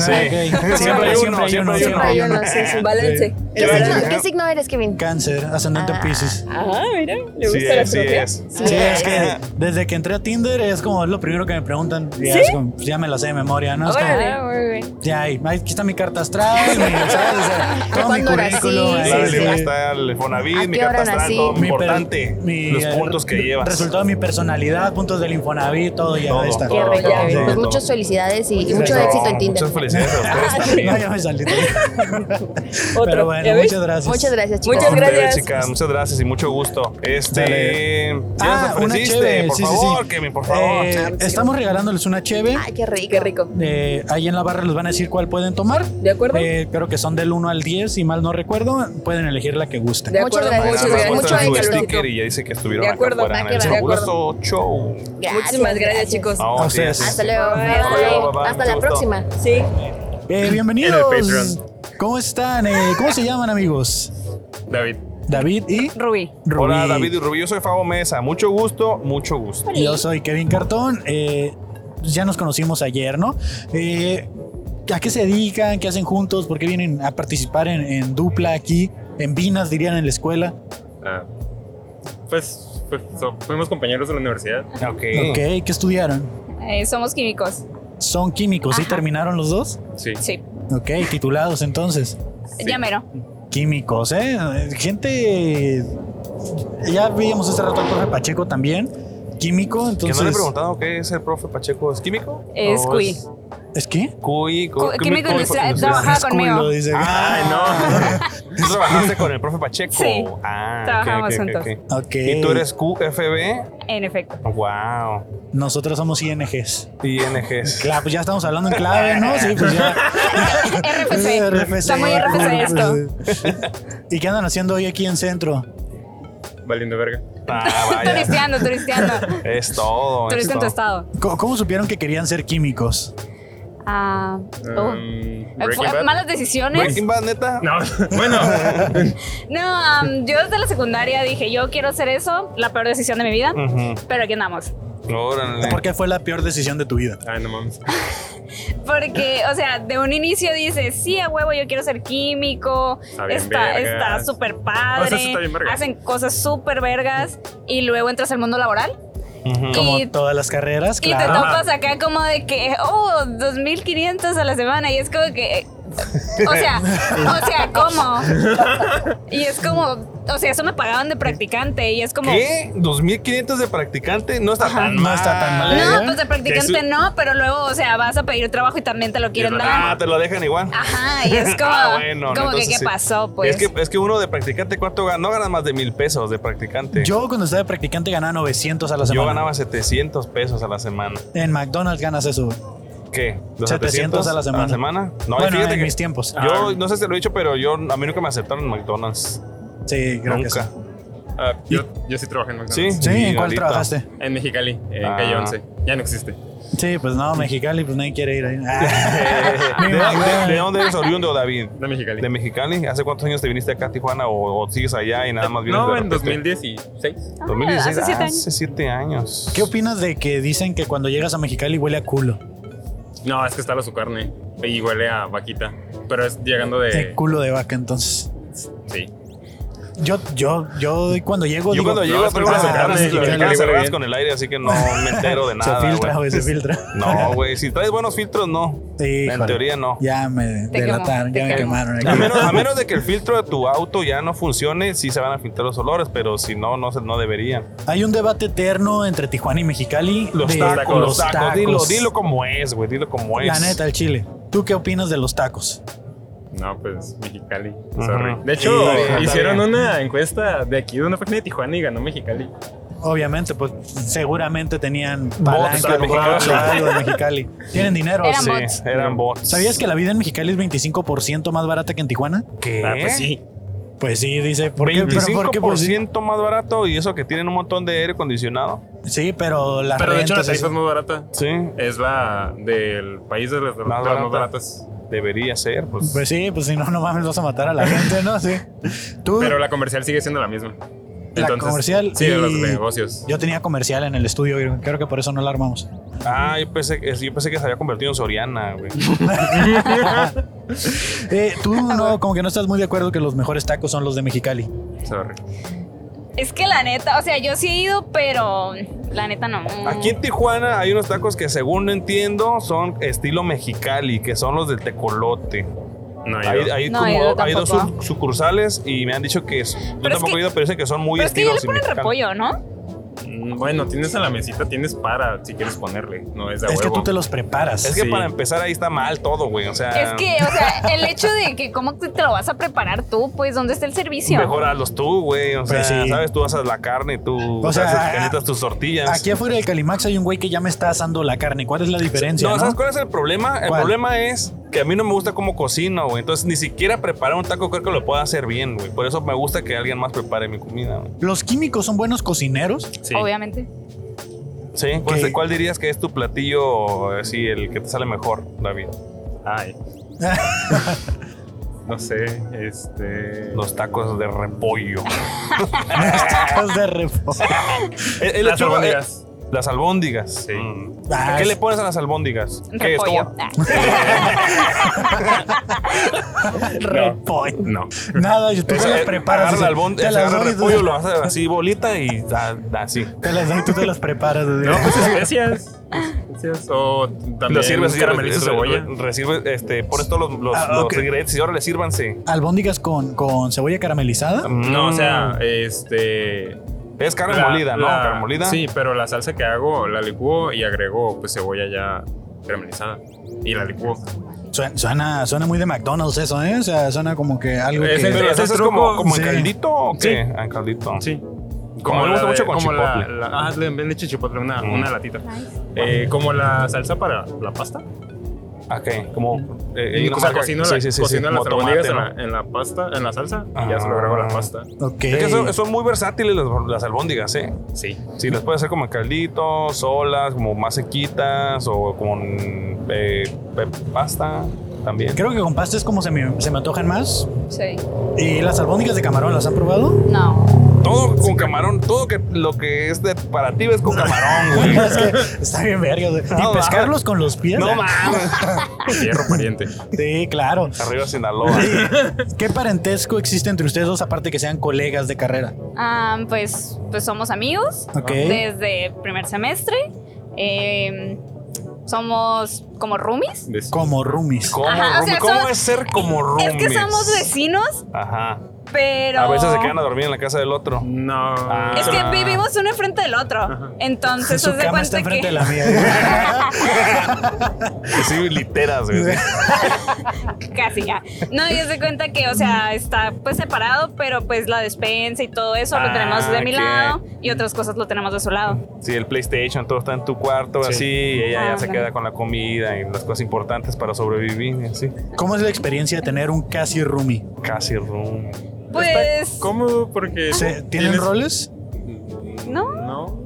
Speaker 1: Sí.
Speaker 2: [laughs] Siempre hay uno, siempre hay
Speaker 4: Siempre hay uno, sí, sí.
Speaker 5: Balance.
Speaker 4: ¿Qué,
Speaker 2: Vale.
Speaker 4: signo, qué signo eres, Kevin?
Speaker 1: Cáncer, ascendente
Speaker 4: Ah.
Speaker 1: Pisces.
Speaker 5: Ah, mira. Le gusta
Speaker 2: Sí,
Speaker 5: la
Speaker 2: es, sí
Speaker 5: astrología.
Speaker 2: es.
Speaker 1: Sí, es que desde que entré a Tinder es como lo primero que me preguntan. Ya, es como, pues, ya me la sé de memoria, ¿no? Es como,
Speaker 5: Órale.
Speaker 4: Ah, muy bien.
Speaker 1: ya, ahí, ahí está mi carta astral, mi, ¿sabes? O sea, todo mi
Speaker 4: ¿Cuándo nací?
Speaker 1: currículum. ahí,
Speaker 2: La del
Speaker 4: sí.
Speaker 2: libro
Speaker 1: este,
Speaker 2: está el
Speaker 4: ¿A
Speaker 2: Fonavid, mi
Speaker 4: qué hora
Speaker 2: carta astral,
Speaker 4: nací?
Speaker 2: todo
Speaker 1: mi per-
Speaker 2: importante.
Speaker 1: mi,
Speaker 2: los
Speaker 1: eh,
Speaker 2: puntos que
Speaker 1: re-
Speaker 2: llevas.
Speaker 1: Resultado de mi personalidad, puntos del Infonavit, todo ya
Speaker 2: Todo,
Speaker 1: está.
Speaker 2: todo,
Speaker 4: Qué rico.
Speaker 2: todo,
Speaker 5: Kevin.
Speaker 2: todo,
Speaker 4: Pues
Speaker 2: todo.
Speaker 4: muchas felicidades y,
Speaker 5: Muchas
Speaker 4: muchas Mucho
Speaker 2: No,
Speaker 4: éxito en Tinder.
Speaker 2: Muchas felicidades
Speaker 4: [laughs]
Speaker 2: a ustedes también.
Speaker 1: [laughs] No, ya me salí.
Speaker 5: Otro.
Speaker 1: Pero
Speaker 5: ¿Ya
Speaker 1: bueno,
Speaker 5: ves?
Speaker 1: muchas gracias.
Speaker 4: Muchas gracias, chicos.
Speaker 5: Muchas
Speaker 2: No, hombre,
Speaker 5: gracias.
Speaker 2: chica, muchas gracias y mucho gusto.
Speaker 1: Ah,
Speaker 2: Este. Ya nos
Speaker 1: una
Speaker 2: ofreciste,
Speaker 1: cheve,
Speaker 2: por
Speaker 1: sí, sí, sí.
Speaker 2: favor, Kevin, por favor.
Speaker 1: Eh,
Speaker 5: Ah, sí.
Speaker 1: estamos regalándoles una cheve.
Speaker 4: Ay, qué rico.
Speaker 5: Qué rico.
Speaker 1: Eh, ahí en la barra les van a decir cuál pueden tomar.
Speaker 5: ¿De acuerdo?
Speaker 1: Eh, creo que son del 1 al 10, si mal no recuerdo. Pueden elegir la que gusten.
Speaker 5: De
Speaker 4: Muchas
Speaker 5: acuerdo,
Speaker 4: gracias.
Speaker 5: muchas
Speaker 4: Muchas
Speaker 5: gracias.
Speaker 4: gracias.
Speaker 5: Mucho
Speaker 4: Muchas
Speaker 2: Mucho
Speaker 4: gracias.
Speaker 5: éxito.
Speaker 2: sticker y ya dice que estuvieron
Speaker 5: De
Speaker 2: acá
Speaker 5: acuerdo,
Speaker 2: afuera
Speaker 4: va
Speaker 2: en
Speaker 4: que
Speaker 2: el
Speaker 4: va, de
Speaker 2: fabuloso show.
Speaker 4: Gracias,
Speaker 5: Muchísimas gracias, chicos.
Speaker 2: No,
Speaker 1: A
Speaker 2: así es.
Speaker 1: ustedes.
Speaker 4: Hasta luego.
Speaker 5: Bye.
Speaker 4: Bye.
Speaker 5: Hasta luego,
Speaker 2: bye, bye.
Speaker 4: Hasta la
Speaker 2: Mucho gusto.
Speaker 4: próxima.
Speaker 5: Sí.
Speaker 1: Eh,
Speaker 6: En el
Speaker 1: bienvenidos.
Speaker 6: Patreon.
Speaker 1: ¿Cómo están? Eh, ¿Cómo se llaman, amigos?
Speaker 6: David.
Speaker 1: David y
Speaker 5: Rubí.
Speaker 1: Rubí.
Speaker 2: Hola David y Rubí, yo soy Fabo Mesa. Mucho gusto, mucho gusto.
Speaker 1: Yo soy Kevin Cartón. eh, ya nos conocimos ayer, ¿no? Eh, ¿A qué se dedican? ¿Qué hacen juntos? ¿Por qué vienen a participar en, en dupla aquí? En Vinas, dirían en la escuela.
Speaker 6: Ah, pues, pues, so- fuimos compañeros de la universidad.
Speaker 1: Ok, ¿qué estudiaron?
Speaker 7: Eh, somos químicos.
Speaker 1: Son químicos, ¿sí
Speaker 7: Ajá.
Speaker 1: terminaron los dos?
Speaker 6: Sí.
Speaker 7: Sí.
Speaker 1: Ok, titulados entonces.
Speaker 7: Ya mero.
Speaker 1: Químicos, ¿eh? Gente. Ya veíamos hace rato al profe Pacheco también. Químico,
Speaker 2: Que
Speaker 1: entonces.
Speaker 2: no le he preguntado qué es el profe Pacheco. ¿Es químico?
Speaker 7: Es
Speaker 2: ¿O
Speaker 7: cuy.
Speaker 1: ¿Es qué?
Speaker 2: Cuy, cu-
Speaker 7: Cu- químico industrial.
Speaker 2: industrial?
Speaker 7: Trabaja
Speaker 1: Es
Speaker 7: Ah, conmigo.
Speaker 1: culo, [laughs] dice.
Speaker 2: Ay,
Speaker 1: [laughs]
Speaker 2: no. ¿Tú trabajaste con el profe Pacheco?
Speaker 7: Sí.
Speaker 2: Ah, ok,
Speaker 7: Trabajamos
Speaker 2: ok, ok,
Speaker 7: juntos.
Speaker 2: ok.
Speaker 1: Ok.
Speaker 2: ¿Y tú eres QFB?
Speaker 7: En efecto.
Speaker 6: [laughs]
Speaker 2: Wow.
Speaker 1: Nosotros somos INGs.
Speaker 2: INGs.
Speaker 1: Claro, pues ya estamos hablando en clave, ¿no? Sí, pues ya.
Speaker 7: [laughs] RFC. Pues Está muy RFC esto.
Speaker 1: [laughs] ¿Y qué andan haciendo hoy aquí en centro?
Speaker 6: Valiendo verga.
Speaker 7: [laughs]
Speaker 2: Ah, vaya.
Speaker 6: [laughs]
Speaker 7: Turisteando, turisteando.
Speaker 2: Es todo. es
Speaker 7: Turista en tu
Speaker 2: todo.
Speaker 7: estado.
Speaker 1: ¿Cómo, cómo supieron que querían ser químicos?
Speaker 7: Ah, oh.
Speaker 6: Um,
Speaker 7: Eh,
Speaker 6: Breaking
Speaker 7: fue-
Speaker 6: Bad.
Speaker 7: malas decisiones.
Speaker 2: Breaking Bad, neta. [laughs]
Speaker 6: No, bueno.
Speaker 7: No, am, yo desde la secundaria dije, yo quiero hacer eso, la peor decisión de mi vida,
Speaker 6: Mm.
Speaker 2: Ujú.
Speaker 7: pero aquí andamos.
Speaker 2: Órale.
Speaker 1: ¿Por qué fue la peor decisión de tu vida?
Speaker 6: Ay, Ah, no mames.
Speaker 7: Porque, o sea, de un inicio dices, sí, a huevo, yo quiero ser químico,
Speaker 6: Está bien
Speaker 7: está
Speaker 6: vergas.
Speaker 7: está súper padre,
Speaker 6: O sea, sí está bien vergas.
Speaker 7: hacen cosas súper vergas, y luego entras al mundo laboral
Speaker 2: Ujú.
Speaker 1: Como
Speaker 7: y
Speaker 1: todas las carreras,
Speaker 7: Y te
Speaker 1: claro.
Speaker 7: topas acá como de que, oh, 2500 a la semana. Y es como que. O sea, o sea, ¿cómo? Y es como, o sea, eso me pagaban de practicante. Y es como.
Speaker 2: ¿Qué? ¿2500 de practicante? No está tan
Speaker 1: No
Speaker 2: mal.
Speaker 1: está tan mal, ¿eh?
Speaker 7: No, pues de
Speaker 6: Que
Speaker 7: practicante
Speaker 6: eso-
Speaker 7: no, pero luego, o sea, vas a pedir trabajo y también te lo quieren
Speaker 2: Ah,
Speaker 7: dar.
Speaker 2: te lo dejan igual.
Speaker 7: Ajá, y Ah, es como,
Speaker 2: [laughs] Ah, bueno, no,
Speaker 7: como que,
Speaker 2: entonces
Speaker 7: ¿qué
Speaker 2: sí.
Speaker 7: pasó? Pues.
Speaker 2: Es, que, es que uno de practicante, ¿cuánto gana? No ganas más de mil pesos de practicante.
Speaker 1: Yo cuando estaba de practicante ganaba 900 a la semana.
Speaker 2: Yo ganaba 700 pesos a la semana.
Speaker 1: En McDonald's ganas eso.
Speaker 2: ¿Qué? ¿Los
Speaker 1: 700 a la semana.
Speaker 2: No, y
Speaker 1: bueno,
Speaker 2: fíjate
Speaker 1: en
Speaker 2: que
Speaker 1: mis tiempos. Ah.
Speaker 2: Yo no sé si te lo he dicho, pero yo, a mí nunca me aceptaron
Speaker 1: [laughs]
Speaker 2: en McDonald's.
Speaker 1: Sí, creo que
Speaker 2: nunca.
Speaker 6: Ah, yo, yo sí trabajé en McDonald's.
Speaker 1: sí. Sí, ¿en
Speaker 2: Y
Speaker 1: cuál
Speaker 2: ahorita-
Speaker 1: trabajaste?
Speaker 6: En Mexicali, en
Speaker 2: Ah.
Speaker 6: Calle 11. Ya no existe.
Speaker 1: Sí, pues no, Mexicali, pues nadie quiere ir ahí.
Speaker 2: [laughs]
Speaker 1: Ah.
Speaker 2: Eh, ¿De, de- de dónde eres oriundo, David?
Speaker 6: De Mexicali.
Speaker 2: ¿De Mexicali? ¿Hace cuántos años te viniste acá a Tijuana o, o sigues allá y nada más vienes
Speaker 6: no,
Speaker 2: de
Speaker 6: en
Speaker 2: repente?
Speaker 6: 2016.
Speaker 7: Ah,
Speaker 2: 2016.
Speaker 7: hace siete
Speaker 2: ah,
Speaker 7: años.
Speaker 2: hace siete años.
Speaker 1: ¿Qué opinas de que dicen que cuando llegas a Mexicali huele a culo?
Speaker 6: No, es que está la su carne. Y huele a vaquita. Pero es llegando
Speaker 1: De
Speaker 6: de.
Speaker 1: culo de vaca, entonces.
Speaker 6: Sí.
Speaker 1: Yo, yo, yo cuando llego.
Speaker 2: Yo
Speaker 1: digo,
Speaker 2: cuando llego
Speaker 6: no,
Speaker 2: a
Speaker 6: es que las
Speaker 2: preguntas
Speaker 6: carnes
Speaker 2: carnes,
Speaker 6: y
Speaker 2: las
Speaker 6: las
Speaker 2: carnes
Speaker 6: carnes
Speaker 2: cerradas
Speaker 6: bien.
Speaker 2: con el aire, así que no me entero de
Speaker 1: [laughs]
Speaker 2: nada.
Speaker 1: se filtra,
Speaker 2: güey.
Speaker 1: güey, se filtra.
Speaker 2: No, güey, si traes buenos filtros, no. En
Speaker 1: Híjole.
Speaker 2: teoría, no.
Speaker 1: Ya me
Speaker 7: Te quemó,
Speaker 1: delataron,
Speaker 7: te
Speaker 1: ya me
Speaker 7: quemó.
Speaker 1: quemaron. aquí.
Speaker 2: A menos, a menos de que el filtro de tu auto ya no funcione, sí se van a filtrar los olores, pero si no, no, se- no deberían.
Speaker 1: Hay un debate eterno entre Tijuana y Mexicali.
Speaker 2: Los
Speaker 1: de-
Speaker 2: tacos, los tacos. Dilo,
Speaker 1: tacos.
Speaker 2: dilo como es, güey, dilo como es.
Speaker 1: La neta, el chile. ¿Tú qué opinas de los tacos?
Speaker 6: No, pues Mexicali. Sorry.
Speaker 2: Ujú.
Speaker 6: De hecho,
Speaker 2: Sí, está bien,
Speaker 6: hicieron
Speaker 2: está bien.
Speaker 6: una encuesta de aquí, de una página de Tijuana y ganó Mexicali.
Speaker 1: Obviamente, pues seguramente tenían palanca
Speaker 6: de
Speaker 1: o
Speaker 6: Mexicali.
Speaker 1: algo de Mexicali. Tienen dinero.
Speaker 7: Eran
Speaker 1: Sí.
Speaker 2: Sí,
Speaker 7: bots.
Speaker 2: eran bots.
Speaker 1: ¿Sabías que la vida en Mexicali es 25% más barata que en Tijuana?
Speaker 2: ¿Qué?
Speaker 6: Ah, pues sí.
Speaker 1: Pues sí, dice. ¿Por qué? ¿Pero por qué?
Speaker 2: 25%
Speaker 1: Pues sí.
Speaker 2: más barato y eso que tienen un montón de aire acondicionado.
Speaker 1: Sí, pero la
Speaker 6: Pero de hecho la
Speaker 1: renta
Speaker 6: tarifa es muy barata.
Speaker 2: Sí,
Speaker 6: Es la del país de las de las
Speaker 2: Más
Speaker 6: más,
Speaker 2: barata.
Speaker 6: baratas.
Speaker 2: debería ser, pues.
Speaker 1: Pues sí, pues si no, no mames, vas a matar a la gente, ¿no? Sí. Tú,
Speaker 6: Pero la comercial sigue siendo la misma.
Speaker 1: La comercial
Speaker 6: Sí, de los
Speaker 1: y-
Speaker 6: negocios.
Speaker 1: yo tenía comercial en el estudio, y creo que por eso no la armamos.
Speaker 2: Ah, yo pensé, que- yo pensé que se había convertido en Soriana, güey.
Speaker 1: Eh,
Speaker 7: [laughs]
Speaker 1: tú no, como que no estás muy de acuerdo que los mejores tacos son los de Mexicali.
Speaker 6: Sorry.
Speaker 7: Es que la neta, o sea, yo sí he ido, pero la neta no.
Speaker 2: Aquí en Tijuana hay unos tacos que según entiendo son estilo mexicali, que son los del tecolote.
Speaker 6: No,
Speaker 2: Hay,
Speaker 6: yo-
Speaker 2: hay
Speaker 7: No,
Speaker 2: como-
Speaker 7: yo
Speaker 2: hay dos suc-
Speaker 7: tampoco.
Speaker 2: sucursales y me han dicho que es- yo
Speaker 7: es
Speaker 2: tampoco
Speaker 7: que-
Speaker 2: he ido, pero dicen que son muy
Speaker 7: pero es que ya
Speaker 2: estilos
Speaker 7: le ponen
Speaker 2: mexicanos.
Speaker 7: repollo, ¿no?
Speaker 6: Mm, Bueno, tienes a la mesita, tienes para si quieres ponerle. No es de a
Speaker 1: Es que
Speaker 6: huevo.
Speaker 1: tú te los preparas.
Speaker 2: Es que
Speaker 6: Sí.
Speaker 2: para empezar ahí está mal todo, güey. O sea,
Speaker 5: Es que, o sea, el hecho de que cómo te te lo vas a preparar tú, pues, ¿dónde está el servicio?
Speaker 2: mejor hazlos tú, güey. O sea,
Speaker 1: Pues sí.
Speaker 2: sabes, tú haces la carne, tú
Speaker 1: O sea,
Speaker 2: haces canetas, tus tortillas.
Speaker 1: Aquí afuera del Calimax hay un güey que ya me está asando la carne. ¿Cuál es la diferencia?
Speaker 2: No,
Speaker 1: no?
Speaker 2: ¿sabes cuál es el problema? El
Speaker 1: ¿Cuál?
Speaker 2: problema es que a mí no me gusta cómo cocino, güey. Entonces, ni siquiera preparar un taco creo que lo pueda hacer bien, güey. Por eso me gusta que alguien más prepare mi comida, güey.
Speaker 1: Los químicos son buenos cocineros. [laughs]
Speaker 6: Sí.
Speaker 5: Obviamente.
Speaker 2: Sí, pues,
Speaker 1: ¿Qué?
Speaker 2: ¿cuál dirías que es tu platillo así, el que te sale mejor, David? [laughs]
Speaker 6: Ay. no sé, este.
Speaker 2: Los tacos de
Speaker 6: [laughs]
Speaker 2: repollo.
Speaker 1: Tacos de refo.
Speaker 2: El- el
Speaker 6: Las
Speaker 2: lechuga-
Speaker 6: albóndigas.
Speaker 2: eh, Las albóndigas.
Speaker 6: Sí.
Speaker 2: Mm.
Speaker 1: Ah,
Speaker 2: ¿Qué
Speaker 1: es-
Speaker 2: le pones a las albóndigas? ¿Qué es
Speaker 5: Repollo.
Speaker 2: como-
Speaker 5: Ah.
Speaker 1: Repollo.
Speaker 6: No.
Speaker 2: [laughs]
Speaker 1: Nada, yo- tú
Speaker 2: Es-
Speaker 1: te las
Speaker 2: eh,
Speaker 1: preparas.
Speaker 2: agarra
Speaker 1: así,
Speaker 2: el albón-
Speaker 1: te
Speaker 2: eh,
Speaker 1: las
Speaker 2: agarra
Speaker 1: doy
Speaker 2: el
Speaker 1: y-
Speaker 2: repollo, lo haces así bolita y da- da así.
Speaker 1: Te las doy, tú te las
Speaker 2: [laughs]
Speaker 1: preparas. así.
Speaker 6: No, pues especias. especias. O también
Speaker 2: Lo sirves así,
Speaker 6: caramelizo
Speaker 2: re-
Speaker 6: cebolla.
Speaker 2: re- recibe, este, pones todos los, los,
Speaker 1: Ah,
Speaker 2: los
Speaker 1: ok.
Speaker 2: ingredientes y ahora le sírvanse.
Speaker 1: Albóndigas con, con cebolla caramelizada.
Speaker 6: No, o sea,
Speaker 2: Mm.
Speaker 6: este.
Speaker 2: es carne
Speaker 6: la-
Speaker 2: molida, ¿no?
Speaker 6: la-
Speaker 2: carne molida.
Speaker 6: Sí, pero la salsa que hago la licuo y agrego pues cebolla ya caramelizada. Y la licuo.
Speaker 1: Suena, suena, suena muy de McDonald's eso, ¿eh? O sea, suena como que algo
Speaker 6: Es
Speaker 1: que...
Speaker 6: el-
Speaker 2: Pero
Speaker 6: ese
Speaker 2: eso es
Speaker 6: truco-
Speaker 2: como, como
Speaker 1: sí.
Speaker 2: en caldito o
Speaker 6: Sí.
Speaker 2: qué? Ah, En caldito.
Speaker 6: Sí.
Speaker 2: Como me
Speaker 6: la
Speaker 2: gusta
Speaker 6: de-
Speaker 2: mucho con
Speaker 6: como la-
Speaker 2: chipotle.
Speaker 6: la- ah, le han dicho chipotle, una,
Speaker 2: Mm.
Speaker 6: una latita. Eh, como la salsa para la pasta.
Speaker 2: Ok, como. eh, hay
Speaker 6: Y
Speaker 2: una
Speaker 6: o sea,
Speaker 2: marca-
Speaker 6: cocino, la-
Speaker 2: sí, sí, sí,
Speaker 6: cocino
Speaker 2: sí,
Speaker 6: las
Speaker 2: como tomate,
Speaker 6: albóndigas en
Speaker 2: ¿no?
Speaker 6: la- en, la, pasta, en la salsa, y ya se lo
Speaker 2: Ah.
Speaker 6: agrego a la pasta.
Speaker 1: Ok.
Speaker 2: Es que son, son muy versátiles las, las albóndigas, ¿eh?
Speaker 6: Sí.
Speaker 2: Sí, las puedes hacer como en calditos, solas, como más sequitas o con eh, pe- pasta también.
Speaker 1: Creo que con pasta es como se me, se me antojan más.
Speaker 5: Sí.
Speaker 1: ¿Y las albóndigas de camarón las han probado? [laughs]
Speaker 5: No.
Speaker 2: Todo con camarón, todo que, lo que es de para ti es con
Speaker 1: [laughs]
Speaker 2: camarón, güey.
Speaker 1: Es que está bien verga. güey.
Speaker 2: No,
Speaker 1: y pescarlos con los pies. Ah,
Speaker 2: No mames.
Speaker 6: Hierro pariente.
Speaker 1: Sí, claro.
Speaker 2: Arriba Sinaloa.
Speaker 1: ¿Qué parentesco existe entre ustedes dos aparte que sean colegas de carrera?
Speaker 5: Ah, pues, pues somos amigos
Speaker 1: Ok.
Speaker 5: desde primer semestre. Eh, somos como roomies.
Speaker 6: De-
Speaker 1: Como roomies.
Speaker 2: ¿Cómo,
Speaker 5: Ajá, o
Speaker 2: roomie?
Speaker 5: sea,
Speaker 2: ¿Cómo
Speaker 5: son-
Speaker 2: es ser como roomies?
Speaker 5: Es que somos vecinos,
Speaker 2: Ajá.
Speaker 5: pero...
Speaker 2: A veces se quedan a dormir en la casa del otro.
Speaker 6: No.
Speaker 2: Ah.
Speaker 5: Es que vivimos uno enfrente del otro. Entonces,
Speaker 1: Su
Speaker 5: haz de
Speaker 1: cama está
Speaker 5: cuenta
Speaker 1: enfrente de
Speaker 5: que...
Speaker 1: la [laughs] mía. ¿eh?
Speaker 2: Sí, literas, güey.
Speaker 5: [laughs] Casi ya. No, y haz de cuenta que, o sea, está pues separado, pero pues la despensa y todo eso lo
Speaker 2: Ah,
Speaker 5: tenemos de mi
Speaker 2: ok.
Speaker 5: lado y otras cosas lo tenemos de su lado.
Speaker 2: Sí, el PlayStation, todo está en tu cuarto,
Speaker 6: Sí.
Speaker 2: así, y ella ya
Speaker 5: Ah,
Speaker 2: se
Speaker 5: ok.
Speaker 2: queda con la comida y las cosas importantes para sobrevivir, y así.
Speaker 1: ¿Cómo es la experiencia de tener un casi roomie?
Speaker 2: Casi room.
Speaker 5: Pues...
Speaker 6: Está cómodo porque.
Speaker 1: ¿Se- ¿Tienen
Speaker 6: tienes-
Speaker 1: roles?
Speaker 5: No.
Speaker 6: No.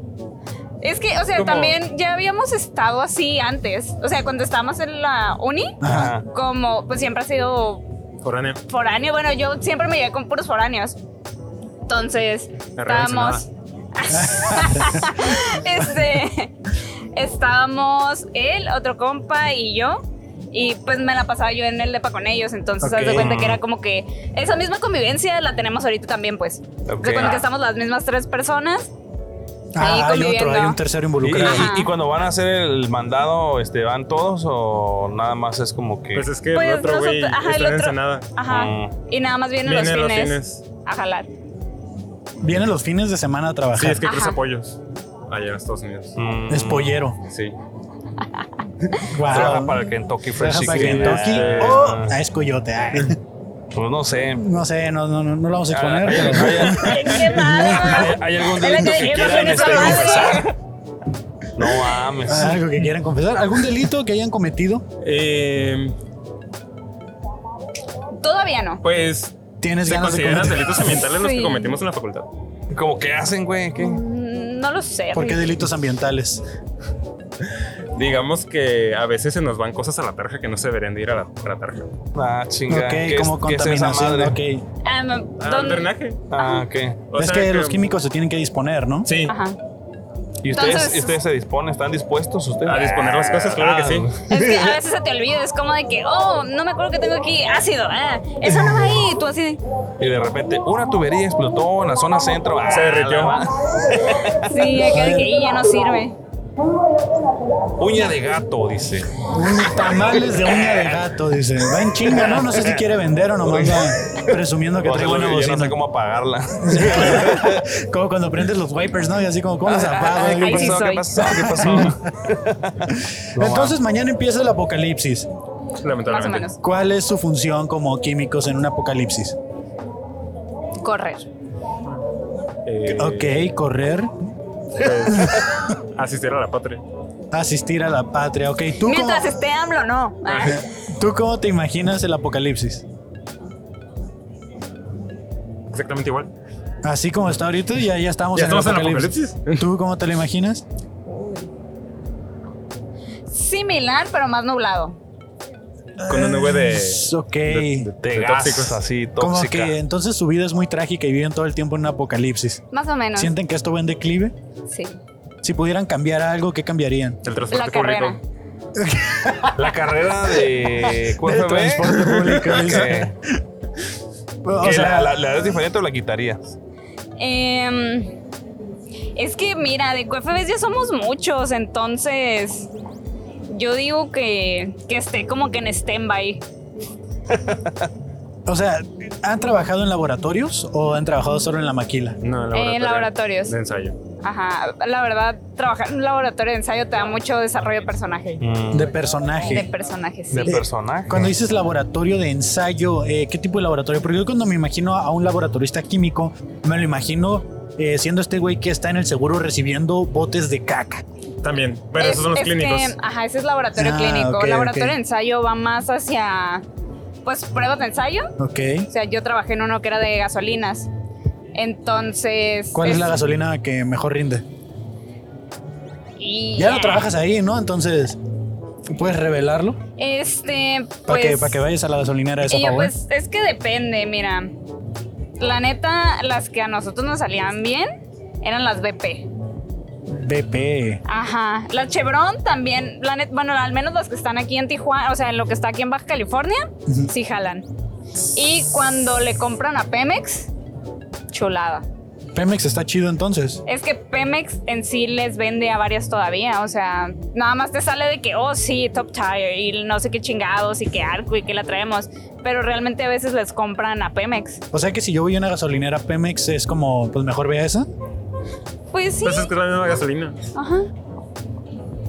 Speaker 5: Es que, o sea,
Speaker 6: Como-
Speaker 5: también ya habíamos estado así antes. O sea, cuando estábamos en la uni,
Speaker 1: Ajá.
Speaker 2: Ajá.
Speaker 5: como pues siempre ha sido
Speaker 6: Foráneo.
Speaker 5: foráneo. Bueno, yo siempre me llevé con puros foráneos. Entonces, [laughs]
Speaker 6: Arriba
Speaker 5: estábamos. este. [laughs] Estábamos él, otro compa y yo. Y pues me la pasaba yo en el depa con ellos. Entonces, haz
Speaker 1: Ok.
Speaker 5: de cuenta que era como que esa misma convivencia la tenemos ahorita también, pues.
Speaker 2: Ok.
Speaker 5: De cuenta que estamos las mismas tres personas. Ahí
Speaker 1: Ah, hay otro,
Speaker 5: conviviendo.
Speaker 1: hay un tercero
Speaker 2: Y, y-
Speaker 1: involucrado.
Speaker 5: Ajá.
Speaker 2: y cuando van a hacer el mandado, este, ¿van todos o nada más es como que...
Speaker 6: Pues es que
Speaker 5: Pues
Speaker 6: el otro güey
Speaker 5: nosotros- ajá, el
Speaker 6: está en
Speaker 5: otro-
Speaker 6: Ensenada.
Speaker 5: Ajá.
Speaker 2: Mm.
Speaker 5: Y nada más vienen,
Speaker 6: Viene
Speaker 5: los,
Speaker 6: los
Speaker 5: fines
Speaker 6: fines.
Speaker 5: a jalar. [laughs]
Speaker 1: Vienen los fines de semana a trabajar.
Speaker 6: Sí, es que
Speaker 5: Ajá.
Speaker 6: crece pollos. Allá en Estados Unidos.
Speaker 2: mm,
Speaker 1: Es pollero.
Speaker 6: Sí.
Speaker 2: Trabaja
Speaker 1: Wow.
Speaker 2: para el Kentucky Fried
Speaker 1: Trabaja para
Speaker 2: Chicken,
Speaker 1: Kentucky
Speaker 2: este,
Speaker 1: o ah, es coyote. ah. [laughs]
Speaker 2: Pues no sé. Ah,
Speaker 1: No sé, no, no, no, no lo vamos a
Speaker 6: Ah,
Speaker 1: exponer.
Speaker 2: ¿Hay, [laughs]
Speaker 1: pero- [laughs]
Speaker 2: hay-
Speaker 5: ¡Qué malo!
Speaker 6: [laughs]
Speaker 2: hay- hay algún
Speaker 5: Es la
Speaker 2: delito
Speaker 5: que
Speaker 2: que
Speaker 5: llevas
Speaker 2: quieran
Speaker 5: en esa
Speaker 2: este,
Speaker 5: madre.
Speaker 2: confesar? No mames.
Speaker 1: Algo que quieran confesar. ¿Algún delito que hayan cometido?
Speaker 6: Eh,
Speaker 5: Todavía no.
Speaker 6: pues.
Speaker 1: ¿Tienes
Speaker 6: ¿Se
Speaker 1: ganas de
Speaker 6: consideran
Speaker 1: cometer?
Speaker 6: delitos ambientales los
Speaker 5: Sí.
Speaker 6: que cometimos en la facultad?
Speaker 2: ¿Cómo que hacen, güey? ¿Qué?
Speaker 5: Mm, No lo sé.
Speaker 1: ¿Por qué
Speaker 5: Rick.
Speaker 1: delitos ambientales?
Speaker 6: Digamos que a veces se nos van cosas a la tarja que no se deberían de ir a la, a la tarja.
Speaker 2: Ah, chinga. ¿qué
Speaker 1: Ok,
Speaker 2: es-
Speaker 1: como
Speaker 2: qué es esa
Speaker 1: contaminación.
Speaker 2: madre?
Speaker 1: ok.
Speaker 5: Um,
Speaker 6: Al
Speaker 5: ¿dónde-
Speaker 6: drenaje.
Speaker 2: Ah, ok.
Speaker 6: O
Speaker 1: es
Speaker 6: sea
Speaker 1: que, los químicos se tienen que disponer, ¿no?
Speaker 6: Sí.
Speaker 5: Ajá.
Speaker 2: ¿Y ustedes,
Speaker 5: Entonces-
Speaker 2: y ustedes se disponen? ¿Están dispuestos ustedes?
Speaker 6: A disponer las cosas, claro que sí.
Speaker 2: Ah,
Speaker 5: Es que a veces se te olvida, es como de que, oh, no me acuerdo que tengo aquí ácido. Ah, eso no va ahí. y Tú así.
Speaker 2: Ah, Y de repente una tubería explotó en la zona centro. Ah,
Speaker 6: Se derritió.
Speaker 2: la ma-
Speaker 5: Sí, acá de que "Y ya no sirve.
Speaker 2: Uña de gato, dice.
Speaker 1: Uña- Tamales de uña de gato, dice. Va en chinga, ¿no? No sé si quiere vender o nomás va presumiendo que
Speaker 2: O
Speaker 1: trae
Speaker 2: sea,
Speaker 1: buena
Speaker 2: yo no sé
Speaker 1: bocina.
Speaker 2: cómo apagarla.
Speaker 1: [laughs] Como cuando prendes los wipers, ¿no? Y así como, ¿cómo los apago?
Speaker 2: Ay, ¿Qué
Speaker 5: Ahí sí
Speaker 2: pasó? ¿Qué
Speaker 5: soy.
Speaker 2: pasó? ¿Qué pasó?
Speaker 1: Entonces mañana empieza el apocalipsis.
Speaker 5: Más o
Speaker 6: Lamentablemente.
Speaker 5: menos.
Speaker 1: ¿Cuál es su función como químicos en un apocalipsis?
Speaker 5: Correr.
Speaker 6: Eh,
Speaker 1: Ok, correr,
Speaker 6: pues, asistir a la patria.
Speaker 1: asistir a la patria. Ok, ¿tú cómo,
Speaker 5: Mientras esté AMLO, no. Ah.
Speaker 1: [laughs] ¿tú cómo te imaginas el apocalipsis?
Speaker 6: Exactamente igual.
Speaker 1: Así como está ahorita, ya, ya estamos
Speaker 6: ¿Ya
Speaker 1: en el
Speaker 6: estamos en el
Speaker 1: apocalipsis. ¿Tú cómo te lo imaginas?
Speaker 5: Similar, pero más nublado.
Speaker 6: Con un nube Eh, de.
Speaker 1: Es ok.
Speaker 2: De
Speaker 6: De
Speaker 2: gas,
Speaker 6: tóxicos.
Speaker 2: así,
Speaker 1: como
Speaker 2: tóxica.
Speaker 1: que entonces su vida es muy trágica y viven todo el tiempo en un apocalipsis.
Speaker 5: Más o menos.
Speaker 1: ¿Sienten que esto va en declive?
Speaker 5: Sí.
Speaker 1: Si pudieran cambiar algo, ¿qué cambiarían?
Speaker 6: El
Speaker 5: La
Speaker 6: transporte
Speaker 5: carrera.
Speaker 6: público.
Speaker 2: La carrera de... ¿Cuál
Speaker 1: Del
Speaker 2: fue?
Speaker 1: transporte público, dice.
Speaker 2: [laughs] Que-
Speaker 1: O
Speaker 2: que
Speaker 1: sea,
Speaker 2: la, la, la harías diferente o la quitarías?
Speaker 5: Em, es que mira, de QFBs ya somos muchos, entonces yo digo que, que esté como que en stand-by.
Speaker 1: o sea, ¿han trabajado en laboratorios o han trabajado solo en la maquila?
Speaker 6: No,
Speaker 5: Eh,
Speaker 6: en
Speaker 5: laboratorios.
Speaker 6: De ensayo.
Speaker 5: Ajá, la verdad, trabajar en un laboratorio de ensayo te da mucho desarrollo de personaje.
Speaker 1: De
Speaker 5: De
Speaker 1: personaje.
Speaker 5: personajes, sí.
Speaker 2: De personaje.
Speaker 1: Cuando dices laboratorio de ensayo, eh, ¿qué tipo de laboratorio? Porque yo cuando me imagino a un laboratorista químico, me lo imagino eh, siendo este güey que está en el seguro recibiendo botes de caca.
Speaker 6: También. Pero esos son los
Speaker 5: Es- es que,
Speaker 6: clínicos.
Speaker 5: ajá, ese es laboratorio
Speaker 1: Ah,
Speaker 5: clínico.
Speaker 1: ok,
Speaker 5: laboratorio
Speaker 1: ok.
Speaker 5: de ensayo va más hacia, pues, pruebas de ensayo.
Speaker 1: Ok.
Speaker 5: O sea, yo trabajé en uno que era de gasolinas. Entonces...
Speaker 1: ¿Cuál es la gasolina que mejor rinde?
Speaker 5: y-
Speaker 1: Ya no trabajas ahí, ¿no? Entonces, ¿puedes revelarlo?
Speaker 5: Este, pues...
Speaker 1: Para que, pa' que vayas a la gasolinera esa,
Speaker 5: Ella,
Speaker 1: favor.
Speaker 5: pues es que depende, mira. La neta, las que a nosotros nos salían bien eran las BP.
Speaker 1: BP.
Speaker 5: Ajá. Las Chevron también, la net- bueno, al menos las que están aquí en Tijuana, o sea, en lo que está aquí en Baja California, sí jalan. Y cuando le compran a Pemex, chulada.
Speaker 1: Pemex está chido entonces.
Speaker 5: Es que Pemex en sí les vende a varias todavía, o sea, nada más te sale de que, oh sí, Top Tire y no sé qué chingados y qué arco y qué la traemos, pero realmente a veces les compran a Pemex.
Speaker 1: O sea que si yo voy a una gasolinera Pemex es como, pues mejor vea esa.
Speaker 5: Pues sí.
Speaker 6: Pues es que es la misma gasolina.
Speaker 5: Ajá.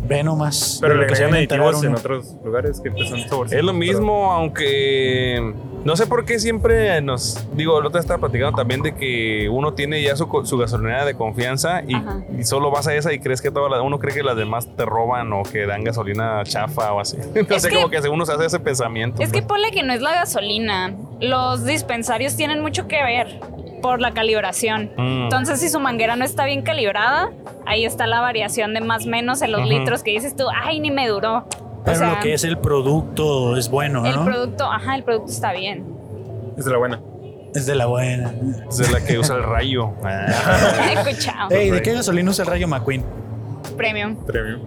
Speaker 1: Ve nomás.
Speaker 6: Pero
Speaker 1: de
Speaker 6: le
Speaker 1: lo que se viene
Speaker 6: agregan
Speaker 1: a enterar
Speaker 6: aditivos en
Speaker 1: uno.
Speaker 6: otros lugares que pues, son sabores.
Speaker 2: Es lo mismo, aunque no sé por qué siempre nos. Digo, el otro estaba platicando también de que uno tiene ya su, co- su gasolinera de confianza y,
Speaker 5: Ajá.
Speaker 2: y solo vas a esa y crees que todas las- uno cree que las demás te roban o que dan gasolina chafa o así. [laughs] Entonces,
Speaker 5: que-
Speaker 2: como que uno se hace ese pensamiento.
Speaker 5: Es que
Speaker 2: ¿no?
Speaker 5: ponle que no es la gasolina. Los dispensarios tienen mucho que ver por la calibración.
Speaker 2: Mm.
Speaker 5: Entonces, si su manguera no está bien calibrada, ahí está la variación de más menos en los
Speaker 2: Ujú.
Speaker 5: litros que dices tú, ay, ni me duró. O
Speaker 1: Pero
Speaker 5: sea,
Speaker 1: lo que es el producto es bueno,
Speaker 5: el
Speaker 1: ¿no?
Speaker 5: producto, ajá, el producto está bien.
Speaker 6: Es de la buena.
Speaker 1: Es de la buena.
Speaker 2: Esa es la que usa
Speaker 1: [laughs]
Speaker 2: el rayo. Ah.
Speaker 5: Escuchado.
Speaker 1: Ey, ¿de qué gasolina usa el rayo McQueen?
Speaker 5: Premium.
Speaker 6: Premium.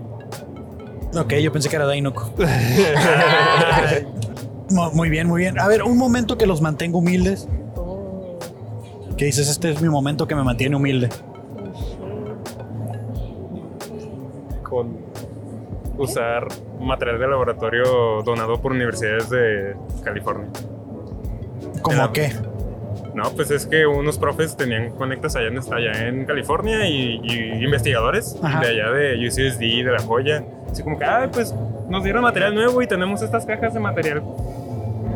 Speaker 1: Ok, yo pensé que era
Speaker 2: [laughs]
Speaker 1: Dainoco. Mu- muy bien, muy bien. A ver, un momento que los mantengo humildes.
Speaker 7: Oh.
Speaker 1: Que dices, este es mi momento que me mantiene humilde.
Speaker 6: Con usar material de laboratorio donado por universidades de California.
Speaker 1: ¿Cómo
Speaker 6: Era-
Speaker 1: qué?
Speaker 6: No, pues es que unos profes tenían conectas allá en, allá en California y, y investigadores
Speaker 1: Ajá.
Speaker 6: de allá de UCSD, de La Joya. Así como que, ah, pues nos dieron material nuevo y tenemos estas cajas de material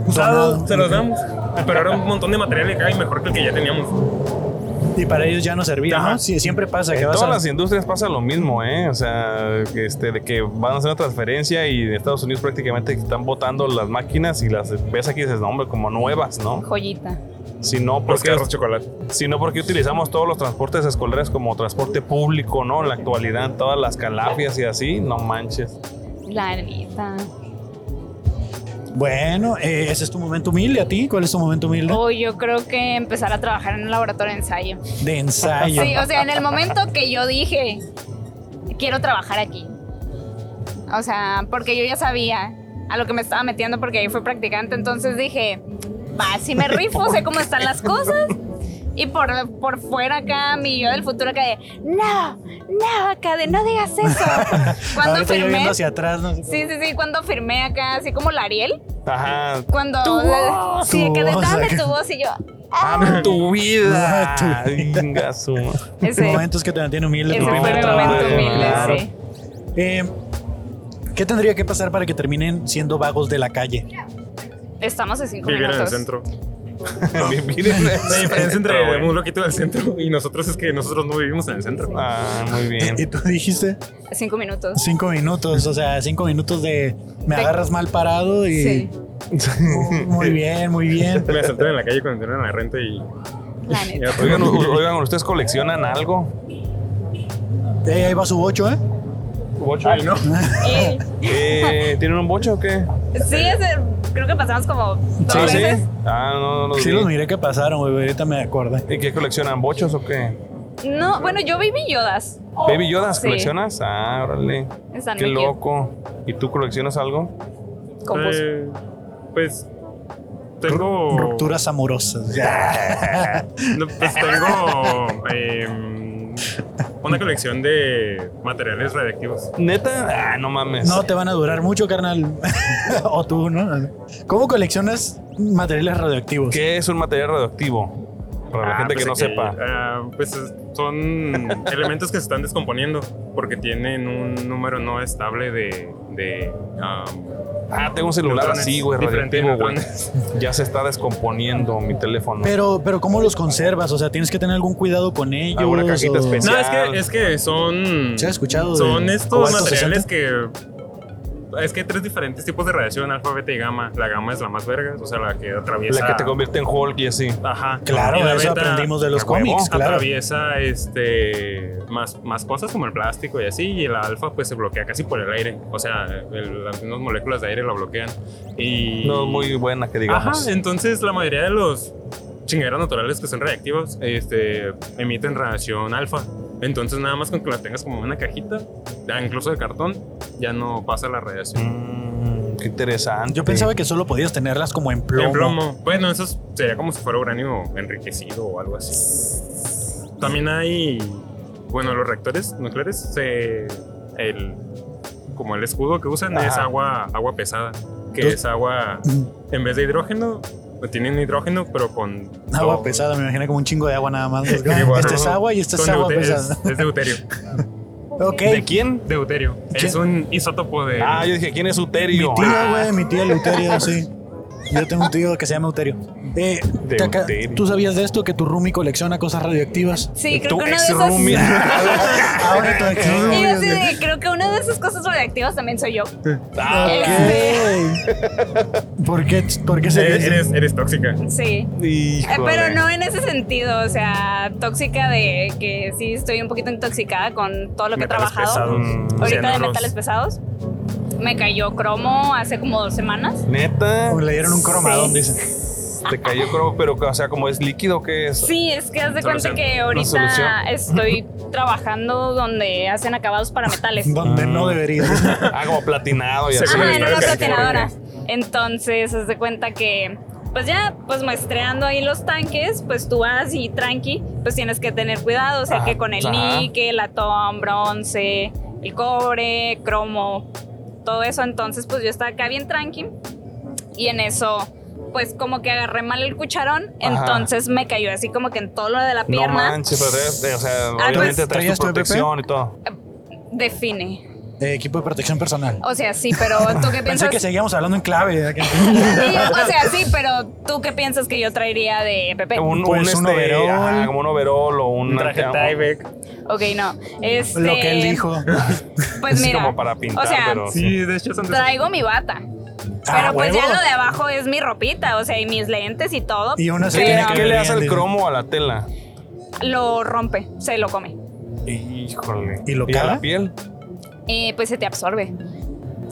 Speaker 6: usado,
Speaker 1: Donado.
Speaker 6: se los damos. Pero era un montón de material de acá y mejor que el que ya teníamos.
Speaker 1: Y para ellos ya no servía,
Speaker 6: Ajá.
Speaker 1: ¿no? Sí, siempre pasa que
Speaker 2: En
Speaker 1: vas
Speaker 2: todas
Speaker 1: a...
Speaker 2: las industrias pasa lo mismo, ¿eh? O sea, que, este, de que van a hacer una transferencia y en Estados Unidos prácticamente están botando las máquinas y las ves aquí y dices, no, hombre, como nuevas, ¿no?
Speaker 5: Joyita.
Speaker 2: Si no,
Speaker 6: Los
Speaker 2: porque
Speaker 6: carros chocolate.
Speaker 2: sino porque utilizamos todos los transportes escolares como transporte público, ¿no? En la actualidad, todas las calafias y así, no manches.
Speaker 5: La neta.
Speaker 1: Bueno, eh, ese es tu momento humilde a ti. ¿Cuál es tu momento humilde?
Speaker 7: Oh.
Speaker 5: O yo creo que empezar a trabajar en un laboratorio de ensayo.
Speaker 1: De ensayo.
Speaker 5: Sí, o sea, en el momento que yo dije, quiero trabajar aquí. O sea, porque yo ya sabía a lo que me estaba metiendo porque ahí fui practicante, entonces dije, va, si me rifo, sé cómo están las cosas.
Speaker 7: Y por, por fuera acá, mi yo del futuro acá de, no, no, acá de, no digas
Speaker 1: [laughs]
Speaker 7: eso. cuando
Speaker 1: Ahorita yo
Speaker 7: firmé,
Speaker 1: viendo hacia atrás, no sé.
Speaker 7: sí, sí, sí, cuando firmé acá, así como la Ariel,
Speaker 2: Ajá.
Speaker 7: cuando,
Speaker 1: Tu voz,
Speaker 7: sí,
Speaker 1: tu
Speaker 7: que de,
Speaker 1: voz,
Speaker 7: dame
Speaker 1: acá.
Speaker 7: tu voz y yo,
Speaker 2: Dame tu vida.
Speaker 1: Ah, tu vida.
Speaker 2: Venga, su madre.
Speaker 7: [laughs] ese,
Speaker 1: Momentos que te mantienen humilde. tu
Speaker 7: ese fue
Speaker 1: primer
Speaker 7: mi
Speaker 1: trabajo.
Speaker 7: momento humilde,
Speaker 2: claro.
Speaker 7: sí.
Speaker 1: Eh, ¿Qué tendría que pasar para que terminen siendo vagos de la calle?
Speaker 7: Estamos a cinco
Speaker 6: Vivir en el
Speaker 7: minutos.
Speaker 6: centro.
Speaker 2: Vivir en el
Speaker 6: La diferencia
Speaker 2: centro, güey.
Speaker 6: entre un loquito del centro y nosotros es que nosotros no vivimos en el centro.
Speaker 2: Ah, muy bien.
Speaker 1: [laughs] Y tú dijiste
Speaker 7: Cinco minutos.
Speaker 1: cinco minutos, o sea, cinco minutos de me
Speaker 7: Te-
Speaker 1: agarras mal parado y
Speaker 7: Sí,
Speaker 1: muy bien, muy bien.
Speaker 6: Me asaltaron en la calle cuando entraron a la renta y.
Speaker 7: la neta.
Speaker 6: ya, pues,
Speaker 2: Oigan, u- oigan, ¿ustedes coleccionan algo?
Speaker 1: Eh, ahí va su bocho, ¿eh?
Speaker 2: ¿Bocho?
Speaker 1: [laughs]
Speaker 6: Ay, no.
Speaker 7: Eh,
Speaker 2: Eh, ¿Tienen un bocho o qué?
Speaker 7: Sí, ese- creo que pasamos como dos
Speaker 2: ¿Sí?
Speaker 7: veces.
Speaker 2: Ah, no, no los
Speaker 1: Sí,
Speaker 2: vi.
Speaker 1: los miré que pasaron, güey, ahorita me acuerdo.
Speaker 2: ¿Y qué coleccionan? ¿Bochos o qué?
Speaker 7: No, bueno, yo viví Yodas.
Speaker 2: ¿Baby Yodas
Speaker 7: Sí.
Speaker 2: coleccionas? Ah, órale.
Speaker 7: Están
Speaker 2: Qué
Speaker 7: muy cute.
Speaker 2: loco. ¿Y tú coleccionas algo?
Speaker 7: Compos.
Speaker 6: Eh, pues. Tengo.
Speaker 1: Rupturas amorosas.
Speaker 6: No, pues tengo. em, una colección de materiales radiactivos.
Speaker 2: ¿Neta? Ah, no mames.
Speaker 1: No te van a durar mucho, carnal. [laughs] o tú, ¿no? ¿Cómo coleccionas materiales radioactivos?
Speaker 2: ¿Qué es un material radioactivo? Para la
Speaker 6: Ah,
Speaker 2: gente que
Speaker 6: pues
Speaker 2: no
Speaker 6: aquí,
Speaker 2: sepa.
Speaker 6: ah, pues es- son elementos que se están descomponiendo porque tienen un número no estable de. de, ah,
Speaker 2: Ah, tengo un celular
Speaker 6: neutrones,
Speaker 2: así, güey,
Speaker 6: diferentes
Speaker 2: radioactivo, güey. [laughs]
Speaker 6: neutrones.
Speaker 2: Ya se está descomponiendo mi teléfono.
Speaker 1: Pero, pero ¿cómo los conservas? O sea, tienes que tener algún cuidado con ellos.
Speaker 2: Alguna cajita
Speaker 1: o-
Speaker 2: especial.
Speaker 6: No, es que, es que son.
Speaker 1: ¿Se ha escuchado
Speaker 6: Son
Speaker 1: de
Speaker 6: estos
Speaker 1: cobalto
Speaker 6: materiales
Speaker 1: 60?
Speaker 6: que. Es que hay tres diferentes tipos de radiación, alfa, beta y gamma. La gamma es la más verga, o sea, la que atraviesa.
Speaker 2: La que te convierte en Hulk y así.
Speaker 6: Ajá.
Speaker 1: Claro,
Speaker 6: Y la
Speaker 1: eso
Speaker 6: beta
Speaker 1: aprendimos de los
Speaker 2: a huevo,
Speaker 1: cómics, claro.
Speaker 6: Atraviesa este, más, más cosas como el plástico y así, y el alfa pues se bloquea casi por el aire. O sea, el- las mismas moléculas de aire lo bloquean. Y...
Speaker 2: No muy buena que digamos.
Speaker 6: Ajá, entonces la mayoría de los chingaderos naturales que son reactivos este, emiten radiación alfa. Entonces nada más con que la tengas como en una cajita, ya incluso de cartón, ya no pasa la radiación.
Speaker 2: Mm, qué interesante.
Speaker 1: Yo pensaba que solo podías tenerlas como en Mm, plomo.
Speaker 6: En plomo. Bueno, eso es- sería como si fuera uranio enriquecido o algo así. También hay, bueno, los reactores nucleares, se, el, como el escudo que usan
Speaker 2: Ajá.
Speaker 6: es agua, agua pesada, que
Speaker 1: Dos-
Speaker 6: es agua, en vez de hidrógeno, tienen hidrógeno, pero con...
Speaker 1: Agua
Speaker 2: Oh,
Speaker 6: do-
Speaker 1: pesada, me imagino como un chingo de agua nada
Speaker 2: [laughs]
Speaker 1: más.
Speaker 6: Sí, bueno,
Speaker 1: Esta es agua y esta es
Speaker 6: con
Speaker 1: agua
Speaker 6: deute-
Speaker 1: pesada.
Speaker 6: Es, es deuterio.
Speaker 1: Ok.
Speaker 2: ¿De quién?
Speaker 6: deuterio.
Speaker 1: ¿Qué?
Speaker 6: Es un isótopo de...
Speaker 2: Ah, yo dije, ¿quién es Uterio? Ah,
Speaker 1: Mi tía, güey, mi tía Leuterio, sí. Yo tengo un tío que se llama Euterio. Eh,
Speaker 2: De
Speaker 1: te acá-
Speaker 2: Euterio.
Speaker 1: ¿Tú sabías de esto? Que tu Rumi colecciona cosas radioactivas.
Speaker 2: [laughs]
Speaker 7: Sí, creo
Speaker 2: Tu
Speaker 7: que una de
Speaker 2: ex
Speaker 7: esas.
Speaker 2: roomie.
Speaker 1: [laughs] Ahora tu ex
Speaker 7: Y
Speaker 1: Rumi,
Speaker 7: yo así
Speaker 1: güey.
Speaker 7: de, creo que una de esas cosas radioactivas también soy yo. Este,
Speaker 1: Ok. ¿Por qué, ¿Por qué sería
Speaker 6: eres,
Speaker 1: eso?
Speaker 6: eres, eres tóxica.
Speaker 7: Sí. Eh,
Speaker 2: Híjole.
Speaker 7: pero no en ese sentido, o sea, tóxica de que sí estoy un poquito intoxicada con todo lo que he
Speaker 6: Metales
Speaker 7: trabajado.
Speaker 6: pesados,
Speaker 7: Ahorita de
Speaker 6: cianuros.
Speaker 7: metales pesados. Me cayó cromo hace como dos semanas.
Speaker 2: Neta,
Speaker 1: Le dieron un cromadón,
Speaker 7: Sí.
Speaker 1: dice.
Speaker 2: te cayó, creo, pero, o sea, como es líquido, ¿qué es?
Speaker 7: Sí, es que haz de cuenta
Speaker 6: Solución.
Speaker 7: que
Speaker 2: Una solución.
Speaker 7: ahorita estoy trabajando donde hacen acabados para metales.
Speaker 1: Donde no debería.
Speaker 2: [laughs] Ah, como platinado y
Speaker 6: Se
Speaker 2: así.
Speaker 6: come
Speaker 7: Ajá, en una
Speaker 6: Claro que sí,
Speaker 7: platinadora. Entonces, haz de cuenta que, pues ya, pues muestreando ahí los tanques, pues tú vas y tranqui, pues tienes que tener cuidado, o sea,
Speaker 2: Ajá,
Speaker 7: que con el
Speaker 2: ajá.
Speaker 7: níquel, latón, bronce, el cobre, cromo, todo eso. Entonces, pues yo estaba acá bien tranqui y en eso. Pues como que agarré mal el cucharón,
Speaker 2: Ajá.
Speaker 7: entonces me cayó así como que en todo lo de la
Speaker 2: No
Speaker 7: pierna.
Speaker 2: manches, pero, eh, o sea,
Speaker 7: pues,
Speaker 2: obviamente traes
Speaker 1: ¿traías
Speaker 2: tu
Speaker 1: tu EPP?
Speaker 2: protección y todo.
Speaker 7: Define.
Speaker 1: Eh, equipo de protección personal.
Speaker 7: O sea, sí, pero tú qué
Speaker 1: Pensé
Speaker 7: piensas.
Speaker 1: que seguíamos hablando en clave.
Speaker 7: [laughs] Sí, o sea, sí, pero tú qué piensas que yo traería de Pepe.
Speaker 2: Un, este,
Speaker 1: Pues, un overol.
Speaker 2: ajá, como un overol o un,
Speaker 6: Un traje Tyvek.
Speaker 7: Ok, no. Este,
Speaker 1: Lo que él dijo.
Speaker 7: Pues
Speaker 2: Así
Speaker 7: mira.
Speaker 2: como para pintar,
Speaker 7: o sea,
Speaker 2: pero sí.
Speaker 6: Sí, de hecho son de
Speaker 7: traigo mi bata.
Speaker 1: Ah,
Speaker 7: Pero pues ya
Speaker 1: huevo.
Speaker 7: lo de abajo es mi ropita, o sea, y mis lentes y todo.
Speaker 1: Y una se
Speaker 7: pero
Speaker 1: tiene que
Speaker 2: ¿Qué le hace el
Speaker 1: Dice.
Speaker 2: cromo a la tela?
Speaker 7: Lo rompe, se lo come.
Speaker 2: Híjole.
Speaker 1: ¿Y lo
Speaker 2: a la
Speaker 1: cala?
Speaker 2: piel?
Speaker 7: Eh, pues se te absorbe.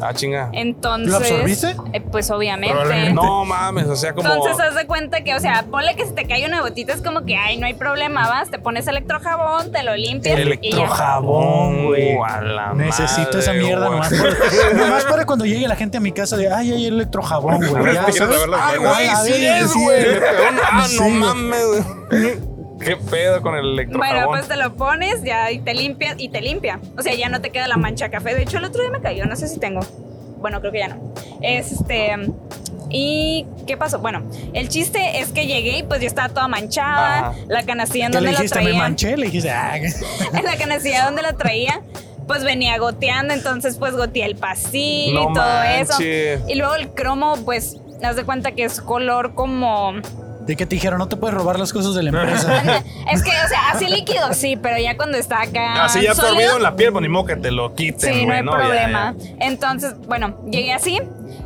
Speaker 2: Ah, chinga.
Speaker 7: Entonces.
Speaker 1: ¿Lo absorbiste?
Speaker 7: eh, pues obviamente.
Speaker 6: Probablemente.
Speaker 2: No mames, o sea, como.
Speaker 7: Entonces haz de cuenta que, o sea, ponle que se te cae una gotita, es como que, ay, no hay problema, vas, te pones electrojabón, te lo limpias y ya.
Speaker 1: Electrojabón, güey.
Speaker 2: Uh, a la
Speaker 1: Necesito esa
Speaker 2: madre,
Speaker 1: mierda
Speaker 2: güey.
Speaker 1: nomás para, [laughs] nomás para cuando llegue la gente a mi casa de ay, ay, el electrojabón, güey. ya,
Speaker 6: Tienes que
Speaker 1: ¿sabes?
Speaker 2: Ah,
Speaker 6: lavar las
Speaker 1: Ay,
Speaker 6: manos.
Speaker 1: güey, sí es,
Speaker 2: Me
Speaker 1: güey.
Speaker 2: pegó un- Ah, no
Speaker 1: Sí, güey.
Speaker 2: mames, güey. ¿Qué pedo con el
Speaker 7: Bueno,
Speaker 2: electrojabón?
Speaker 7: pues te lo pones ya y te limpias y te limpia. O sea, ya no te queda la mancha de café. De hecho, el otro día me cayó, no sé si tengo. Bueno, creo que ya no. Este. ¿Y qué pasó? Bueno, el chiste es que llegué y pues ya estaba toda manchada.
Speaker 2: Ajá.
Speaker 7: La canastilla en
Speaker 1: ¿Qué le
Speaker 7: donde la
Speaker 1: dijiste? Me
Speaker 7: traía.
Speaker 1: manché, le dijiste, ah,
Speaker 7: En [laughs] la canastilla donde la traía, pues venía goteando. Entonces, pues goteé el pasillo
Speaker 2: no
Speaker 7: y todo eso.
Speaker 2: manches.
Speaker 7: Y luego el cromo, pues, haz de cuenta que es color como. [laughs]
Speaker 1: de que te dijeron, no te puedes robar las cosas
Speaker 2: [laughs]
Speaker 1: de la empresa.
Speaker 7: Es que, o sea, así líquido sí, pero ya cuando está acá.
Speaker 2: Así ya
Speaker 7: sólido,
Speaker 2: dormido en la piel, pues ni modo que te lo quiten,
Speaker 7: Ah, Sí, no
Speaker 2: güey,
Speaker 7: hay
Speaker 2: Ya,
Speaker 7: problema.
Speaker 2: ya.
Speaker 7: Entonces, bueno, llegué así.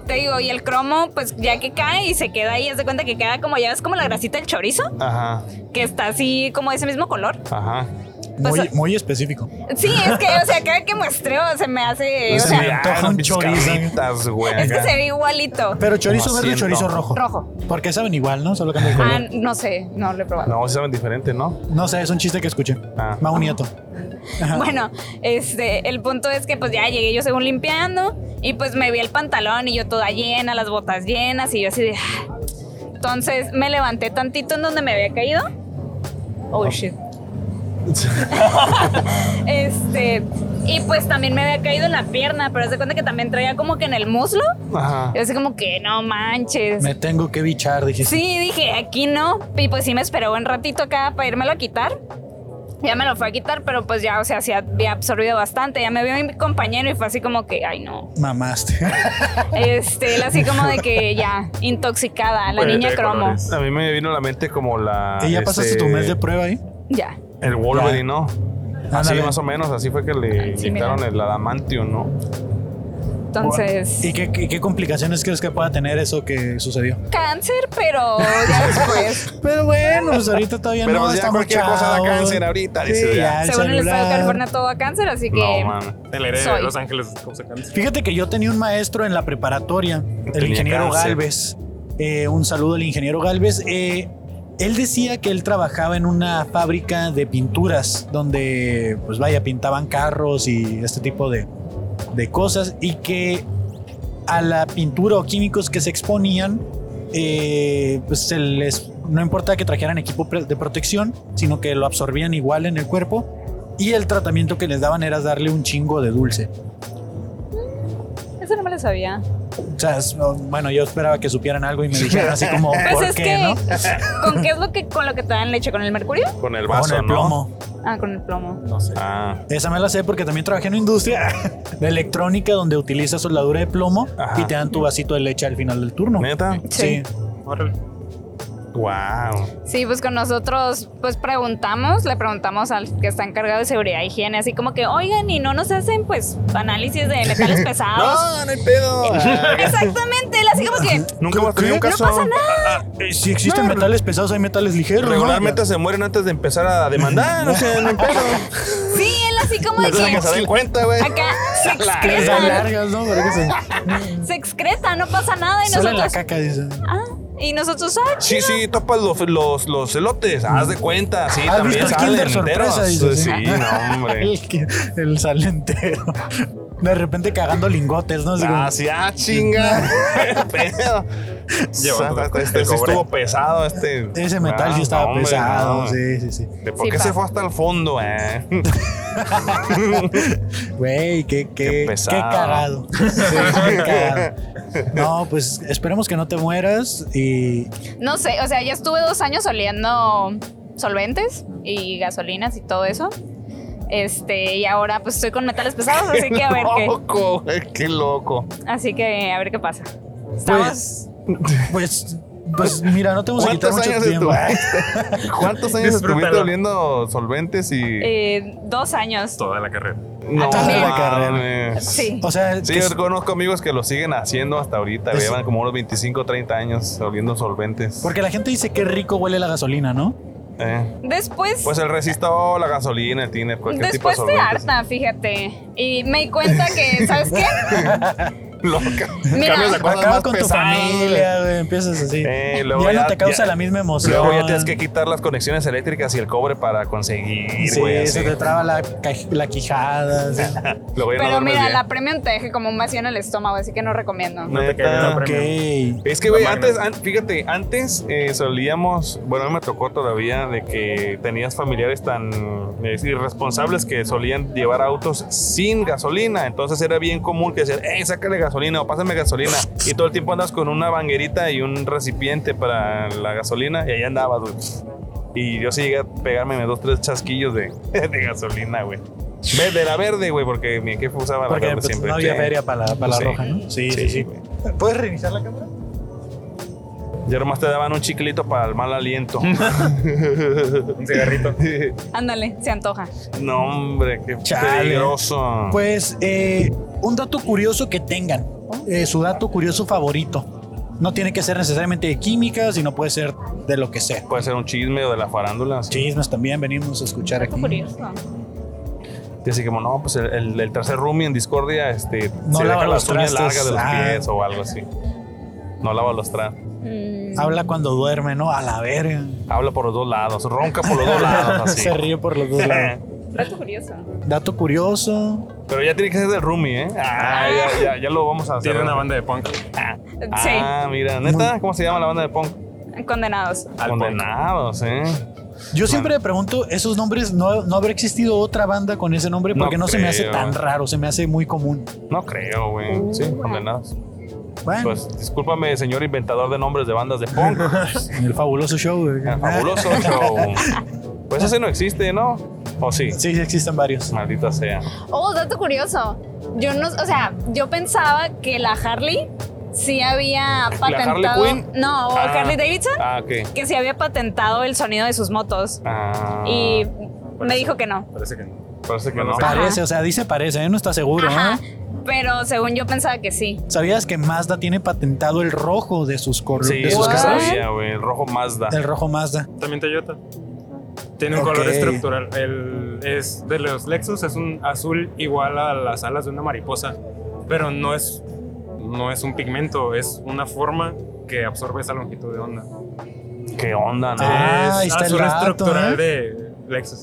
Speaker 7: Te digo, y el cromo, pues ya que cae y se queda ahí, haz de cuenta que queda como, ya ves como la grasita del chorizo,
Speaker 2: Ajá,
Speaker 7: que está así como de ese mismo color.
Speaker 2: ajá.
Speaker 7: Pues,
Speaker 1: Muy, muy específico.
Speaker 7: Sí, es que, o sea, cada que muestreo se me hace, o
Speaker 1: se
Speaker 7: sea,
Speaker 1: me antoja
Speaker 2: Ah,
Speaker 1: un
Speaker 2: pinches
Speaker 1: chorizo.
Speaker 2: carnitas, güey.
Speaker 7: es que
Speaker 2: acá.
Speaker 7: se ve igualito.
Speaker 1: Pero chorizo
Speaker 2: Como
Speaker 1: verde o
Speaker 2: asiento.
Speaker 1: chorizo rojo.
Speaker 7: Rojo.
Speaker 1: Porque saben igual, ¿no? Solo cambia el
Speaker 7: Ah,
Speaker 1: color.
Speaker 7: no sé, no lo he probado.
Speaker 2: No, se saben diferente, ¿no? [laughs]
Speaker 1: No sé, es un chiste que escuché.
Speaker 2: Ah.
Speaker 1: Mau Nieto. Ajá.
Speaker 7: Bueno, este, el punto es que pues ya llegué yo según limpiando y pues me vi el pantalón y yo toda llena, las botas llenas y yo así de... "Ah". Entonces me levanté tantito en donde me había caído. Oh, shit. este, y pues también me había caído en la pierna, pero se cuenta que también traía como que en el muslo.
Speaker 2: Ajá.
Speaker 7: Yo así como que no manches.
Speaker 1: Me tengo que bichar, dijiste.
Speaker 7: Sí, dije, aquí no. Y pues sí me esperó un ratito acá para irmelo a quitar. Ya me lo fue a quitar, pero pues ya, o sea, sí había absorbido bastante. Ya me vio mi compañero y fue así como que, ay no.
Speaker 1: Mamaste.
Speaker 7: Este, él así como de que ya, intoxicada, la
Speaker 6: Pues,
Speaker 7: niña
Speaker 6: de
Speaker 7: cromo.
Speaker 6: colores.
Speaker 2: A mí me vino a la mente como la.
Speaker 1: [laughs] ¿Y ya
Speaker 2: este,
Speaker 1: pasaste tu mes de prueba ahí?
Speaker 7: Ya.
Speaker 2: El Wolverine,
Speaker 1: Ya.
Speaker 2: ¿no? Así
Speaker 1: Ándale.
Speaker 2: Ah, más o menos, así fue que le
Speaker 7: Sí,
Speaker 2: inyectaron el adamantium, ¿no?
Speaker 7: Entonces,
Speaker 1: ¿Y qué, qué- qué complicaciones crees que pueda tener eso que sucedió?
Speaker 7: cáncer,
Speaker 1: [laughs]
Speaker 7: pero ya después.
Speaker 1: Pero bueno, pues ahorita todavía
Speaker 2: Pero
Speaker 1: no
Speaker 2: pues ya
Speaker 1: estamos
Speaker 2: cualquier cosa da
Speaker 1: chavos.
Speaker 2: cáncer ahorita,
Speaker 1: Sí,
Speaker 2: dice ya.
Speaker 1: ya el
Speaker 7: según el estado de
Speaker 1: celular.
Speaker 7: California todo a cáncer, así que
Speaker 2: No, man.
Speaker 6: El aire
Speaker 7: Soy.
Speaker 6: de Los Ángeles, ¿cómo se canta?
Speaker 1: Fíjate que yo tenía un maestro en la preparatoria, el
Speaker 2: Tenía
Speaker 1: ingeniero
Speaker 2: cáncer.
Speaker 1: Galvez. Eh, un saludo al ingeniero Galvez. Eh, él decía que él trabajaba en una fábrica de pinturas donde, pues vaya, pintaban carros y este tipo de, de cosas y que a la pintura o químicos que se exponían, eh, pues se les, no importa que trajeran equipo pre- de protección, sino que lo absorbían igual en el cuerpo y el tratamiento que les daban era darle un chingo de dulce.
Speaker 7: eso no me lo sabía.
Speaker 1: O sea, es- no, bueno, yo esperaba que supieran algo y me dijeran así como,
Speaker 7: [laughs] Pues
Speaker 1: ¿por
Speaker 7: es
Speaker 1: qué,
Speaker 7: que,
Speaker 1: no?
Speaker 7: [laughs] ¿con qué es lo que con lo que te dan leche? ¿Con el mercurio?
Speaker 2: Con el
Speaker 1: Con
Speaker 2: vaso,
Speaker 1: el
Speaker 2: ¿no?
Speaker 1: plomo.
Speaker 7: Ah, con el plomo.
Speaker 1: No sé.
Speaker 2: Ah,
Speaker 1: Esa me la sé porque también trabajé en una industria [laughs] de electrónica donde utilizas soldadura de plomo
Speaker 2: Ajá.
Speaker 1: y te dan tu vasito de leche al final del turno.
Speaker 2: ¿neta?
Speaker 1: Sí.
Speaker 6: Órale.
Speaker 2: Wow.
Speaker 7: Sí, pues con nosotros, pues preguntamos, le preguntamos al que está encargado de seguridad e higiene, así como que, oigan, y no nos hacen, pues, análisis de
Speaker 1: [laughs]
Speaker 7: metales pesados.
Speaker 2: No, no hay pedo.
Speaker 7: Eh,
Speaker 2: Ah,
Speaker 7: Exactamente, él así como que,
Speaker 2: Nunca hemos tenido un
Speaker 1: ¿Qué?
Speaker 2: caso.
Speaker 1: Eh, Si existen
Speaker 2: No, no.
Speaker 1: metales pesados, hay metales ligeros. ¿no?
Speaker 2: Regularmente se mueren antes de empezar a demandar, o sea, no hay pedo.
Speaker 1: [laughs]
Speaker 7: sí, él así como de
Speaker 2: Antes de que se den
Speaker 7: que,
Speaker 2: cuenta, güey.
Speaker 7: acá
Speaker 1: [laughs]
Speaker 7: se
Speaker 1: Que están
Speaker 7: excreta,
Speaker 1: largas, ¿no? Porque se-
Speaker 7: se excreta, no pasa nada, y
Speaker 1: sale la
Speaker 7: nosotros,
Speaker 1: caca, dice.
Speaker 7: ah, y nosotros, ah,
Speaker 2: Sí, sí, topas los, los, los elotes, haz de cuenta, sí,
Speaker 1: ¿Has
Speaker 2: también
Speaker 1: visto el
Speaker 2: salen
Speaker 1: Kinder Sorpresa?
Speaker 2: enteros. Pues
Speaker 1: Dices,
Speaker 2: sí,
Speaker 1: ¿eh? [laughs]
Speaker 2: no, hombre.
Speaker 1: El, que- el sale entero. De repente cagando lingotes, ¿no? Así como-
Speaker 2: Ah, sí, ah, chinga.
Speaker 1: [laughs]
Speaker 2: [laughs] Pedo.
Speaker 6: Llevando
Speaker 2: Santa,
Speaker 6: de
Speaker 2: Este sí
Speaker 6: cobre.
Speaker 2: estuvo pesado, este.
Speaker 1: ese metal
Speaker 2: Ah,
Speaker 1: sí estaba
Speaker 2: no, hombre,
Speaker 1: pesado.
Speaker 2: no.
Speaker 1: Sí, sí, sí.
Speaker 2: ¿De ¿Por
Speaker 7: Sí,
Speaker 2: qué
Speaker 7: pa.
Speaker 2: se fue hasta el fondo, eh?
Speaker 1: Güey, qué, qué,
Speaker 2: Qué
Speaker 1: qué,
Speaker 2: pesado. [laughs]
Speaker 1: cagado. Sí, qué cagado. No, pues esperemos que no te mueras y
Speaker 7: no sé, o sea, ya estuve dos años oliendo solventes y gasolinas y todo eso. Este, y ahora pues estoy con metales pesados, así que a
Speaker 2: [laughs]
Speaker 7: ver qué.
Speaker 2: loco, güey, qué loco.
Speaker 7: Así que a ver qué pasa. Estamos.
Speaker 1: pues, pues mira, no te vamos a quitar
Speaker 2: ¿Cuántos
Speaker 1: mucho
Speaker 2: años,
Speaker 1: tiempo.
Speaker 2: estu- [laughs] ¿Cuántos años
Speaker 6: Disfrútalo.
Speaker 2: estuviste oliendo solventes y
Speaker 7: eh, dos años.
Speaker 6: Toda la carrera.
Speaker 2: no
Speaker 1: también. La carrera.
Speaker 2: mames.
Speaker 7: Sí.
Speaker 1: O sea,
Speaker 2: Sí,
Speaker 1: que-
Speaker 2: yo conozco amigos que lo siguen haciendo hasta ahorita.
Speaker 1: Es-
Speaker 2: Llevan como unos 25, 30 años oliendo solventes.
Speaker 1: porque la gente dice que rico huele la gasolina, ¿no?
Speaker 2: Eh,
Speaker 7: Después.
Speaker 2: Pues el resistor, la gasolina, el tiner, cualquier tipo de
Speaker 7: después te
Speaker 2: solventes. [laughs]
Speaker 7: harta, fíjate. Y me di cuenta que, ¿sabes qué?
Speaker 2: loca.
Speaker 7: Mira,
Speaker 2: Cambias la cosa
Speaker 1: Acaba
Speaker 2: más
Speaker 1: con tu
Speaker 2: pesada, güey.
Speaker 1: familia, güey, empiezas así.
Speaker 2: Eh, luego
Speaker 1: ya,
Speaker 2: ya-
Speaker 1: no te causa
Speaker 2: ya-
Speaker 1: la misma emoción.
Speaker 2: Luego ya tienes que quitar las conexiones eléctricas y el cobre para conseguir,
Speaker 1: Sí,
Speaker 2: güey.
Speaker 1: se
Speaker 2: así.
Speaker 1: te traba la, ca- la quijada. así.
Speaker 2: [laughs] Luego ya no
Speaker 7: Pero
Speaker 2: duermes
Speaker 7: mira,
Speaker 2: bien.
Speaker 7: la premium te deja como un vacío en el estómago, así que no recomiendo.
Speaker 6: No te
Speaker 2: Neta.
Speaker 6: caigas la
Speaker 1: ok.
Speaker 6: premium.
Speaker 2: Es que, güey,
Speaker 6: La
Speaker 2: antes,
Speaker 6: magna.
Speaker 2: an- fíjate, antes eh, solíamos, bueno, a mí me tocó todavía de que tenías familiares tan eh, irresponsables que solían llevar autos sin gasolina. Entonces era bien común que decían, hey, sácale gasolina o pásame gasolina. Y todo el tiempo andas con una banguerita y un recipiente para la gasolina y ahí andabas, güey. Y yo sí llegué a pegarme dos, tres chasquillos de, [laughs] de gasolina, güey. Verde, la verde, güey, porque mi jefe usaba la
Speaker 1: Porque
Speaker 2: verde
Speaker 1: pues,
Speaker 2: siempre.
Speaker 1: no había
Speaker 2: Sí. Pues
Speaker 1: feria para la, para la
Speaker 2: Sí.
Speaker 1: roja, ¿no?
Speaker 2: Sí, sí, güey.
Speaker 1: ¿Puedes reiniciar la cámara?
Speaker 2: Ya nomás te daban un chiclito para el mal
Speaker 1: [laughs]
Speaker 2: aliento.
Speaker 6: Un cigarrito.
Speaker 7: Ándale, se antoja.
Speaker 2: no, hombre, qué
Speaker 1: Chale.
Speaker 2: peligroso.
Speaker 1: Pues eh, un dato curioso que tengan, eh, su dato curioso favorito. No tiene que ser necesariamente de química, sino puede ser de lo que sea.
Speaker 2: Puede ser un chisme o de la farándula. Así,
Speaker 1: Chismes también venimos a escuchar aquí.
Speaker 7: Curioso.
Speaker 2: Y así como, no, pues el, el- el tercer roomie en Discordia este,
Speaker 1: No
Speaker 2: se
Speaker 1: lava
Speaker 2: deja las
Speaker 1: los
Speaker 2: uñas
Speaker 1: trastes.
Speaker 2: largas de los
Speaker 1: Ah.
Speaker 2: pies o algo así. No lava los trastes.
Speaker 7: Mm.
Speaker 2: Ah.
Speaker 1: Habla cuando duerme, ¿no? A la verga.
Speaker 2: Habla por los dos lados, ronca por los dos lados.
Speaker 1: [laughs]
Speaker 2: Así.
Speaker 1: Se ríe por los dos lados.
Speaker 7: Dato curioso.
Speaker 1: Dato curioso.
Speaker 2: [laughs] Pero ya tiene que ser del roomie, ¿eh? Ah, ya, ya, ya lo vamos a hacer.
Speaker 6: Tiene una banda de punk.
Speaker 2: Ah, mira, neta, ¿cómo se llama la banda de punk?
Speaker 7: Sí, condenados.
Speaker 6: Al punk.
Speaker 2: Condenados, ¿eh?
Speaker 1: Yo siempre
Speaker 2: Ah.
Speaker 1: me pregunto, esos nombres, ¿no, no habrá existido otra banda con ese nombre?
Speaker 2: No
Speaker 1: Porque no, se me hace
Speaker 2: creo.
Speaker 1: tan raro, se me hace muy común.
Speaker 2: No creo, güey.
Speaker 1: Uh.
Speaker 2: Sí, condenados.
Speaker 1: Bueno,
Speaker 2: Pues discúlpame, señor inventador de nombres de bandas de
Speaker 1: [laughs]
Speaker 2: punk.
Speaker 1: el fabuloso show. güey.
Speaker 2: El fabuloso show. Pues ese no existe, ¿no? ¿O sí?
Speaker 1: Sí, sí, existen varios.
Speaker 2: Maldita sea.
Speaker 7: Oh, dato curioso. Yo no, o sea, yo pensaba que la Harley sí había
Speaker 2: Harley
Speaker 7: patentado.
Speaker 2: Quinn?
Speaker 7: No, o
Speaker 2: Ah.
Speaker 7: Harley Davidson,
Speaker 2: Ah, ok.
Speaker 7: que sí había patentado el sonido de sus motos.
Speaker 2: Ah,
Speaker 7: Y me
Speaker 6: eso.
Speaker 7: dijo que no.
Speaker 6: Parece que no.
Speaker 2: parece que
Speaker 6: no
Speaker 2: no.
Speaker 6: sé.
Speaker 1: Parece, o sea, dice parece, ¿eh? no está seguro.
Speaker 7: Ajá.
Speaker 1: ¿eh?
Speaker 7: Pero según yo pensaba que sí.
Speaker 1: ¿Sabías que Mazda tiene patentado el rojo de sus cor-
Speaker 2: Sí,
Speaker 1: de
Speaker 2: eso
Speaker 1: sus
Speaker 2: es que
Speaker 1: carros?
Speaker 2: sabía, güey. El rojo Mazda.
Speaker 1: El rojo Mazda.
Speaker 6: También Toyota. Tiene un
Speaker 1: Ok.
Speaker 6: color estructural. El, es de los Lexus, es un azul igual a las alas de una mariposa. Pero no es, no es un pigmento, es una forma que absorbe esa longitud de onda.
Speaker 2: ¿Qué onda, no?
Speaker 1: Ah, ahí
Speaker 6: es
Speaker 1: está el
Speaker 6: azul
Speaker 1: dato,
Speaker 6: estructural
Speaker 1: ¿eh?
Speaker 6: de Lexus.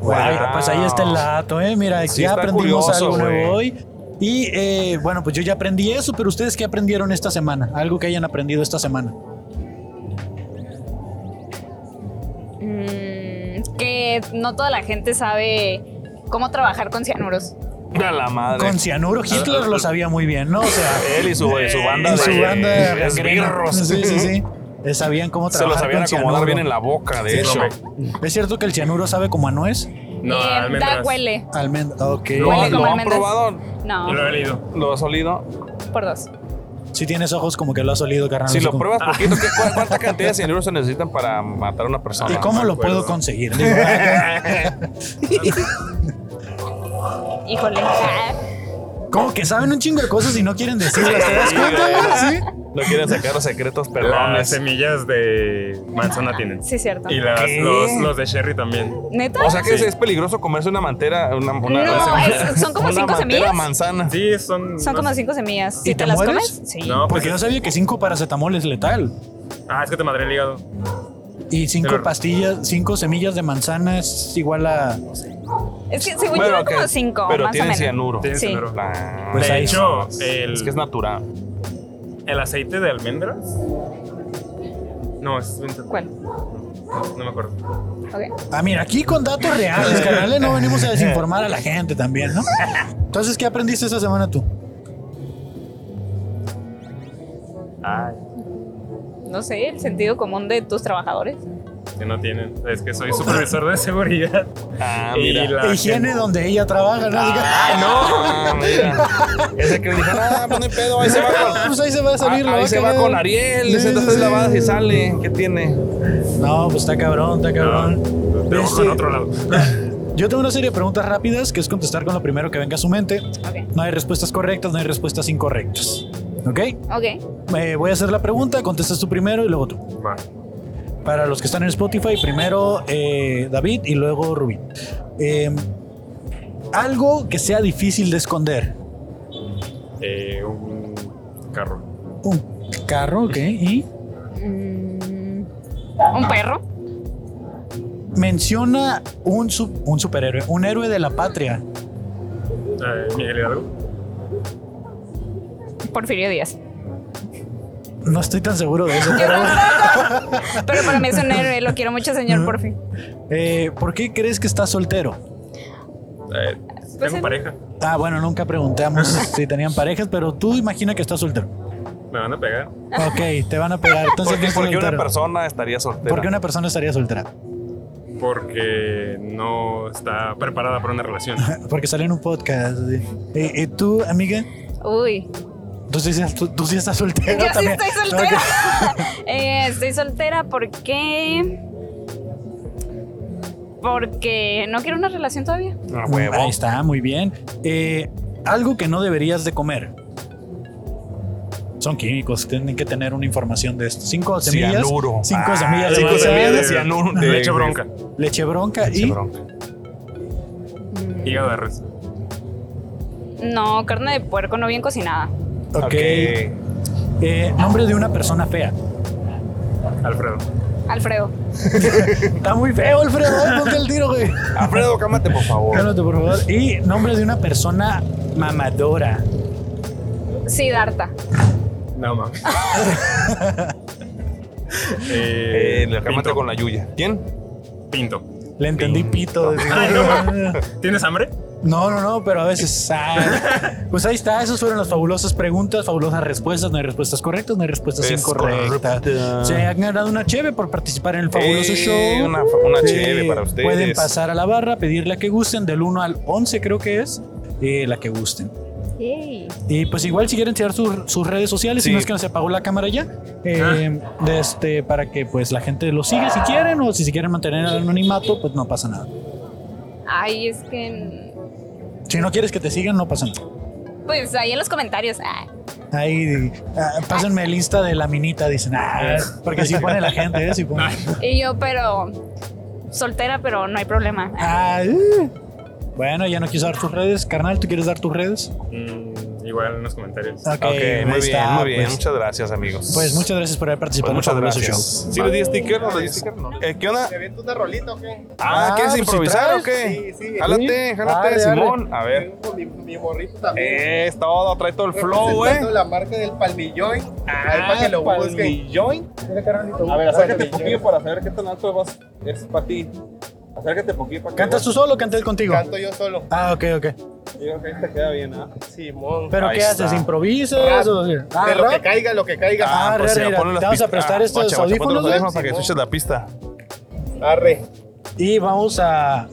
Speaker 1: Guay, pues ahí está el dato, ¿eh? Mira,
Speaker 2: Sí,
Speaker 1: ya
Speaker 2: está
Speaker 1: aprendimos
Speaker 2: curioso,
Speaker 1: algo nuevo
Speaker 2: güey.
Speaker 1: hoy. Y eh, bueno, pues yo ya aprendí eso, pero ¿ustedes qué aprendieron esta semana? Algo que hayan aprendido esta semana.
Speaker 7: Mm, que no toda la gente sabe cómo trabajar con cianuros.
Speaker 2: A la madre.
Speaker 1: Con cianuro, Hitler lo sabía muy bien, ¿no? O
Speaker 2: [laughs]
Speaker 1: sea,
Speaker 2: Él y su, y su banda
Speaker 1: y su
Speaker 2: de
Speaker 1: banda
Speaker 2: de
Speaker 1: gangrena.
Speaker 2: esbirros.
Speaker 1: Sí, sí,
Speaker 2: [laughs]
Speaker 1: sí. Eh, Sabían cómo
Speaker 2: Se lo
Speaker 1: trabajar
Speaker 2: sabían
Speaker 1: con
Speaker 2: acomodar
Speaker 1: cianuro.
Speaker 2: bien en la boca, de hecho.
Speaker 1: ¿Es cierto que el cianuro sabe como a nuez?
Speaker 6: No,
Speaker 7: Eh,
Speaker 6: al menos.
Speaker 7: da huele.
Speaker 1: Almendra, ok.
Speaker 2: ¿Lo,
Speaker 7: Huele
Speaker 2: lo
Speaker 7: como
Speaker 2: han
Speaker 7: almendras.
Speaker 2: probado?
Speaker 7: No,
Speaker 6: Yo lo he leído.
Speaker 2: ¿Lo has olido?
Speaker 7: por dos.
Speaker 1: Si tienes ojos como que lo has olido, carnal.
Speaker 2: Si
Speaker 1: Así
Speaker 2: lo
Speaker 1: como-
Speaker 2: pruebas poquito, ¿qué- cu- ¿cuánta
Speaker 1: [laughs]
Speaker 2: cantidad de cianuros se necesitan para matar a una persona?
Speaker 1: ¿Y cómo
Speaker 6: me
Speaker 1: lo
Speaker 6: acuerdo.
Speaker 1: puedo conseguir? Digo,
Speaker 2: [laughs]
Speaker 7: Híjole. Ah,
Speaker 1: ¿Cómo que saben un chingo de cosas y no quieren decirlas? ¿Te das cuenta? güey? ¿Sí?
Speaker 2: No quieren sacar los secretos
Speaker 6: Las
Speaker 2: perrones.
Speaker 6: semillas de manzana tienen.
Speaker 7: Sí, cierto.
Speaker 6: Y las,
Speaker 2: ¿Qué?
Speaker 6: los, los de Sherry también.
Speaker 7: ¿Neta?
Speaker 2: O sea que
Speaker 6: Sí.
Speaker 2: es peligroso comerse una mantera, una, una-
Speaker 7: No, es- son como
Speaker 2: una
Speaker 7: cinco
Speaker 2: mantera
Speaker 7: semillas.
Speaker 2: manzana.
Speaker 6: Sí, son.
Speaker 7: Son
Speaker 6: no
Speaker 7: como
Speaker 6: sé.
Speaker 7: cinco semillas.
Speaker 1: ¿Y
Speaker 7: Si
Speaker 1: te
Speaker 7: te las
Speaker 1: mueres?
Speaker 7: comes, sí.
Speaker 1: Porque
Speaker 6: No, porque
Speaker 1: yo sabía que cinco paracetamol es letal.
Speaker 6: Ah, es que te madre el hígado.
Speaker 1: Y cinco
Speaker 6: Pero-
Speaker 1: pastillas, cinco semillas de manzana es igual a.
Speaker 7: Es que según yo
Speaker 2: Bueno,
Speaker 7: eran como
Speaker 2: ok,
Speaker 7: cinco,
Speaker 2: pero
Speaker 7: más o
Speaker 2: tiene
Speaker 7: menos.
Speaker 2: cianuro.
Speaker 6: Tienes
Speaker 7: Sí.
Speaker 6: dinero.
Speaker 2: Ah,
Speaker 1: Pues
Speaker 6: de
Speaker 1: ahí
Speaker 6: hecho,
Speaker 2: es
Speaker 6: el,
Speaker 2: que es natural.
Speaker 6: el aceite de almendras. No, es.
Speaker 7: ¿Cuál?
Speaker 6: No, no me acuerdo.
Speaker 7: Ok.
Speaker 1: Ah, mira, aquí con datos reales, carnales, no venimos a desinformar a la gente también, ¿no? Entonces, ¿qué aprendiste esta semana tú?
Speaker 6: Ay,
Speaker 7: No sé, el sentido común de tus trabajadores.
Speaker 6: que no tienen. Es que soy supervisor
Speaker 1: [laughs]
Speaker 6: de seguridad.
Speaker 2: Ah,
Speaker 6: y
Speaker 2: mira.
Speaker 6: la
Speaker 1: Higiene donde ella trabaja, ¿no? Así que-
Speaker 2: Ah, mira. Ese que le dijo, ah, pues no hay pedo,
Speaker 1: [laughs]
Speaker 2: ahí se va con.
Speaker 1: Pues ahí se va a salir
Speaker 2: ah,
Speaker 1: la
Speaker 2: ahí se
Speaker 1: vaca,
Speaker 2: va
Speaker 1: ¿no?
Speaker 2: con Ariel,
Speaker 1: Sí,
Speaker 2: le sienta
Speaker 1: sí,
Speaker 2: tres
Speaker 1: sí.
Speaker 2: lavadas y sale. ¿Qué tiene?
Speaker 1: No, pues está cabrón, está cabrón.
Speaker 6: gente- Trabajo
Speaker 1: Este,
Speaker 6: en otro lado.
Speaker 1: Yo tengo una serie de preguntas rápidas que es contestar con lo primero que venga a su mente.
Speaker 7: Ok.
Speaker 1: No hay respuestas correctas, no hay respuestas incorrectas. ¿Ok?
Speaker 7: Ok.
Speaker 1: Eh, voy a hacer la pregunta, contestas tú primero y luego tú.
Speaker 6: Va.
Speaker 1: Para los que están en Spotify, primero eh, David y luego Rubí. Eh, algo que sea difícil de esconder.
Speaker 6: Eh, un carro.
Speaker 1: Un carro, ok. Y
Speaker 7: Mm, un perro.
Speaker 1: menciona un, su- un superhéroe, un héroe de la patria.
Speaker 6: Eh, Miguel Hidalgo.
Speaker 7: Porfirio Díaz.
Speaker 1: No estoy tan seguro de eso,
Speaker 7: Yo
Speaker 1: pero.
Speaker 7: tampoco. Pero para mí es un héroe. Lo quiero mucho, señor Porfi.
Speaker 1: eh, ¿Por qué crees que está soltero?
Speaker 6: Eh,
Speaker 7: Pues
Speaker 6: tengo
Speaker 7: en-
Speaker 6: pareja.
Speaker 1: Ah, bueno, nunca
Speaker 2: [laughs]
Speaker 1: preguntamos si tenían parejas, pero tú imagina que está soltero.
Speaker 6: Me van a pegar.
Speaker 1: Ok, te van a pegar. Entonces,
Speaker 2: ¿Por qué,
Speaker 1: está
Speaker 2: por qué una
Speaker 1: soltero?
Speaker 2: persona estaría soltera?
Speaker 1: ¿Por qué una persona estaría soltera?
Speaker 6: Porque no está preparada para una relación.
Speaker 1: Porque salió en un podcast. así. Eh, eh, tú, amiga?
Speaker 7: Uy.
Speaker 1: ¿Tú sí, seas- tú- tú sí estás soltera
Speaker 7: Yo sí
Speaker 1: también?
Speaker 7: estoy soltera. [laughs] Eh, estoy soltera porque. Porque no quiero una relación todavía.
Speaker 2: Ah,
Speaker 1: Ok.
Speaker 2: huevo.
Speaker 1: Ahí está, muy bien. Eh, algo que no deberías de comer. Son químicos, tienen que tener una información de esto. Cinco semillas.
Speaker 2: Cianuro.
Speaker 1: Cinco
Speaker 2: Ah,
Speaker 1: semillas.
Speaker 2: cinco
Speaker 1: Cinco
Speaker 6: pues,
Speaker 2: semillas de
Speaker 1: semillas.
Speaker 2: cianuro. de-
Speaker 6: Leche bronca.
Speaker 1: Leche bronca
Speaker 2: Leche
Speaker 1: y
Speaker 2: bronca.
Speaker 6: Hígado de res.
Speaker 7: No, carne de puerco no bien cocinada.
Speaker 1: Ok.
Speaker 2: Ok.
Speaker 1: Eh, nombre de una persona fea.
Speaker 6: Alfredo.
Speaker 7: Alfredo.
Speaker 1: Está muy feo, Alfredo. [laughs] Ay, Ponte el tiro, güey.
Speaker 2: Alfredo, cámate, por favor.
Speaker 1: Cálmate, por favor. Y nombre de una persona mamadora.
Speaker 7: Sidarta.
Speaker 6: No mames.
Speaker 2: Eh, le cámate
Speaker 6: pinto.
Speaker 2: con la Yuya. ¿Quién?
Speaker 6: Pinto.
Speaker 1: Le entendí pito.
Speaker 6: ¿Tienes hambre?
Speaker 1: No, no, no, pero a veces. ah, pues ahí está, esas fueron las fabulosas preguntas, fabulosas respuestas. No hay respuestas correctas, no hay respuestas
Speaker 2: Es
Speaker 1: incorrectas.
Speaker 2: correcta.
Speaker 1: Se han ganado una cheve por participar en el fabuloso
Speaker 2: Eh,
Speaker 1: show.
Speaker 2: Una, una
Speaker 1: Eh,
Speaker 2: chévere para ustedes.
Speaker 1: Pueden pasar a la barra, pedir la que gusten, del 1 al 11, creo que es, eh, la que gusten. Y pues igual si quieren tirar sus- sus redes sociales, si
Speaker 2: Sí. Ah.
Speaker 1: no es que no se apagó la cámara ya, eh, de este, para que pues la gente lo siga si quieren o si se quieren mantener el anonimato, pues no pasa nada.
Speaker 7: Ay, es que.
Speaker 1: Si no quieres que te sigan, no pasa nada.
Speaker 7: Pues ahí en los comentarios. ah.
Speaker 1: Ahí, ah, pásenme el Insta de la minita, dicen, ah, porque si pone la gente, ¿eh? Si
Speaker 2: [laughs]
Speaker 1: pone.
Speaker 7: Y yo, pero. Soltera, pero no hay problema.
Speaker 1: Ah, eh. Bueno, ya no quiso dar tus redes. Carnal, ¿tú quieres dar tus redes?
Speaker 6: Mm, igual en los comentarios.
Speaker 1: Ok,
Speaker 2: Ok, muy
Speaker 1: ahí
Speaker 2: bien,
Speaker 1: está,
Speaker 2: muy bien.
Speaker 1: pues.
Speaker 2: muchas gracias, amigos.
Speaker 1: Pues muchas gracias por haber participado
Speaker 2: Pues
Speaker 1: en
Speaker 2: muchas
Speaker 1: el fabuloso
Speaker 2: gracias.
Speaker 1: show.
Speaker 2: ¿Sí le di sticker? ¿No le di sticker? No. Eh, ¿Qué onda?
Speaker 8: aviento una rolita o qué?
Speaker 2: Ah,
Speaker 1: Ah,
Speaker 2: ¿quieres
Speaker 1: pues,
Speaker 2: improvisar
Speaker 1: ¿sí
Speaker 2: o qué?
Speaker 8: Sí, sí.
Speaker 2: Jálate, jálate,
Speaker 1: Dale, dale.
Speaker 2: Simón. A ver.
Speaker 8: Mi, mi morrito también.
Speaker 2: Eh, Es todo, trae todo el
Speaker 1: pues,
Speaker 2: flow, eh. Ah, güey.
Speaker 8: Representando la marca del Palmilloin. Ahí para que lo busquen.
Speaker 9: Ah, A ver, acércate un poquito para saber qué tan alto vas. Es para ti. Acércate un poquito para que
Speaker 1: ¿Cantas tú solo o canta él contigo?
Speaker 8: Canto yo solo.
Speaker 1: Ah, ok, ok.
Speaker 9: Digo que ahí te queda bien, ¿ah?
Speaker 8: Simón.
Speaker 1: ¿Pero
Speaker 2: Ahí
Speaker 1: qué haces?
Speaker 2: está.
Speaker 1: ¿Improvisas? o qué? Ah,
Speaker 8: de lo
Speaker 1: rap.
Speaker 8: que caiga, lo que caiga.
Speaker 1: Ah,
Speaker 2: pues,
Speaker 1: mira,
Speaker 2: ya,
Speaker 1: mira,
Speaker 2: ponle las
Speaker 1: te vamos a
Speaker 2: pistas. Ah,
Speaker 1: prestar estos
Speaker 2: guacha, guacha, ponte
Speaker 1: audífonos,
Speaker 2: los
Speaker 1: güey.
Speaker 2: audífonos para que escuches la pista. Ah.
Speaker 8: Arre.
Speaker 1: Y vamos a...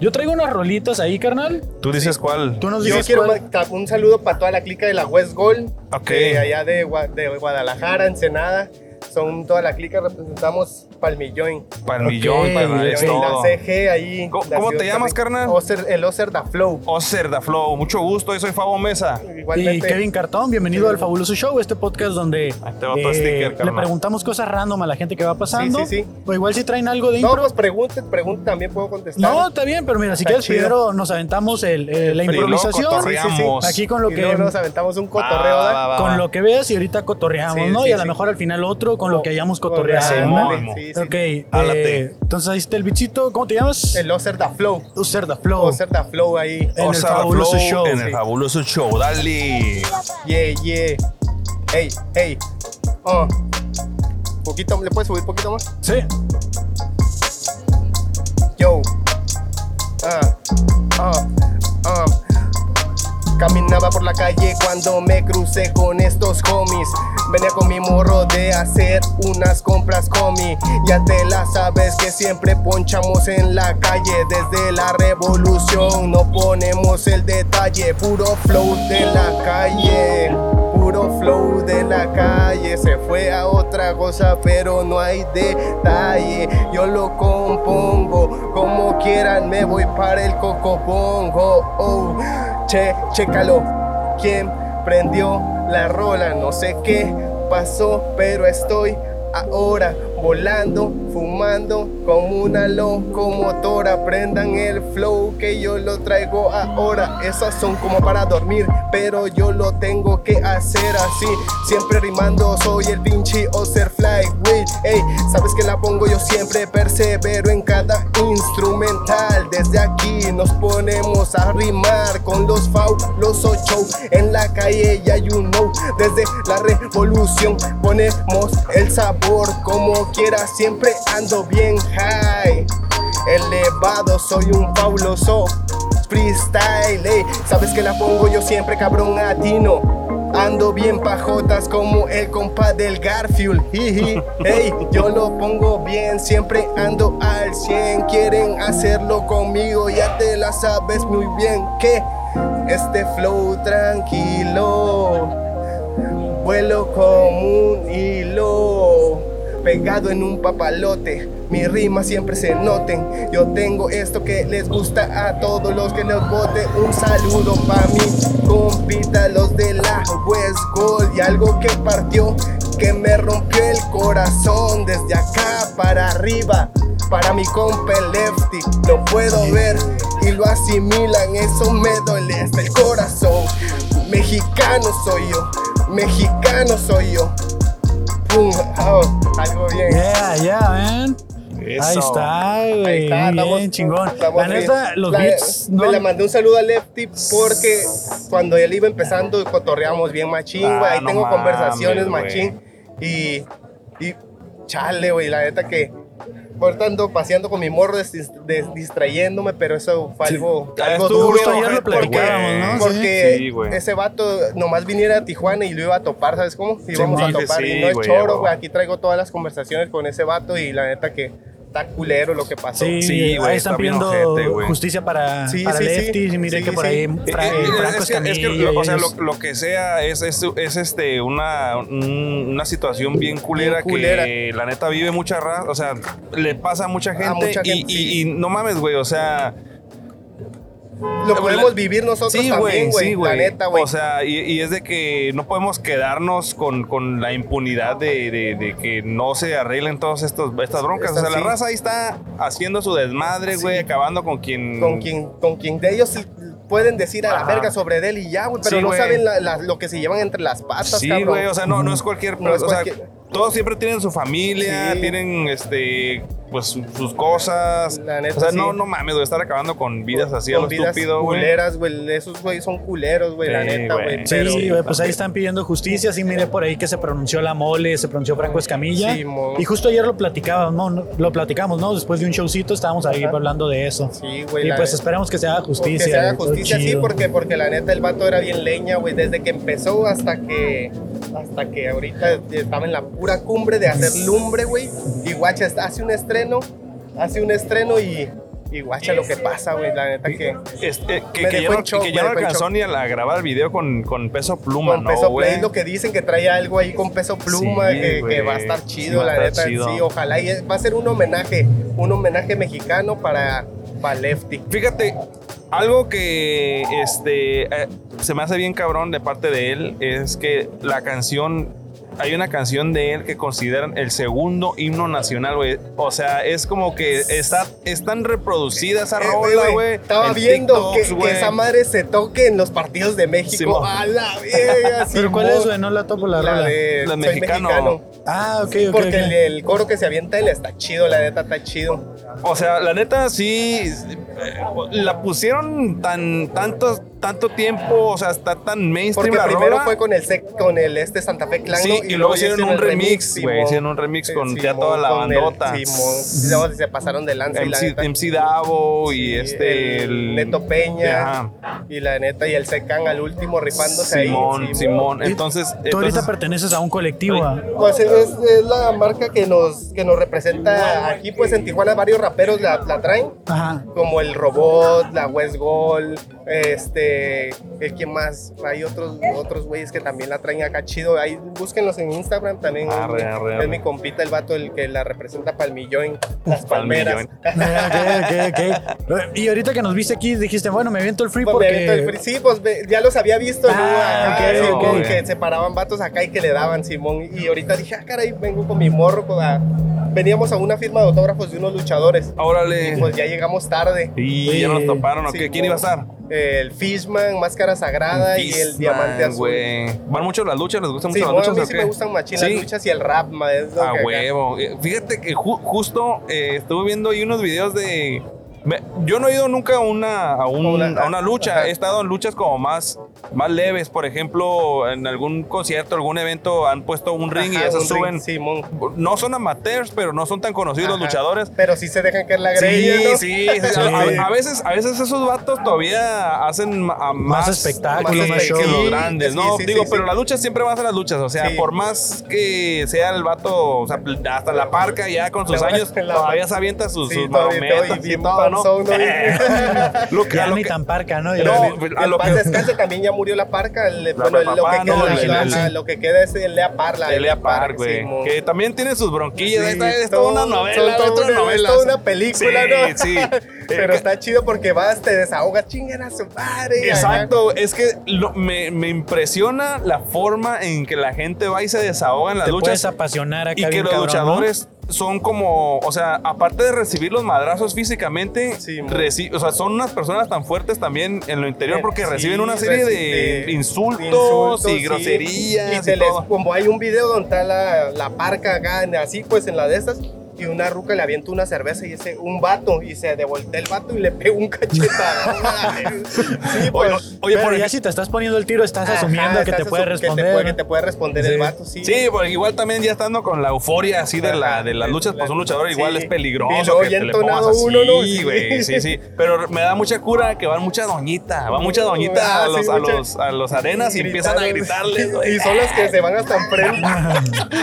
Speaker 1: Yo traigo unas rolitas ahí, carnal.
Speaker 2: Tú dices cuál.
Speaker 1: Tú nos
Speaker 8: Yo
Speaker 1: dices
Speaker 8: quiero
Speaker 1: cuál-
Speaker 8: ma- un saludo para toda la clica de la West Gold.
Speaker 2: Ok.
Speaker 8: De allá de, Gua- de Guadalajara, Ensenada. Son toda la clica, representamos Palmilloin.
Speaker 2: Para el millón,
Speaker 1: Ok,
Speaker 2: para
Speaker 1: güey.
Speaker 2: es
Speaker 8: Palmilloin,
Speaker 2: todo.
Speaker 8: La CG ahí.
Speaker 2: ¿Cómo-
Speaker 8: la
Speaker 2: cómo te
Speaker 8: ciudad
Speaker 2: llamas,
Speaker 8: también.
Speaker 2: carnal?
Speaker 8: Ocer- el Ocer da Flow.
Speaker 2: Oser da Flow, mucho gusto, yo soy Fabo Mesa.
Speaker 1: Y
Speaker 8: Igualmente.
Speaker 1: Kevin Cartón, bienvenido
Speaker 8: Sí.
Speaker 1: al Fabuloso Show, este podcast donde eh,
Speaker 2: Ahí te va tu sticker,
Speaker 1: le
Speaker 2: carnal.
Speaker 1: preguntamos cosas random a la gente que va pasando.
Speaker 8: Sí, sí, sí.
Speaker 1: O igual si traen algo de
Speaker 8: No,
Speaker 1: impro.
Speaker 8: pues pregunten, pregunten, también puedo contestar.
Speaker 1: No, está bien, pero mira, si
Speaker 8: Está
Speaker 1: quieres
Speaker 8: chido.
Speaker 1: primero nos aventamos el, eh, la
Speaker 2: Y luego
Speaker 1: improvisación.
Speaker 2: cotorreamos.
Speaker 1: Aquí con lo
Speaker 8: y
Speaker 1: que... em,
Speaker 8: luego nos aventamos un cotorreo,
Speaker 2: Va,
Speaker 8: ¿verdad?
Speaker 2: va, va, va.
Speaker 1: con lo que veas y ahorita cotorreamos,
Speaker 8: Sí,
Speaker 1: ¿no?
Speaker 8: sí,
Speaker 1: y a lo
Speaker 8: sí.
Speaker 1: mejor al final otro con lo que hayamos cotorreado.
Speaker 2: Simón.
Speaker 1: ¿no?
Speaker 8: Ándale,
Speaker 2: ¿no?
Speaker 8: sí, sí.
Speaker 1: Ok,
Speaker 2: Álate.
Speaker 1: eh, entonces ahí está el bichito. ¿Cómo te llamas?
Speaker 8: El Oh, Ocer da Flow.
Speaker 1: User the Flow.
Speaker 8: Ocer da Flow ahí.
Speaker 1: en el
Speaker 2: Oser da
Speaker 1: fabuloso
Speaker 2: Flow,
Speaker 1: show,
Speaker 2: En el
Speaker 8: sí.
Speaker 2: fabuloso show, dale.
Speaker 8: Oh, Yeah, yeah. Hey, hey. Oh. Poquito, ¿le puedes subir poquito más?
Speaker 1: Sí.
Speaker 8: Yo. Ah, ah, ah. uh. Caminaba por la calle cuando me crucé con estos homies. Venía con mi morro de hacer unas compras, homie. Ya te la sabes que siempre ponchamos en la calle. Desde la revolución no ponemos el detalle. Puro flow de la calle. Puro flow de la calle. Se fue a otra cosa, pero no hay detalle. Yo lo compongo. Como quieran, me voy para el cocobongo. Oh, che, chécalo. ¿Quién prendió la rola? No sé qué pasó, pero estoy ahora volando, fumando como una locomotora. Aprendan el flow que yo lo traigo ahora. Esas son como para dormir, pero yo lo tengo que hacer así. Siempre rimando, soy el pinche Oster Flywheel. Ey, sabes que la pongo yo siempre, persevero en cada instrumental. Desde aquí nos ponemos a rimar con los fabulosos show. En la calle ya you know, desde la revolución ponemos el sabor como quiera, siempre ando bien high. Elevado, soy un fabuloso freestyle. ey. sabes que la pongo yo siempre, cabrón atino. Ando bien pajotas como el compa del Garfield. jiji. Ey, yo lo pongo bien, siempre ando al 100. Quieren hacerlo conmigo, ya te la sabes muy bien que este flow tranquilo. Vuelo como un hilo pegado en un papalote. Mis rimas siempre se noten. Yo tengo esto que les gusta a todos los que les vote. Un saludo para mi compita, los de la West Gold. Y algo que partió, que me rompió el corazón. Desde acá para arriba, para mi compa el Lefty. Lo puedo ver y lo asimilan. Eso me duele hasta el corazón. Mexicano soy yo, mexicano soy yo. Pum, oh, algo bien.
Speaker 1: Yeah, yeah, man. Ahí está, güey.
Speaker 8: Ahí está, estamos-
Speaker 1: bien, chingón.
Speaker 8: estamos
Speaker 1: la neta,
Speaker 8: bien.
Speaker 1: los
Speaker 8: La-
Speaker 1: beats, no.
Speaker 8: Me le mandé un saludo a Lefty porque cuando él iba empezando cotorreamos bien machín, güey.
Speaker 2: Ah,
Speaker 8: Ahí
Speaker 2: no
Speaker 8: tengo
Speaker 2: mames,
Speaker 8: conversaciones
Speaker 2: güey.
Speaker 8: machín. Y, y chale, güey, la neta que... Ahorita ando paseando con mi morro, des- des- distrayéndome, pero eso fue algo,
Speaker 2: Ah,
Speaker 8: algo
Speaker 2: estuvo
Speaker 8: duro.
Speaker 2: justo ayer lo
Speaker 8: porque-
Speaker 2: platicábamos,
Speaker 1: ¿no?
Speaker 8: Porque
Speaker 2: Sí, güey.
Speaker 8: ese vato nomás viniera a Tijuana y lo iba a topar, ¿sabes cómo? Y íbamos a
Speaker 2: sí,
Speaker 8: topar
Speaker 2: sí,
Speaker 8: y no es
Speaker 2: güey,
Speaker 8: choro,
Speaker 2: güey.
Speaker 8: güey. Aquí traigo todas las conversaciones con ese vato y la neta que está culero lo que pasó.
Speaker 1: Sí,
Speaker 2: Sí,
Speaker 1: ahí
Speaker 2: güey,
Speaker 1: están
Speaker 2: está bien
Speaker 1: pidiendo
Speaker 2: ojete, güey.
Speaker 1: justicia para,
Speaker 8: Sí,
Speaker 1: para
Speaker 8: sí, sí.
Speaker 1: Lefty. Y miré
Speaker 8: Sí,
Speaker 1: que por
Speaker 8: sí.
Speaker 1: ahí
Speaker 2: Eh,
Speaker 1: Fra- Franco
Speaker 2: eh, es que- es que
Speaker 1: Escamilla
Speaker 2: lo- o sea,
Speaker 1: y
Speaker 2: lo,
Speaker 1: ellos.
Speaker 2: lo que sea es, es, es, este una, un- una situación bien culera,
Speaker 8: culera.
Speaker 2: que la neta vive mucha raza, o sea, le pasa a mucha gente,
Speaker 8: mucha
Speaker 2: y,
Speaker 8: gente,
Speaker 2: y-
Speaker 8: sí.
Speaker 2: y no mames, güey, o sea,
Speaker 8: Lo podemos vivir nosotros
Speaker 2: sí,
Speaker 8: también,
Speaker 2: güey, sí,
Speaker 8: güey. la
Speaker 2: güey.
Speaker 8: neta, güey.
Speaker 2: O sea, y, y es de que no podemos quedarnos con, con la impunidad de, de- de que no se arreglen todas estas broncas.
Speaker 8: Esta
Speaker 2: o sea,
Speaker 8: sí.
Speaker 2: la raza ahí está haciendo su desmadre, güey, acabando con quien...
Speaker 8: con quien, con quien de ellos pueden decir a la
Speaker 2: mm. Ajá.
Speaker 8: verga sobre de él y ya, güey, pero
Speaker 2: Sí,
Speaker 8: no
Speaker 2: güey.
Speaker 8: saben la- la- lo que se llevan entre las patas,
Speaker 2: Sí,
Speaker 8: cabrón.
Speaker 2: güey, o sea, no, no es cualquier
Speaker 8: No es
Speaker 2: o sea,
Speaker 8: cualquier-
Speaker 2: todos siempre tienen su familia,
Speaker 8: Sí.
Speaker 2: tienen este pues su- sus cosas.
Speaker 8: La neta,
Speaker 2: o sea,
Speaker 8: sí.
Speaker 2: no, no mames, güey, estar acabando con vidas así a
Speaker 8: Con
Speaker 2: lo
Speaker 8: vidas
Speaker 2: estúpido, güey.
Speaker 8: culeras, güey. Esos güey son culeros, güey, la
Speaker 2: Sí,
Speaker 8: neta,
Speaker 2: güey.
Speaker 8: güey.
Speaker 1: Sí,
Speaker 8: pero-
Speaker 1: güey, pues ahí están pidiendo justicia. Sí, miré por ahí que se pronunció la mole, se pronunció Franco Escamilla.
Speaker 8: Sí, mo.
Speaker 1: y justo ayer lo platicábamos, ¿no? Lo platicamos, ¿no? Después de un showcito estábamos ahí
Speaker 8: Ajá.
Speaker 1: hablando de eso.
Speaker 8: Sí, güey.
Speaker 1: y
Speaker 8: la
Speaker 1: pues
Speaker 8: neta.
Speaker 1: esperamos que se haga justicia.
Speaker 8: Que se haga
Speaker 1: güey, todo
Speaker 8: justicia, sí,
Speaker 1: chido.
Speaker 8: porque, porque la neta el vato era bien leña, güey, desde que empezó hasta que hasta que ahorita estaba en la pura cumbre de hacer lumbre, güey. Y guacha, está- hace un estreno, hace un estreno y, y guacha lo que pasa, güey, la neta que...
Speaker 2: Este, que,
Speaker 8: Me
Speaker 2: que
Speaker 8: dejó
Speaker 2: ya
Speaker 8: en
Speaker 2: no,
Speaker 8: shock,
Speaker 2: que ya no
Speaker 8: me dejó en
Speaker 2: alcanzó
Speaker 8: shock.
Speaker 2: ni a la- a grabar el video con, con peso pluma,
Speaker 8: Con
Speaker 2: ¿no,
Speaker 8: peso
Speaker 2: güey?
Speaker 8: play, lo que dicen que trae algo ahí con peso pluma,
Speaker 2: Sí,
Speaker 8: que, que
Speaker 2: güey.
Speaker 8: va a estar
Speaker 2: Sí,
Speaker 8: chido,
Speaker 2: va a
Speaker 8: la
Speaker 2: estar
Speaker 8: neta,
Speaker 2: chido.
Speaker 8: sí, ojalá. Y es- va a ser un homenaje, un homenaje mexicano para, para Lefty.
Speaker 2: Fíjate, algo que este eh, se me hace bien cabrón de parte de él es que la canción hay una canción de él que consideran el segundo himno nacional, güey. O sea, es como que está es tan reproducida esa
Speaker 8: Eh,
Speaker 2: rola, güey.
Speaker 8: Estaba
Speaker 2: en
Speaker 8: viendo que-
Speaker 2: TikToks,
Speaker 8: que,
Speaker 2: güey.
Speaker 8: esa madre se toque en los partidos de México.
Speaker 2: Simón.
Speaker 8: A la verga,
Speaker 1: [laughs] Pero ¿cuál
Speaker 8: Simón.
Speaker 1: es, güey? No la topo la,
Speaker 8: La
Speaker 1: rola.
Speaker 8: de
Speaker 2: La
Speaker 8: Soy
Speaker 2: mexicano.
Speaker 8: mexicano.
Speaker 1: Ah, ok, ok.
Speaker 8: Porque
Speaker 1: ok.
Speaker 8: El, el coro que se avienta él está chido, la neta está chido.
Speaker 2: O sea, la neta sí eh, la pusieron tan tanto tanto tiempo, o sea, está tan mainstream
Speaker 8: Porque
Speaker 2: la
Speaker 8: primero
Speaker 2: rola.
Speaker 8: fue con el sec- con el este Santa Fe Clan
Speaker 2: Sí,
Speaker 8: ¿no?
Speaker 2: y luego hicieron un
Speaker 8: el
Speaker 2: remix, güey,
Speaker 8: Simón. Eh,
Speaker 2: hicieron un remix con ya
Speaker 8: Simón,
Speaker 2: toda la
Speaker 8: con el-
Speaker 2: bandota.
Speaker 8: Simón. Y Luego se pasaron de lanza y la
Speaker 2: MC,
Speaker 8: neta.
Speaker 2: MC Davo y este
Speaker 8: el
Speaker 2: el-
Speaker 8: Neto Peña
Speaker 2: Ajá.
Speaker 8: y la neta y el Secan al último rifándose
Speaker 2: Simón,
Speaker 8: ahí.
Speaker 2: Simón.
Speaker 1: Y
Speaker 2: Entonces,
Speaker 1: Tú ahorita
Speaker 2: entonces-
Speaker 1: perteneces a un colectivo. ah.
Speaker 8: Pues es, es- es la marca que nos, que nos representa aquí, pues en Tijuana varios raperos la, la traen,
Speaker 1: Ajá.
Speaker 8: como el Robot, la West Gold, este, el que más, hay otros otros güeyes que también la traen acá chido, ahí búsquenlos en Instagram también,
Speaker 2: Arre, arre,
Speaker 8: es
Speaker 2: arre.
Speaker 8: mi compita el vato el que la representa Palmilloin, las palmeras.
Speaker 2: Palmillón.
Speaker 1: Ok, ok, ok. Y ahorita que nos viste aquí, dijiste, bueno, me aviento el free
Speaker 8: Pues,
Speaker 1: porque.
Speaker 8: me aviento el free. Sí, pues ve- ya los había visto en
Speaker 1: Ah,
Speaker 8: una acá,
Speaker 1: ok,
Speaker 8: sí,
Speaker 2: ok.
Speaker 8: como que se paraban vatos acá y que le daban Simón. Y ahorita dije, ah, caray, vengo con mi morro con la- veníamos a una firma de autógrafos de unos luchadores.
Speaker 2: Órale.
Speaker 8: Y pues ya llegamos tarde.
Speaker 2: Y ya nos toparon, ¿o
Speaker 8: Sí,
Speaker 2: qué? ¿Quién iba a estar?
Speaker 8: El Fishman, Máscara Sagrada y el
Speaker 2: Fistman,
Speaker 8: Diamante Azul.
Speaker 2: güey. Van mucho las luchas, les gustan
Speaker 8: Sí,
Speaker 2: mucho
Speaker 8: bueno,
Speaker 2: las luchas.
Speaker 8: a mí
Speaker 2: o
Speaker 8: sí
Speaker 2: qué?
Speaker 8: me gustan machín las
Speaker 2: Sí.
Speaker 8: luchas y el rap, ma, es lo
Speaker 2: A
Speaker 8: que acá.
Speaker 2: huevo. Eh, Fíjate que ju- justo eh, estuve viendo ahí unos videos de. me- Yo no he ido nunca a una, a un-
Speaker 8: A una-
Speaker 2: a una lucha.
Speaker 8: ajá.
Speaker 2: He estado en luchas como más, más leves. Por ejemplo, en algún concierto, algún evento han puesto un ring
Speaker 8: Ajá,
Speaker 2: y esas
Speaker 8: un ring,
Speaker 2: suben.
Speaker 8: Simón.
Speaker 2: No son amateurs, pero no son tan conocidos los
Speaker 8: Ajá.
Speaker 2: luchadores.
Speaker 8: Pero sí se dejan caer
Speaker 2: Sí,
Speaker 8: la greña, ¿no?
Speaker 2: sí, sí. [laughs] A- A, a veces, a veces esos vatos todavía hacen ma- a más,
Speaker 1: espectáculo,
Speaker 2: que-
Speaker 1: más
Speaker 2: que
Speaker 1: show.
Speaker 2: los grandes,
Speaker 8: Sí,
Speaker 2: ¿no?
Speaker 8: sí, sí,
Speaker 2: Digo,
Speaker 8: sí.
Speaker 2: pero las luchas siempre van a ser las luchas. O sea,
Speaker 8: Sí.
Speaker 2: por más que sea el vato, o sea, hasta la parca ya con sus
Speaker 1: [laughs]
Speaker 8: La-
Speaker 2: años,
Speaker 8: la-
Speaker 2: todavía se avienta sus,
Speaker 8: Sí,
Speaker 2: sus
Speaker 8: todavía te oí
Speaker 2: marometas y
Speaker 8: bien
Speaker 2: todo, ¿no?
Speaker 8: panzón, ¿no?
Speaker 2: [laughs]
Speaker 8: [laughs]
Speaker 2: Lo que-
Speaker 1: Ya
Speaker 2: a lo
Speaker 1: ni
Speaker 2: que-
Speaker 1: tan parca, ¿no? Ya-
Speaker 2: No, pues,
Speaker 8: El-
Speaker 2: a
Speaker 8: el
Speaker 2: lo
Speaker 8: paz
Speaker 2: que-
Speaker 8: descanse también ya murió la parca. El, bueno,
Speaker 2: de
Speaker 8: el- lo,
Speaker 2: papá,
Speaker 8: que queda,
Speaker 2: ¿no? El-
Speaker 8: ajá,
Speaker 2: el- el-
Speaker 8: lo que queda es el Lea Par, la
Speaker 2: Pelea par,
Speaker 8: Park,
Speaker 2: güey.
Speaker 8: Simón.
Speaker 2: que también tiene sus bronquillas.
Speaker 8: Sí,
Speaker 2: ahí está, es toda una
Speaker 8: todo-
Speaker 2: novela.
Speaker 8: todo
Speaker 2: es toda
Speaker 8: una-
Speaker 2: una novela.
Speaker 8: es toda una película,
Speaker 2: Sí,
Speaker 8: ¿no?
Speaker 2: sí.
Speaker 8: [laughs] Pero
Speaker 2: Eh,
Speaker 8: está chido porque vas, te desahogas, chingan a su madre.
Speaker 2: Exacto, es que lo- me, me impresiona la forma en que la gente va y se desahoga en las
Speaker 1: te
Speaker 2: luchas
Speaker 1: puedes apasionar acá
Speaker 2: y que
Speaker 1: bien
Speaker 2: los
Speaker 1: cabrón, ¿no?
Speaker 2: luchadores son como, o sea, aparte de recibir los madrazos físicamente,
Speaker 8: Sí, mo. Eh,
Speaker 2: reci- o sea, son unas personas tan fuertes también en lo interior porque
Speaker 8: Sí,
Speaker 2: reciben una serie
Speaker 8: reci-
Speaker 2: de, insultos, y
Speaker 8: sí.
Speaker 2: groserías.
Speaker 8: Y
Speaker 2: Y
Speaker 8: se les,
Speaker 2: todo.
Speaker 8: como hay un video donde está la, la parca acá, en- así pues en la de estas. Y una ruca le avienta una cerveza y dice un vato. Y se devoltea el vato y le pega un
Speaker 2: [laughs]
Speaker 8: cachetado. sí, pues.
Speaker 2: Oye, oye,
Speaker 1: Pero
Speaker 2: por
Speaker 1: ya
Speaker 2: ejemplo-
Speaker 1: si te estás poniendo el tiro, estás
Speaker 8: Ajá,
Speaker 1: asumiendo que
Speaker 8: estás
Speaker 1: te puede
Speaker 8: asum-
Speaker 1: responder.
Speaker 8: Que te puede, que te puede responder
Speaker 1: Sí.
Speaker 8: el vato, sí.
Speaker 2: Sí, porque igual también ya estando con la euforia así de, la, de las luchas, pues un luchador igual
Speaker 8: Sí.
Speaker 2: es peligroso.
Speaker 8: Y luego
Speaker 2: que
Speaker 8: ya
Speaker 2: te le
Speaker 8: entonado
Speaker 2: pongas así,
Speaker 8: uno, ¿no?
Speaker 2: Sí,
Speaker 8: Sí.
Speaker 2: güey, sí, sí. Pero me da mucha cura que van mucha doñita, va mucha doñita
Speaker 8: Ah,
Speaker 2: a,
Speaker 8: sí,
Speaker 2: los, a,
Speaker 8: mucha-
Speaker 2: los, a los arenas
Speaker 8: [laughs]
Speaker 2: y, empiezan a
Speaker 8: gritaron,
Speaker 2: gritarles.
Speaker 8: Y,
Speaker 2: güey.
Speaker 8: son las que se van
Speaker 2: [laughs]
Speaker 8: hasta enfrente.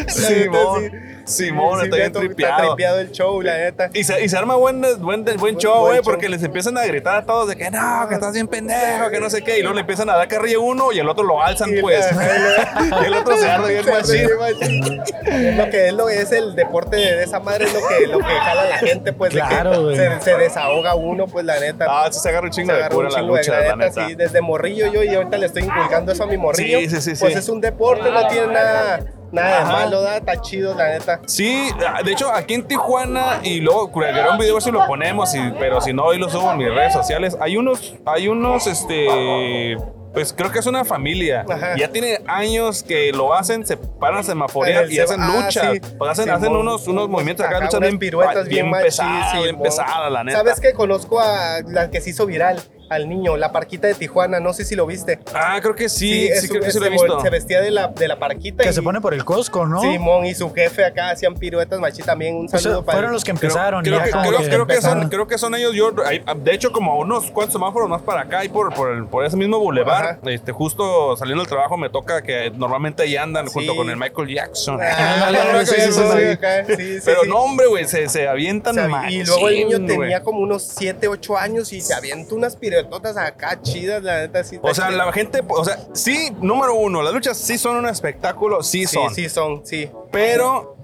Speaker 2: Simón, Simón, está bien tripeado.
Speaker 8: el show, la neta.
Speaker 2: Y se, y se arma buen, buen, buen, show,
Speaker 8: buen
Speaker 2: güey,
Speaker 8: show.
Speaker 2: porque les empiezan a gritar a todos de que no, que estás bien pendejo, que no sé qué. Y luego le empiezan a dar carrilla a uno y el otro lo alzan,
Speaker 8: Y
Speaker 2: pues.
Speaker 8: la-
Speaker 2: [laughs] y el otro se
Speaker 8: [laughs]
Speaker 2: arde bien
Speaker 8: Se
Speaker 2: machín.
Speaker 8: arde bien machín. Lo que es, lo es el deporte de esa madre, es lo que, lo que jala a la gente, pues, de que
Speaker 1: Claro, güey.
Speaker 8: se, se desahoga uno, pues, la neta.
Speaker 2: Ah, sí se agarra un
Speaker 8: Se
Speaker 2: chingo de
Speaker 8: agarró
Speaker 2: cura
Speaker 8: un
Speaker 2: en la
Speaker 8: chingo de
Speaker 2: lucha, la
Speaker 8: gradienta,
Speaker 2: neta.
Speaker 8: sí, desde morrillo yo y ahorita le estoy inculcando eso a mi morrillo.
Speaker 2: Sí, sí, sí,
Speaker 8: Pues
Speaker 2: sí.
Speaker 8: es un deporte, no tiene nada, nada de
Speaker 2: Ajá.
Speaker 8: malo, da, está chido, la neta.
Speaker 2: Sí, ah, de hecho aquí en Tijuana y luego crearé un video a ver si lo ponemos, y- pero si no hoy lo subo en mis redes sociales. Hay unos, hay unos, este, pues creo que es una familia.
Speaker 8: Ajá.
Speaker 2: Ya tiene años que lo hacen, se paran a semaforear
Speaker 8: En el
Speaker 2: y
Speaker 8: se-
Speaker 2: hacen
Speaker 8: ah,
Speaker 2: luchas.
Speaker 8: sí.
Speaker 2: O sea, hacen,
Speaker 8: Sí,
Speaker 2: hacen
Speaker 8: mo-
Speaker 2: unos, unos movimientos acá, luchas
Speaker 8: unas
Speaker 2: bien,
Speaker 8: piruetas bien, machis,
Speaker 2: pesadas,
Speaker 8: sí,
Speaker 2: bien
Speaker 8: mo.
Speaker 2: pesadas, la neta.
Speaker 8: Sabes que conozco a la que se hizo viral al niño, la parquita de Tijuana, no sé si lo viste.
Speaker 2: Ah, creo que sí, sí,
Speaker 8: es-
Speaker 2: creo que sí lo he
Speaker 8: se
Speaker 2: visto.
Speaker 8: vol- Se vestía de la, de la parquita
Speaker 1: Que
Speaker 8: y
Speaker 1: se pone por el Costco, ¿no?
Speaker 8: Simón y su jefe acá hacían piruetas, machi, también un
Speaker 1: O sea,
Speaker 8: saludo para
Speaker 1: fueron los que empezaron.
Speaker 2: Creo,
Speaker 1: ya
Speaker 2: que,
Speaker 1: como
Speaker 2: creo-
Speaker 1: que
Speaker 2: creo que son,
Speaker 1: empezaron.
Speaker 2: creo que son ellos. Yo, ahí, de hecho, como a unos cuantos semáforos más para acá y por, por, el- por ese mismo bulevar, este, justo saliendo del trabajo me toca que normalmente ahí andan
Speaker 8: Sí.
Speaker 2: junto con el Michael Jackson.
Speaker 8: [laughs] Ah,
Speaker 1: Ándale,
Speaker 8: claro que
Speaker 1: sí, sí,
Speaker 8: sí,
Speaker 1: sí.
Speaker 8: acá, sí, sí,
Speaker 2: Pero
Speaker 8: sí.
Speaker 2: no, hombre, güey, se, se avientan
Speaker 8: O sea, y
Speaker 2: machín,
Speaker 8: luego el niño
Speaker 2: güey.
Speaker 8: tenía como unos 7, 8 años y se aventó unas piruetotas acá chidas, la neta. Sí,
Speaker 2: O sea,
Speaker 8: está
Speaker 2: la gente, o sea, sí, número uno, las luchas sí son un espectáculo, sí
Speaker 8: chido.
Speaker 2: son.
Speaker 8: Sí, sí son, sí.
Speaker 2: Pero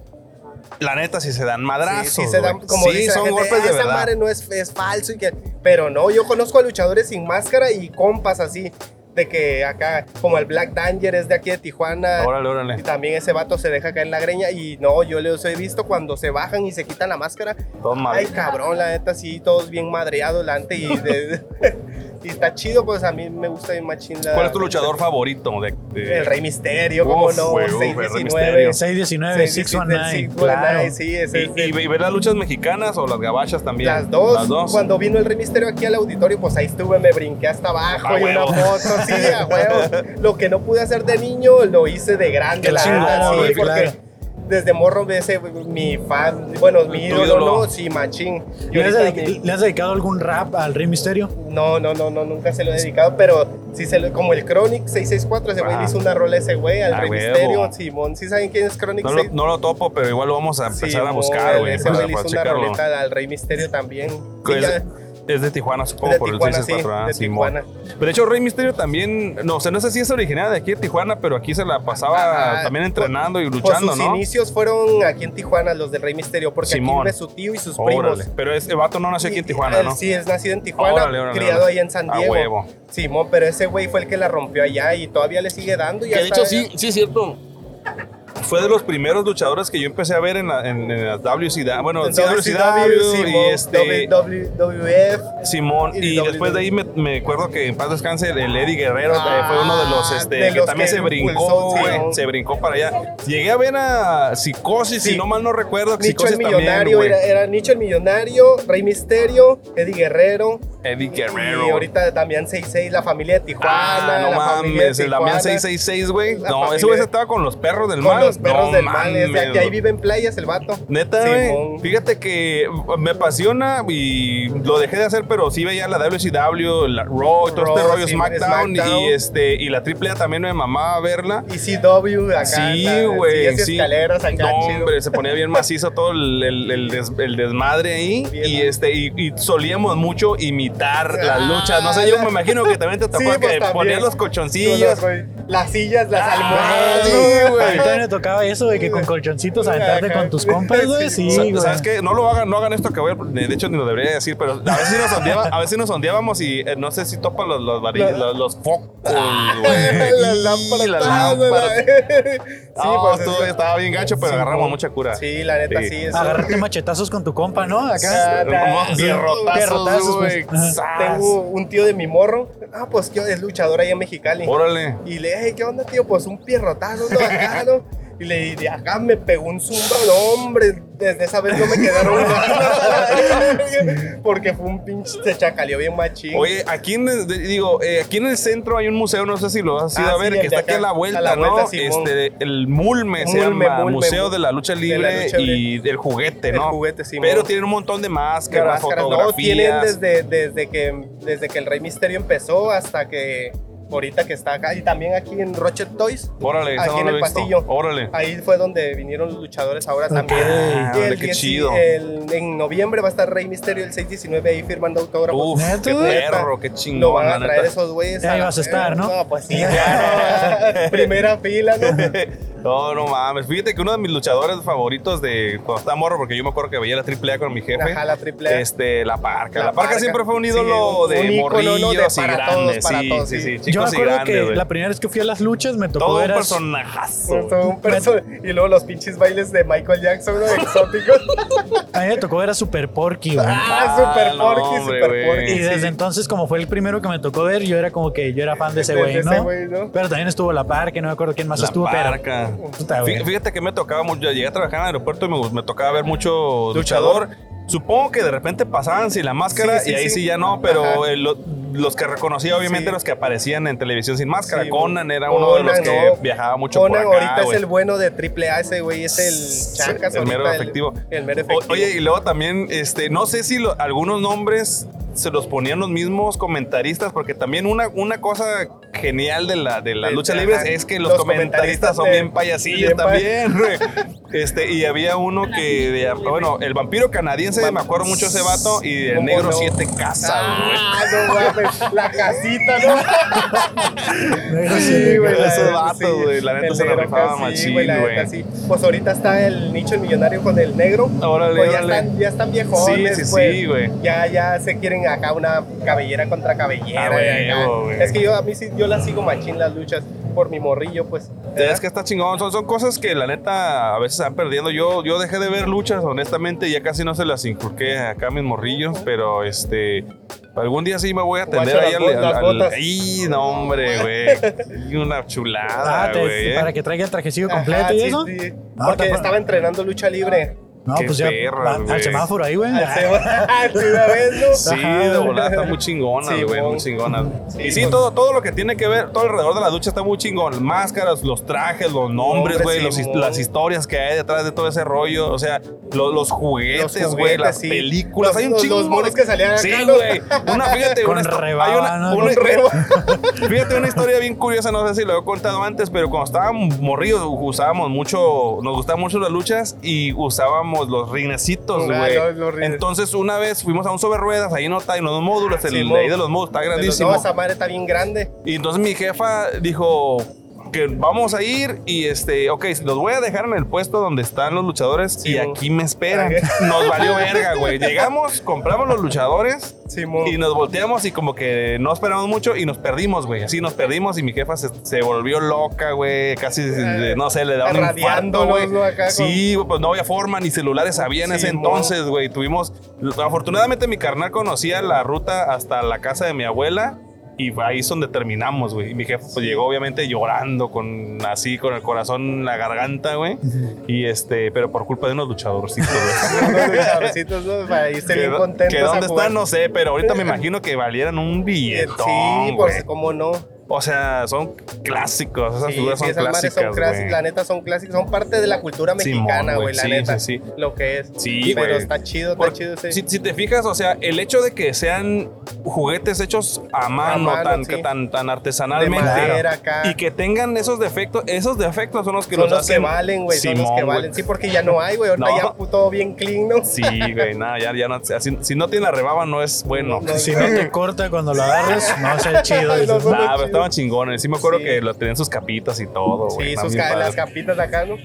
Speaker 2: la neta, sí se dan
Speaker 8: Sí,
Speaker 2: madrazos.
Speaker 8: sí se dan,
Speaker 2: güey.
Speaker 8: como
Speaker 2: Sí,
Speaker 8: dice la
Speaker 2: son
Speaker 8: gente,
Speaker 2: golpes
Speaker 8: "Ah,
Speaker 2: de
Speaker 8: esa
Speaker 2: verdad.
Speaker 8: madre no es, es falso y que... Pero no, yo conozco a luchadores sin máscara y compas así, de que acá, como el Black Danger es de aquí de Tijuana.
Speaker 2: Órale,
Speaker 8: Y
Speaker 2: órale.
Speaker 8: también ese vato se deja caer en la greña y no, yo los he visto cuando se bajan y se quitan la máscara.
Speaker 2: Todos
Speaker 8: Ay,
Speaker 2: madres.
Speaker 8: cabrón, la neta, sí, todos bien madreados
Speaker 2: [laughs]
Speaker 8: delante y, de- y está chido, pues a mí me gusta bien machín la-
Speaker 2: ¿Cuál es tu luchador favorito? De, de-
Speaker 8: El Rey Misterio, cómo
Speaker 2: Uf,
Speaker 8: no,
Speaker 2: güey, uf, el Rey
Speaker 8: 619.
Speaker 2: Misterio.
Speaker 1: 619,
Speaker 8: 619,
Speaker 1: 619, claro.
Speaker 8: sí, ese es
Speaker 2: ¿Y, y,
Speaker 8: el-
Speaker 2: ve- y ver las luchas mexicanas o las gabachas también?
Speaker 8: las dos,
Speaker 2: Las dos.
Speaker 8: Cuando vino el Rey Misterio aquí al auditorio, pues ahí estuve, me brinqué hasta abajo
Speaker 2: A
Speaker 8: y una
Speaker 2: Ah, huevo.
Speaker 8: foto, sí,
Speaker 2: [laughs]
Speaker 8: a huevo. Lo que no pude hacer de niño, lo hice de grande, la
Speaker 1: Claro,
Speaker 8: verdad, sí,
Speaker 1: güey,
Speaker 8: porque
Speaker 1: claro.
Speaker 8: desde morro de ese, mi fan, bueno, mi
Speaker 2: Tu
Speaker 8: ídolo,
Speaker 2: ídolo.
Speaker 8: no, sí, machín. Y
Speaker 1: ¿Le has,
Speaker 8: ahorita
Speaker 1: dedica-
Speaker 8: mi-
Speaker 1: le has dedicado algún rap al Rey Misterio?
Speaker 8: No, no, no, no, nunca se lo he dedicado, pero sí se lo, como el Chronic 664, ese güey
Speaker 2: Ah.
Speaker 8: le hizo una rola a ese güey, al
Speaker 2: Ah,
Speaker 8: Rey
Speaker 2: huevo.
Speaker 8: Misterio, Simón, ¿sí saben quién es Chronic
Speaker 2: No lo,
Speaker 8: 6?
Speaker 2: no lo topo, pero igual lo vamos a empezar a
Speaker 8: Simón,
Speaker 2: buscar, güey.
Speaker 8: Ese
Speaker 2: para-
Speaker 8: güey le
Speaker 2: para
Speaker 8: hizo una
Speaker 2: checarlo.
Speaker 8: roleta al Rey Misterio también. Sí,
Speaker 2: Que
Speaker 8: ya,
Speaker 2: es, es de Tijuana, supongo,
Speaker 8: de
Speaker 2: por
Speaker 8: Tijuana,
Speaker 2: el
Speaker 8: sí,
Speaker 2: 664. ah,
Speaker 8: de
Speaker 2: Simón.
Speaker 8: Tijuana.
Speaker 2: Pero de hecho, Rey Misterio también, no, sé, no sé si es originaria de aquí de Tijuana, pero aquí se la pasaba
Speaker 8: Ajá,
Speaker 2: también
Speaker 8: por-
Speaker 2: entrenando y
Speaker 8: Pues
Speaker 2: luchando,
Speaker 8: sus
Speaker 2: ¿no?
Speaker 8: inicios fueron aquí en Tijuana, los del Rey Misterio, porque
Speaker 2: Simón.
Speaker 8: aquí vive su tío y sus
Speaker 2: Órale.
Speaker 8: primos.
Speaker 2: Pero ese vato no nació aquí en
Speaker 8: Y-
Speaker 2: Tijuana,
Speaker 8: él
Speaker 2: ¿no?
Speaker 8: Sí, es nacido en Tijuana,
Speaker 2: Órale, órale,
Speaker 8: criado
Speaker 2: órale.
Speaker 8: ahí en San
Speaker 2: A
Speaker 8: Diego.
Speaker 2: huevo.
Speaker 8: Simón, pero ese güey fue el que la rompió allá y todavía le sigue dando. y
Speaker 2: Que de
Speaker 8: hasta-
Speaker 2: hecho, sí, sí es cierto. fue de los primeros luchadores que yo empecé a ver en la, en, en la WCW. Bueno,
Speaker 8: WCW,
Speaker 2: WCW y este.
Speaker 8: WWF.
Speaker 2: Simón,
Speaker 8: y
Speaker 2: y,
Speaker 8: WWE.
Speaker 2: después de ahí me, me acuerdo que en paz descanse el Eddie Guerrero eh, fue uno de los este,
Speaker 8: Ah, de
Speaker 2: que
Speaker 8: los
Speaker 2: también
Speaker 8: que
Speaker 2: se brincó,
Speaker 8: impulsó, sí.
Speaker 2: güey, se brincó para allá. Llegué a ver a Psicosis,
Speaker 8: Sí.
Speaker 2: si no mal no recuerdo,
Speaker 8: Nicho
Speaker 2: Psicosis
Speaker 8: el
Speaker 2: también,
Speaker 8: Millonario,
Speaker 2: güey.
Speaker 8: era, era Nicho el Millonario, Rey Misterio, Eddie Guerrero.
Speaker 2: Eddie Guerrero.
Speaker 8: Y ahorita Damián 66, la familia de Tijuana.
Speaker 2: Ah, no
Speaker 8: la familia de
Speaker 2: mames, el Damián
Speaker 8: Tijuana.
Speaker 2: 666, güey.
Speaker 8: La
Speaker 2: No, ese
Speaker 8: familia.
Speaker 2: güey se estaba con los perros del
Speaker 8: Con
Speaker 2: mal.
Speaker 8: los perros
Speaker 2: No
Speaker 8: del mal, es de
Speaker 2: mames,
Speaker 8: aquí, ahí
Speaker 2: güey.
Speaker 8: vive en playas el vato.
Speaker 2: Neta,
Speaker 8: Simón.
Speaker 2: güey. Fíjate que me apasiona y lo dejé de hacer, pero sí veía la WCW, la Raw, y todo este
Speaker 8: Raw,
Speaker 2: rollo
Speaker 8: sí,
Speaker 2: SmackDown,
Speaker 8: SmackDown.
Speaker 2: y este y la AAA también me mamaba verla.
Speaker 8: Y CW acá.
Speaker 2: Sí,
Speaker 8: la-
Speaker 2: güey.
Speaker 8: sillas y
Speaker 2: Sí.
Speaker 8: escaleras acá,
Speaker 2: No,
Speaker 8: chido.
Speaker 2: hombre, se ponía bien macizo todo el, el- el des- el desmadre ahí.
Speaker 8: Bien,
Speaker 2: y
Speaker 8: ¿no? Ah,
Speaker 2: este, y, y solíamos mucho imitar las luchas. No sé, yo me imagino que también te
Speaker 8: Sí,
Speaker 2: tocó
Speaker 8: pues,
Speaker 2: que
Speaker 8: también.
Speaker 2: ponías los colchoncillos.
Speaker 8: Con los- Las sillas, las almohadas.
Speaker 2: sí, güey.
Speaker 8: güey.
Speaker 1: A mí también me tocaba eso de que con colchoncitos aventarte con tus compas, güey. Sí,
Speaker 2: Sa-
Speaker 1: güey.
Speaker 2: ¿Sabes qué? No lo hagan, no hagan esto que voy a... De de hecho, ni lo debería decir, pero a veces nos, ondeaba- a veces nos ondeábamos y eh, no sé si topan los, los, varillas, los, los
Speaker 8: [laughs]
Speaker 2: focos, güey.
Speaker 8: [laughs] Las
Speaker 2: Y
Speaker 8: lámparas.
Speaker 2: las
Speaker 8: todas,
Speaker 2: lámparas.
Speaker 8: güey. [laughs] Sí,
Speaker 2: Ah,
Speaker 8: pues,
Speaker 2: estuvo-
Speaker 8: es-
Speaker 2: estaba bien gancho, pero
Speaker 8: Sí,
Speaker 2: agarramos
Speaker 8: güey.
Speaker 2: mucha cura.
Speaker 8: Sí, la neta,
Speaker 2: Sí.
Speaker 8: sí. eso-
Speaker 1: Agarrarte machetazos con tu compa, ¿no? Acá.
Speaker 8: Ah,
Speaker 2: Unos
Speaker 8: sí.
Speaker 2: Pierrotazos,
Speaker 1: Pierrotazos,
Speaker 2: güey.
Speaker 1: pues. Ajá.
Speaker 2: Zas.
Speaker 8: Tengo un tío de mi morro. Ah, pues que es luchador allá en Mexicali.
Speaker 2: Órale.
Speaker 8: Y le dije, ¿qué onda, tío? Pues un pierrotazo, ¿no? Acá, ¿no? Y le dije, acá me pegó un zumba, no, hombre, desde esa vez no me quedaron ganas. [laughs] Porque fue un pinche, se chacaleó bien machín.
Speaker 2: Oye, aquí en, el- de- digo, eh, aquí en el centro hay un museo, no sé si lo has ido
Speaker 8: Ah,
Speaker 2: a
Speaker 8: sí,
Speaker 2: ver,
Speaker 8: el
Speaker 2: que
Speaker 8: de
Speaker 2: está aquí
Speaker 8: acá,
Speaker 2: a la vuelta,
Speaker 8: a la vuelta,
Speaker 2: ¿no?
Speaker 8: Simón.
Speaker 2: este, el Mulme, se
Speaker 8: Mulme,
Speaker 2: llama,
Speaker 8: Mulme,
Speaker 2: Museo
Speaker 8: Mulme.
Speaker 2: de la Lucha Libre
Speaker 8: Lucha Libre.
Speaker 2: y del juguete,
Speaker 8: El
Speaker 2: ¿no?
Speaker 8: juguete, Simón.
Speaker 2: Pero tienen un montón de
Speaker 8: Que
Speaker 2: máscaras,
Speaker 8: máscaras, no, tienen
Speaker 2: fotografías.
Speaker 8: desde, desde, que, desde que el Rey Misterio empezó hasta que ahorita que está acá. Y también aquí en Rocket Toys.
Speaker 2: Órale, esa
Speaker 8: aquí
Speaker 2: no
Speaker 8: en
Speaker 2: la he
Speaker 8: el
Speaker 2: visto.
Speaker 8: pasillo.
Speaker 2: Órale.
Speaker 8: Ahí fue donde vinieron los luchadores ahora también.
Speaker 2: Ah,
Speaker 8: Y el
Speaker 2: órale, qué
Speaker 8: 10
Speaker 2: chido.
Speaker 8: el- en noviembre va a estar Rey Misterio el 619 ahí firmando autógrafos.
Speaker 2: Uf,
Speaker 1: ¿Neta,
Speaker 2: qué
Speaker 1: güey?
Speaker 2: perro, qué
Speaker 8: Lo
Speaker 2: chingón,
Speaker 8: van a
Speaker 2: la
Speaker 8: traer
Speaker 2: neta.
Speaker 8: esos güeyes.
Speaker 1: Ahí
Speaker 8: la-
Speaker 1: vas a estar, ¿no?
Speaker 8: No, pues
Speaker 2: [laughs]
Speaker 8: sí, claro. Primera fila, ¿no?
Speaker 2: [laughs] No, no mames. Fíjate que uno de mis luchadores favoritos de cuando estaba morro, porque yo me acuerdo que veía la AAA con mi jefe.
Speaker 8: Ajá, la triple A.
Speaker 2: Este, la parca. La,
Speaker 8: La
Speaker 2: parca,
Speaker 8: Parca.
Speaker 2: siempre fue un
Speaker 8: Sí,
Speaker 2: ídolo
Speaker 8: un-
Speaker 2: de
Speaker 8: un ícono, ¿no? De
Speaker 2: morrillos y
Speaker 8: para
Speaker 2: grandes.
Speaker 8: todos, para
Speaker 2: sí,
Speaker 8: todos,
Speaker 2: sí, sí,
Speaker 8: sí.
Speaker 1: Yo me
Speaker 2: Chicos y
Speaker 1: acuerdo que
Speaker 2: grandes. güey.
Speaker 1: la primera vez que fui a las luchas me tocó
Speaker 2: Todo un
Speaker 1: ver a-
Speaker 2: personajazo.
Speaker 8: Todo un perso- y luego los pinches bailes de Michael Jackson, ¿no?
Speaker 2: [laughs]
Speaker 8: exóticos.
Speaker 1: A mí me tocó ver a Super Porky, güey.
Speaker 8: ah, super
Speaker 2: no,
Speaker 8: porky,
Speaker 2: hombre,
Speaker 8: super
Speaker 2: güey.
Speaker 8: porky.
Speaker 1: Y
Speaker 8: sí.
Speaker 1: desde entonces, como fue el primero que me tocó ver, yo era como que yo era fan de ese güey,
Speaker 8: Desde
Speaker 1: ¿no?
Speaker 8: güey, ¿no?
Speaker 1: Pero también estuvo La Parque, no me acuerdo quién más
Speaker 2: La
Speaker 1: estuvo,
Speaker 2: Parca.
Speaker 1: pero. Puta, güey.
Speaker 2: Fí- Fíjate que me tocaba mucho. Llegué a trabajar en el aeropuerto y me, me tocaba ver mucho luchador. Supongo que de repente pasaban sin la máscara
Speaker 8: Sí, sí,
Speaker 2: y ahí
Speaker 8: sí.
Speaker 2: sí, ya no, pero
Speaker 8: Ajá.
Speaker 2: eh, lo- los que reconocía, obviamente,
Speaker 8: Sí.
Speaker 2: los que aparecían en televisión sin máscara.
Speaker 8: Sí, güey.
Speaker 2: Conan era uno de los
Speaker 8: Conan,
Speaker 2: que
Speaker 8: no.
Speaker 2: viajaba mucho
Speaker 8: Conan
Speaker 2: por acá.
Speaker 8: ahorita
Speaker 2: güey.
Speaker 8: es el bueno de triple A, ese güey es el chacas.
Speaker 2: el mero
Speaker 8: ahorita,
Speaker 2: efectivo.
Speaker 8: El mero
Speaker 2: O-
Speaker 8: efectivo.
Speaker 2: Oye, y luego también, este, no sé si lo- algunos nombres se los ponían los mismos comentaristas, porque también una, una cosa genial de la, de la
Speaker 8: Del-
Speaker 2: lucha libre
Speaker 8: ajá.
Speaker 2: es que los,
Speaker 8: Los
Speaker 2: comentaristas,
Speaker 8: comentaristas
Speaker 2: son
Speaker 8: de-
Speaker 2: bien payasillos
Speaker 8: bien pa-
Speaker 2: también. güey.
Speaker 8: [laughs]
Speaker 2: este, y había uno que, de- bueno, el vampiro canadiense, me acuerdo mucho ese vato, y el
Speaker 8: ¿Cómo
Speaker 2: negro
Speaker 8: no?
Speaker 2: siete casas, güey.
Speaker 8: Ah, no mames, la casita,
Speaker 2: [laughs]
Speaker 8: ¿no? [laughs]
Speaker 2: Sí, güey,
Speaker 8: la
Speaker 2: esos
Speaker 8: neta,
Speaker 2: vatos,
Speaker 8: sí.
Speaker 2: güey, la neta
Speaker 8: El
Speaker 2: se la
Speaker 8: negro
Speaker 2: rifaba
Speaker 8: acá, sí,
Speaker 2: machín,
Speaker 8: la neta,
Speaker 2: güey.
Speaker 8: sí. Pues ahorita está el nicho el millonario con el negro.
Speaker 2: Órale,
Speaker 8: Pues ya
Speaker 2: órale.
Speaker 8: están, ya están
Speaker 2: Sí,
Speaker 8: viejones,
Speaker 2: sí,
Speaker 8: pues.
Speaker 2: sí, güey.
Speaker 8: Ya, ya se quieren acá una cabellera contra cabellera.
Speaker 2: Ah,
Speaker 8: güey, acá.
Speaker 2: huevo, güey.
Speaker 8: es que yo a mí sí, yo la sigo machín las luchas por mi morrillo, pues.
Speaker 2: Es que está chingón. Son, son cosas que la neta a veces están perdiendo. Yo, yo dejé de ver luchas, honestamente, ya casi no se las inculqué acá a mis morrillos, pero este. Algún día sí me voy a atender
Speaker 8: Guacha,
Speaker 2: ahí al.
Speaker 8: las bo- las
Speaker 2: al- al-
Speaker 8: botas.
Speaker 2: ¡Ih, no, hombre, güey! Y Una
Speaker 1: Ah,
Speaker 2: chulada,
Speaker 1: te-
Speaker 2: güey.
Speaker 1: para
Speaker 2: eh.
Speaker 1: que traiga el trajecillo
Speaker 8: Ajá,
Speaker 1: completo y
Speaker 8: sí,
Speaker 1: eso.
Speaker 8: sí.
Speaker 1: Ah,
Speaker 8: Porque
Speaker 1: está-
Speaker 8: estaba entrenando lucha libre.
Speaker 1: No,
Speaker 2: Qué
Speaker 1: pues ya.
Speaker 2: perras,
Speaker 1: va- al
Speaker 2: Ah, güey.
Speaker 1: semáforo ahí, güey.
Speaker 8: Hace [laughs] una vez, ¿no?
Speaker 2: Sí, de volada, está muy chingona,
Speaker 8: Sí,
Speaker 2: güey,
Speaker 8: mon.
Speaker 2: muy chingona.
Speaker 8: Sí,
Speaker 2: y sí,
Speaker 8: mon.
Speaker 2: todo, todo lo que tiene que ver, todo alrededor de la ducha está muy chingón. Máscaras, los trajes, los nombres,
Speaker 8: Nombres,
Speaker 2: güey,
Speaker 8: sí,
Speaker 2: los his-
Speaker 8: mon.
Speaker 2: las historias que hay detrás de todo ese rollo. O sea, lo- los juguetes, güey, las
Speaker 8: sí.
Speaker 2: películas.
Speaker 8: Los-
Speaker 2: hay un
Speaker 8: los-
Speaker 2: chingo.
Speaker 8: Los monos que salían
Speaker 2: Sí,
Speaker 8: acá, ¿no? [laughs]
Speaker 2: güey. Una, fíjate,
Speaker 1: Con
Speaker 2: una, histo-
Speaker 1: rebaba,
Speaker 2: hay una-
Speaker 1: ¿no?
Speaker 2: una-
Speaker 1: Con
Speaker 2: Fíjate una historia bien curiosa, no sé si lo he contado antes, pero cuando estábamos morridos usábamos mucho, nos gustaban mucho las luchas y usábamos los rinecitos,
Speaker 8: Ah,
Speaker 2: güey.
Speaker 8: los- los rines.
Speaker 2: Entonces una vez fuimos a un sobre ruedas, ahí no está, en los módulos, el
Speaker 8: Sí,
Speaker 2: de
Speaker 8: mo-
Speaker 2: ahí de los módulos está
Speaker 8: De los-
Speaker 2: grandísimo.
Speaker 8: No, esa madre está bien grande.
Speaker 2: Y entonces mi jefa dijo, que vamos a ir y este, ok, los voy a dejar en el puesto donde están los luchadores y
Speaker 8: Sí, mo.
Speaker 2: aquí me esperan. Nos valió verga, [laughs] güey. Llegamos, compramos los luchadores
Speaker 8: Simón.
Speaker 2: y nos volteamos y como que no esperamos mucho y nos perdimos, güey. Así nos perdimos y mi jefa se, se volvió loca, güey. Casi,
Speaker 8: Eh,
Speaker 2: no sé, le da un infarto,
Speaker 8: irradiándonos,
Speaker 2: güey.
Speaker 8: ¿no? Acá con-
Speaker 2: Sí, pues no había forma, ni celulares había en ese
Speaker 8: Sí, mo.
Speaker 2: entonces, güey. Tuvimos... Afortunadamente mi carnal conocía la ruta hasta la casa de mi abuela. Y ahí es donde terminamos, güey. Y mi jefe pues, llegó obviamente llorando, con así, con el corazón en la garganta, güey. Y este, pero por culpa de unos luchadorcitos,
Speaker 8: [laughs]
Speaker 2: güey.
Speaker 8: Unos luchadorcitos, ¿no? Para irse
Speaker 2: Que
Speaker 8: bien
Speaker 2: do-
Speaker 8: contentos.
Speaker 2: que
Speaker 8: a
Speaker 2: dónde
Speaker 8: jugar.
Speaker 2: están, no sé, pero ahorita me imagino que valieran un billetón,
Speaker 8: Sí,
Speaker 2: güey.
Speaker 8: pues cómo no.
Speaker 2: O sea, son clásicos, esas
Speaker 8: Sí,
Speaker 2: figuras
Speaker 8: sí,
Speaker 2: son
Speaker 8: esas madres
Speaker 2: clásicas,
Speaker 8: son clásicas,
Speaker 2: güey.
Speaker 8: la neta son clásicas, son parte de la cultura
Speaker 2: Simón,
Speaker 8: mexicana,
Speaker 2: güey,
Speaker 8: güey, la
Speaker 2: sí,
Speaker 8: neta.
Speaker 2: sí, sí.
Speaker 8: Lo que es.
Speaker 2: Sí,
Speaker 8: pero
Speaker 2: güey.
Speaker 8: está chido, está
Speaker 2: Por-
Speaker 8: chido ese.
Speaker 2: Si, si te fijas, o sea, el hecho de que sean juguetes hechos a mano,
Speaker 8: mano,
Speaker 2: tan,
Speaker 8: sí.
Speaker 2: tan, tan
Speaker 8: de
Speaker 2: artesanalmente.
Speaker 8: madera acá.
Speaker 2: Y que tengan esos defectos, esos defectos son los que
Speaker 8: son
Speaker 2: los
Speaker 8: los
Speaker 2: hacen.
Speaker 8: que valen, güey, son los
Speaker 2: Simón,
Speaker 8: que
Speaker 2: güey.
Speaker 8: valen. Sí, porque ya no hay, güey, ahorita
Speaker 2: No.
Speaker 8: ya todo bien clean, ¿no?
Speaker 2: Sí, güey, nada, ya, ya no. así- si no tiene la rebaba, no es bueno.
Speaker 8: No, no,
Speaker 2: Sí,
Speaker 1: [laughs] Si no te corta cuando lo agarres, no es el chido.
Speaker 8: [laughs] No,
Speaker 1: dices,
Speaker 8: no,
Speaker 2: nah, pero
Speaker 8: chido.
Speaker 2: estaban chingones. Sí, me acuerdo
Speaker 8: Sí.
Speaker 2: que lo tenían sus capitas y todo, güey.
Speaker 8: Sí,
Speaker 2: estaban
Speaker 8: sus
Speaker 2: bien
Speaker 8: ca- las
Speaker 2: padres.
Speaker 8: capitas acá, ¿no?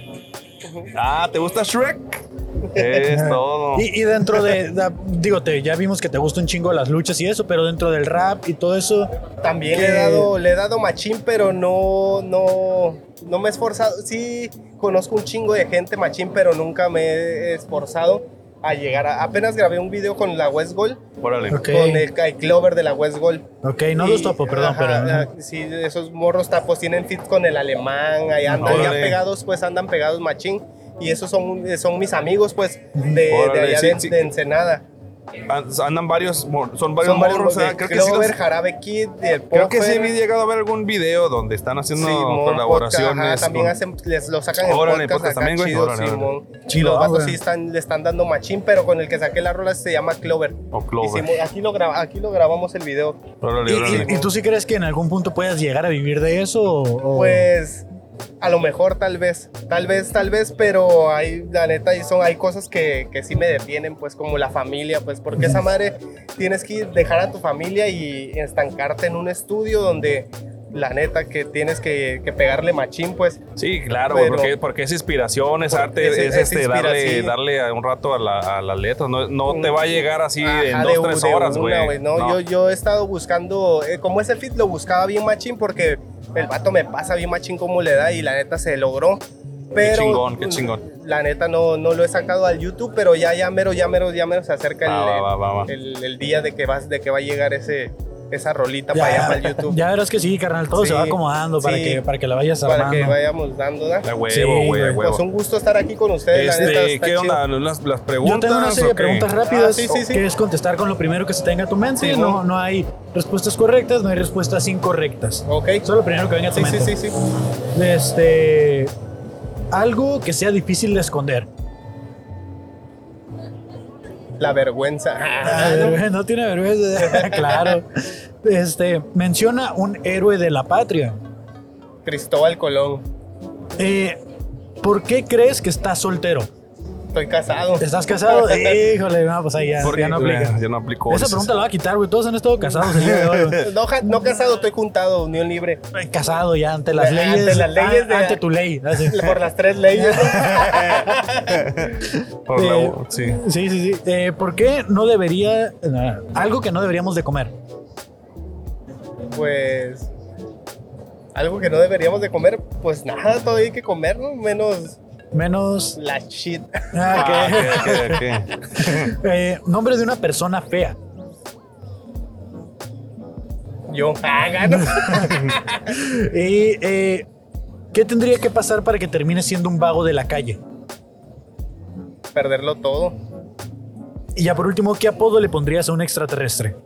Speaker 2: Ah, ¿te gusta Shrek?
Speaker 8: [laughs]
Speaker 2: Es todo.
Speaker 1: Y, y dentro de, da- digo, te, ya vimos que te gusta un chingo las luchas y eso, pero dentro del rap y todo eso,
Speaker 8: También
Speaker 1: Que-
Speaker 8: le he dado, le he dado machín, pero no, no, no me he esforzado. Sí, conozco un chingo de gente machín, pero nunca me he esforzado a llegar a. Apenas grabé un video con la West Gold,
Speaker 2: Órale.
Speaker 1: ok,
Speaker 8: con el, el Clover de la West Gold.
Speaker 1: ok, no
Speaker 8: Y-
Speaker 1: los topo, perdón,
Speaker 8: ajá,
Speaker 1: pero...
Speaker 8: ah, Sí, esos morros tapos tienen fit con el alemán, ahí andan ya
Speaker 2: Órale.
Speaker 8: pegados, pues andan pegados machín. Y esos son, son mis amigos, pues, de, de
Speaker 2: Órale,
Speaker 8: allá
Speaker 2: sí,
Speaker 8: de,
Speaker 2: sí.
Speaker 8: de Ensenada.
Speaker 2: An- Andan varios, mor- son varios
Speaker 8: son
Speaker 2: morros.
Speaker 8: varios
Speaker 2: o sea,
Speaker 8: de
Speaker 2: creo que sí los-
Speaker 8: Clover, Jarabe Kid, el
Speaker 2: Creo que sí
Speaker 8: Puffer.
Speaker 2: he llegado a ver algún video donde están haciendo
Speaker 8: Simón,
Speaker 2: colaboraciones.
Speaker 8: podcast, ajá, también
Speaker 2: con-
Speaker 8: hacen, les lo sacan en
Speaker 2: Órale,
Speaker 8: podcast,
Speaker 2: podcast
Speaker 8: acá,
Speaker 2: también, güey.
Speaker 8: chido,
Speaker 2: Órale,
Speaker 8: Simón. Y
Speaker 1: Chido,
Speaker 8: los vatos
Speaker 1: güey.
Speaker 8: sí están, le están dando machín, pero con el que saqué la rola se llama Clover.
Speaker 2: O Clover.
Speaker 8: Hicimos- aquí, lo graba- aquí lo grabamos el video.
Speaker 2: Órale,
Speaker 1: Y-
Speaker 2: órale.
Speaker 1: y, y tú sí crees que en algún punto puedas llegar a vivir de eso? O, o-
Speaker 8: Pues a lo mejor tal vez, tal vez, tal vez, pero hay, la neta, y son, hay cosas que, que sí me detienen, pues como la familia, pues porque esa madre tienes que ir- dejar a tu familia y estancarte en un estudio donde la neta que tienes que, que pegarle machín, pues
Speaker 2: Sí, claro, güey,
Speaker 8: Pero-
Speaker 2: porque, porque es inspiración, es
Speaker 8: Porque
Speaker 2: arte, es,
Speaker 8: es- es
Speaker 2: este,
Speaker 8: inspira-
Speaker 2: darle,
Speaker 8: sí.
Speaker 2: darle a un rato a, la, a las letras. No, no te va a llegar así en
Speaker 8: Ajá,
Speaker 2: dos,
Speaker 8: de u-
Speaker 2: tres
Speaker 8: de
Speaker 2: horas,
Speaker 8: una,
Speaker 2: güey.
Speaker 8: No,
Speaker 2: No.
Speaker 8: Yo, yo he estado buscando, eh, como ese fit lo buscaba bien machín porque el vato me pasa bien machín como le da y la neta se logró. Pero,
Speaker 2: chingón, qué chingón.
Speaker 8: La neta no, no lo he sacado al YouTube, pero ya, ya mero, ya mero, ya mero se acerca
Speaker 2: Va,
Speaker 8: el,
Speaker 2: va, va, va, va.
Speaker 8: el- el día de que, vas, de que va a llegar ese, esa rolita
Speaker 1: Ya,
Speaker 8: para allá, para el YouTube.
Speaker 1: ya verás que sí, carnal, todo
Speaker 8: Sí,
Speaker 1: se va acomodando para,
Speaker 8: sí.
Speaker 1: que, para que la vayas
Speaker 8: para que
Speaker 1: armando.
Speaker 8: vayamos dando, ¿da?
Speaker 2: A
Speaker 1: Sí,
Speaker 2: huevo, güey, a
Speaker 1: güey,
Speaker 2: huevo.
Speaker 8: Pues un gusto estar aquí con ustedes, la neta.
Speaker 2: Este,
Speaker 8: está
Speaker 2: ¿qué
Speaker 8: chido.
Speaker 2: onda? ¿Las, las preguntas?
Speaker 1: Yo tengo una serie
Speaker 2: o
Speaker 1: de
Speaker 2: qué?
Speaker 1: preguntas rápidas.
Speaker 8: Ah, sí, sí, sí.
Speaker 1: Quieres contestar con lo primero que se tenga a tu mente.
Speaker 8: Sí,
Speaker 1: no,
Speaker 8: bueno.
Speaker 1: no hay respuestas correctas, no hay respuestas incorrectas.
Speaker 8: Ok.
Speaker 1: Solo lo primero que venga a tu
Speaker 8: Sí, sí,
Speaker 1: mente.
Speaker 8: sí, sí.
Speaker 1: Este, algo que sea difícil de esconder.
Speaker 8: La vergüenza.
Speaker 1: Ah, vergüenza, no tiene [laughs] vergüenza. claro. Este, menciona un héroe de la patria.
Speaker 8: Cristóbal Colón.
Speaker 1: Eh, ¿Por qué crees que estás soltero?
Speaker 8: Estoy casado.
Speaker 1: ¿Estás [laughs]
Speaker 8: [laughs]
Speaker 1: casado? Híjole, no, pues ahí ya,
Speaker 2: Porque,
Speaker 1: ya no aplica.
Speaker 2: güey, ya no aplico
Speaker 1: Esa
Speaker 2: esas.
Speaker 1: pregunta la va a quitar, güey. Todos han estado casados el día de hoy, [laughs] güey.
Speaker 8: No, ja- no casado, estoy juntado, unión libre.
Speaker 1: Casado ya ante las
Speaker 8: Ante
Speaker 1: leyes.
Speaker 8: las leyes
Speaker 1: ah,
Speaker 8: de-
Speaker 1: ante tu ley. así.
Speaker 8: [laughs] Por las tres
Speaker 1: [laughs]
Speaker 8: leyes.
Speaker 2: Por la-
Speaker 1: Eh,
Speaker 2: sí.
Speaker 1: Sí, sí, sí. Eh, ¿Por qué no debería. eh, algo que no deberíamos de comer?
Speaker 8: Pues. Algo que no deberíamos de comer, pues nada, todo hay que comer, ¿no? menos
Speaker 1: Menos.
Speaker 8: la shit. [laughs]
Speaker 1: Ah, ok.
Speaker 2: Ah, ok, ok,
Speaker 1: [laughs]
Speaker 2: ok.
Speaker 1: Eh, nombre de una persona fea.
Speaker 8: Yo, [laughs] ah, gano.
Speaker 1: Y. eh, ¿Qué tendría que pasar para que termine siendo un vago de la calle?
Speaker 8: Perderlo todo.
Speaker 1: Y ya por último, ¿qué apodo le pondrías a un extraterrestre?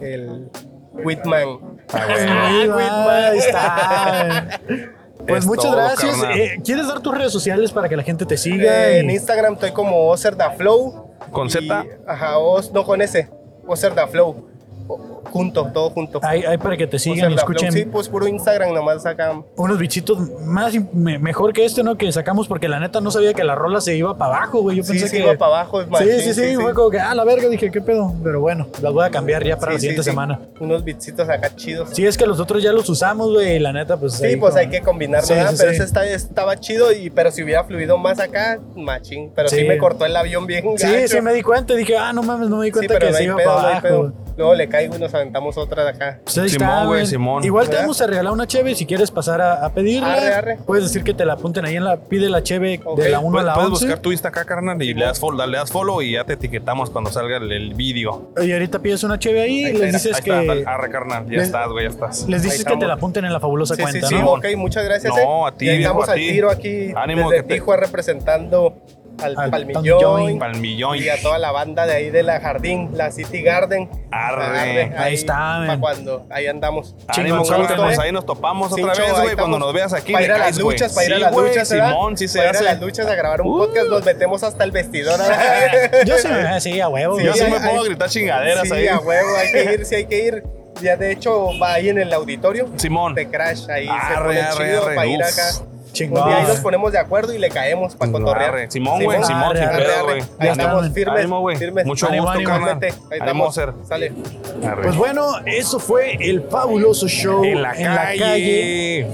Speaker 8: El Whitman.
Speaker 1: [laughs]
Speaker 2: Ah, güey.
Speaker 1: Ahí va,
Speaker 8: Whitman.
Speaker 1: ahí está. Pues
Speaker 2: Es
Speaker 1: muchas
Speaker 2: todo,
Speaker 1: gracias.
Speaker 2: carnal.
Speaker 1: Eh, ¿Quieres dar tus redes sociales para que la gente te siga?
Speaker 8: Eh,
Speaker 1: y-
Speaker 8: en Instagram estoy como Ozer Da Flow.
Speaker 2: ¿Con
Speaker 8: Y-
Speaker 2: Z?
Speaker 8: Ajá, Oz- no con S. Ozer Da Flow. junto, todo junto.
Speaker 1: Ahí, ahí para que te
Speaker 8: O sea,
Speaker 1: sigan y
Speaker 8: la Flow, Sí,
Speaker 1: escuchen
Speaker 8: pues puro Instagram nomás acá.
Speaker 1: unos bichitos más y me- mejor que este, ¿no? Que sacamos porque la neta no sabía que la rola se iba para abajo, güey. Yo
Speaker 8: Sí,
Speaker 1: pensé
Speaker 8: sí,
Speaker 1: que.
Speaker 8: iba para abajo. es más,
Speaker 1: sí, sí, sí, Fue como que, ah, la verga, dije, ¿qué pedo? Pero bueno, las voy a cambiar ya para
Speaker 8: Sí,
Speaker 1: la siguiente
Speaker 8: sí, sí.
Speaker 1: semana.
Speaker 8: Unos bitsitos acá chidos.
Speaker 1: Sí, es que los otros ya los usamos, güey, y la neta, pues.
Speaker 8: Sí,
Speaker 1: ahí
Speaker 8: pues
Speaker 1: como-
Speaker 8: hay que combinarlo,
Speaker 1: Sí,
Speaker 8: ¿verdad?
Speaker 1: sí,
Speaker 8: pero
Speaker 1: sí.
Speaker 8: ese está- estaba chido, y, pero si hubiera fluido más acá, machín. Pero sí,
Speaker 1: Sí.
Speaker 8: me cortó el avión bien
Speaker 1: Sí,
Speaker 8: gacho.
Speaker 1: sí, me di cuenta. Dije, ah, no mames, no me di
Speaker 8: Sí,
Speaker 1: cuenta
Speaker 8: pero
Speaker 1: que
Speaker 8: no
Speaker 1: se
Speaker 8: hay
Speaker 1: iba
Speaker 8: pedo, no
Speaker 1: para
Speaker 8: hay
Speaker 1: abajo.
Speaker 8: pedo.
Speaker 1: güey.
Speaker 8: Luego le caigo y nos aventamos otra de acá.
Speaker 1: Pues ahí
Speaker 2: Simón,
Speaker 1: está,
Speaker 2: güey, Simón.
Speaker 1: Igual te
Speaker 8: ¿Verdad?
Speaker 1: vamos a regalar una cheve si quieres pasar a, a pedirla.
Speaker 8: Arre, arre.
Speaker 1: Puedes decir que te la apunten ahí en la. Pide la cheve
Speaker 8: Ok,
Speaker 1: de la 1 a
Speaker 2: Puedes,
Speaker 1: la
Speaker 2: puedes
Speaker 1: 11.
Speaker 2: buscar tu Insta acá, carnal, y le das, follow, le das follow y ya te etiquetamos cuando salga el, el vídeo.
Speaker 1: Y ahorita pides una cheve ahí y
Speaker 8: Ahí
Speaker 1: les
Speaker 8: está,
Speaker 1: dices
Speaker 2: Ahí está, dale,
Speaker 1: que.
Speaker 2: arre, carnal, ya
Speaker 1: les-
Speaker 2: estás, güey, ya estás.
Speaker 1: Les Pues dices que te
Speaker 8: estamos.
Speaker 1: la apunten en la fabulosa
Speaker 8: Sí, sí,
Speaker 1: cuenta,
Speaker 8: sí, [laughs]
Speaker 1: ¿no?
Speaker 8: ok, muchas gracias.
Speaker 2: No,
Speaker 8: eh.
Speaker 2: a ti,
Speaker 8: Y ahí
Speaker 2: viejo,
Speaker 8: estamos
Speaker 2: a
Speaker 8: al
Speaker 2: ti.
Speaker 8: tiro aquí.
Speaker 2: Ánimo
Speaker 8: desde
Speaker 2: que te-
Speaker 8: Tijuana representando al,
Speaker 1: Al
Speaker 8: Palmillón.
Speaker 1: Palmillón.
Speaker 2: Palmillón.
Speaker 8: Y a toda la banda de ahí de la Jardín, la City Garden.
Speaker 2: Arre. Ahí
Speaker 1: está,
Speaker 8: Para
Speaker 1: men.
Speaker 8: cuando, ahí andamos.
Speaker 2: Ánimo,
Speaker 1: Chingón,
Speaker 2: carnal,
Speaker 1: suerte,
Speaker 2: pues
Speaker 8: eh.
Speaker 2: ahí nos topamos
Speaker 8: Sin
Speaker 2: otra
Speaker 8: show,
Speaker 2: vez,
Speaker 8: ahí
Speaker 2: güey. Cuando
Speaker 8: estamos.
Speaker 2: nos veas aquí,
Speaker 8: Para
Speaker 2: le
Speaker 8: ir a las
Speaker 2: caes, güey.
Speaker 8: luchas, para ir a
Speaker 2: Sí,
Speaker 8: las
Speaker 2: güey,
Speaker 8: luchas, ¿verdad?
Speaker 2: Simón, sí se
Speaker 8: Para ir a
Speaker 2: hace.
Speaker 8: las luchas a grabar un podcast, nos metemos hasta el vestidor. ¿verdad?
Speaker 1: Yo sí me sí, a huevo.
Speaker 8: Sí,
Speaker 1: güey.
Speaker 2: [laughs] Yo sí
Speaker 8: ahí-
Speaker 2: me pongo a
Speaker 8: ahí-
Speaker 2: gritar chingaderas
Speaker 8: sí,
Speaker 2: ahí.
Speaker 8: a huevo, hay que ir, sí hay que ir. Ya de hecho, va ahí en el auditorio.
Speaker 2: Simón.
Speaker 8: De Crash, ahí se
Speaker 2: Arre,
Speaker 8: pone
Speaker 2: arre,
Speaker 8: chido
Speaker 2: arre,
Speaker 8: para ir
Speaker 2: uf.
Speaker 8: acá.
Speaker 1: Chingón. Ah.
Speaker 8: Un día Pues ahí nos ponemos de acuerdo y le caemos para cotorrear.
Speaker 2: Arre, Ah, Simón, güey, Simón,
Speaker 1: Arre,
Speaker 2: sin
Speaker 1: arre,
Speaker 2: pedo,
Speaker 1: arre.
Speaker 2: güey.
Speaker 1: Ya
Speaker 8: Ahí
Speaker 2: Ánimo,
Speaker 8: estamos firmes.
Speaker 2: Ánimo, güey.
Speaker 8: firmes.
Speaker 2: Mucho
Speaker 1: Ánimo,
Speaker 2: gusto,
Speaker 1: ánimo.
Speaker 2: carnal.
Speaker 8: Vete, Ahí
Speaker 2: Ánimo,
Speaker 8: estamos.
Speaker 2: ser.
Speaker 8: Sale.
Speaker 2: Arre.
Speaker 1: Pues bueno, eso fue el fabuloso
Speaker 8: uh,
Speaker 1: show
Speaker 2: En la
Speaker 1: calle.
Speaker 2: calle.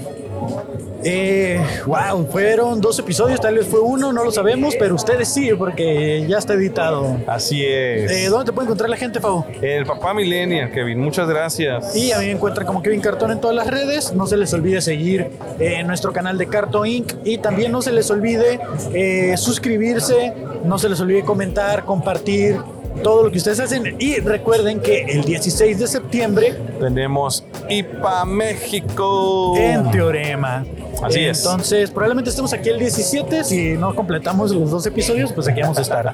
Speaker 1: Eh, wow, fueron dos episodios, tal vez fue uno, no lo sabemos, pero ustedes sí, porque ya está editado.
Speaker 2: Así es.
Speaker 1: Eh, ¿Dónde te puede encontrar la gente, Fabo?
Speaker 2: El papá Millennial, Kevin, muchas gracias.
Speaker 1: Y a mí me encuentran como Kevin Cartón en todas las redes. No se les olvide seguir eh, nuestro canal de Cartón Inc. Y también no se les olvide eh, suscribirse, no se les olvide comentar, compartir todo lo que ustedes hacen. Y recuerden que el 16 de septiembre
Speaker 2: Tenemos IPA México.
Speaker 1: en Teorema.
Speaker 2: Oh. Así es.
Speaker 1: Entonces, probablemente estemos aquí el 17. Si no completamos los dos episodios, pues aquí vamos a estar.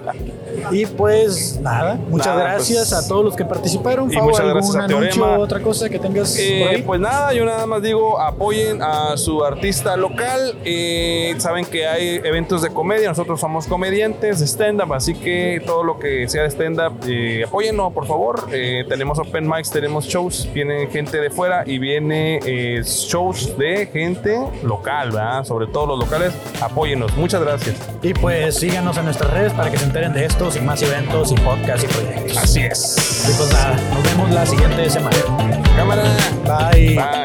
Speaker 1: y pues nada, muchas
Speaker 2: Nada,
Speaker 1: gracias
Speaker 2: pues.
Speaker 1: a todos los que participaron.
Speaker 2: Y
Speaker 1: Fabo,
Speaker 2: muchas
Speaker 1: ¿Algún
Speaker 2: gracias a
Speaker 1: anuncio
Speaker 2: Teorema.
Speaker 1: otra cosa que tengas?
Speaker 2: Eh,
Speaker 1: por ahí?
Speaker 2: pues nada, yo nada más digo, apoyen a su artista local. Eh, saben que hay eventos de comedia, nosotros somos comediantes de stand-up, así que todo lo que sea de stand-up, eh, apóyennos, por favor. Eh, tenemos open mics, tenemos shows, viene gente de fuera y viene eh, shows de gente local, ¿verdad? Sobre todo los locales, apóyennos. Muchas gracias.
Speaker 1: Y pues síganos en nuestras redes para que se enteren de estos y más eventos y podcasts y proyectos.
Speaker 2: Así es.
Speaker 1: Y pues nada, nos vemos la siguiente semana.
Speaker 2: Cámara.
Speaker 1: Bye.
Speaker 2: Bye.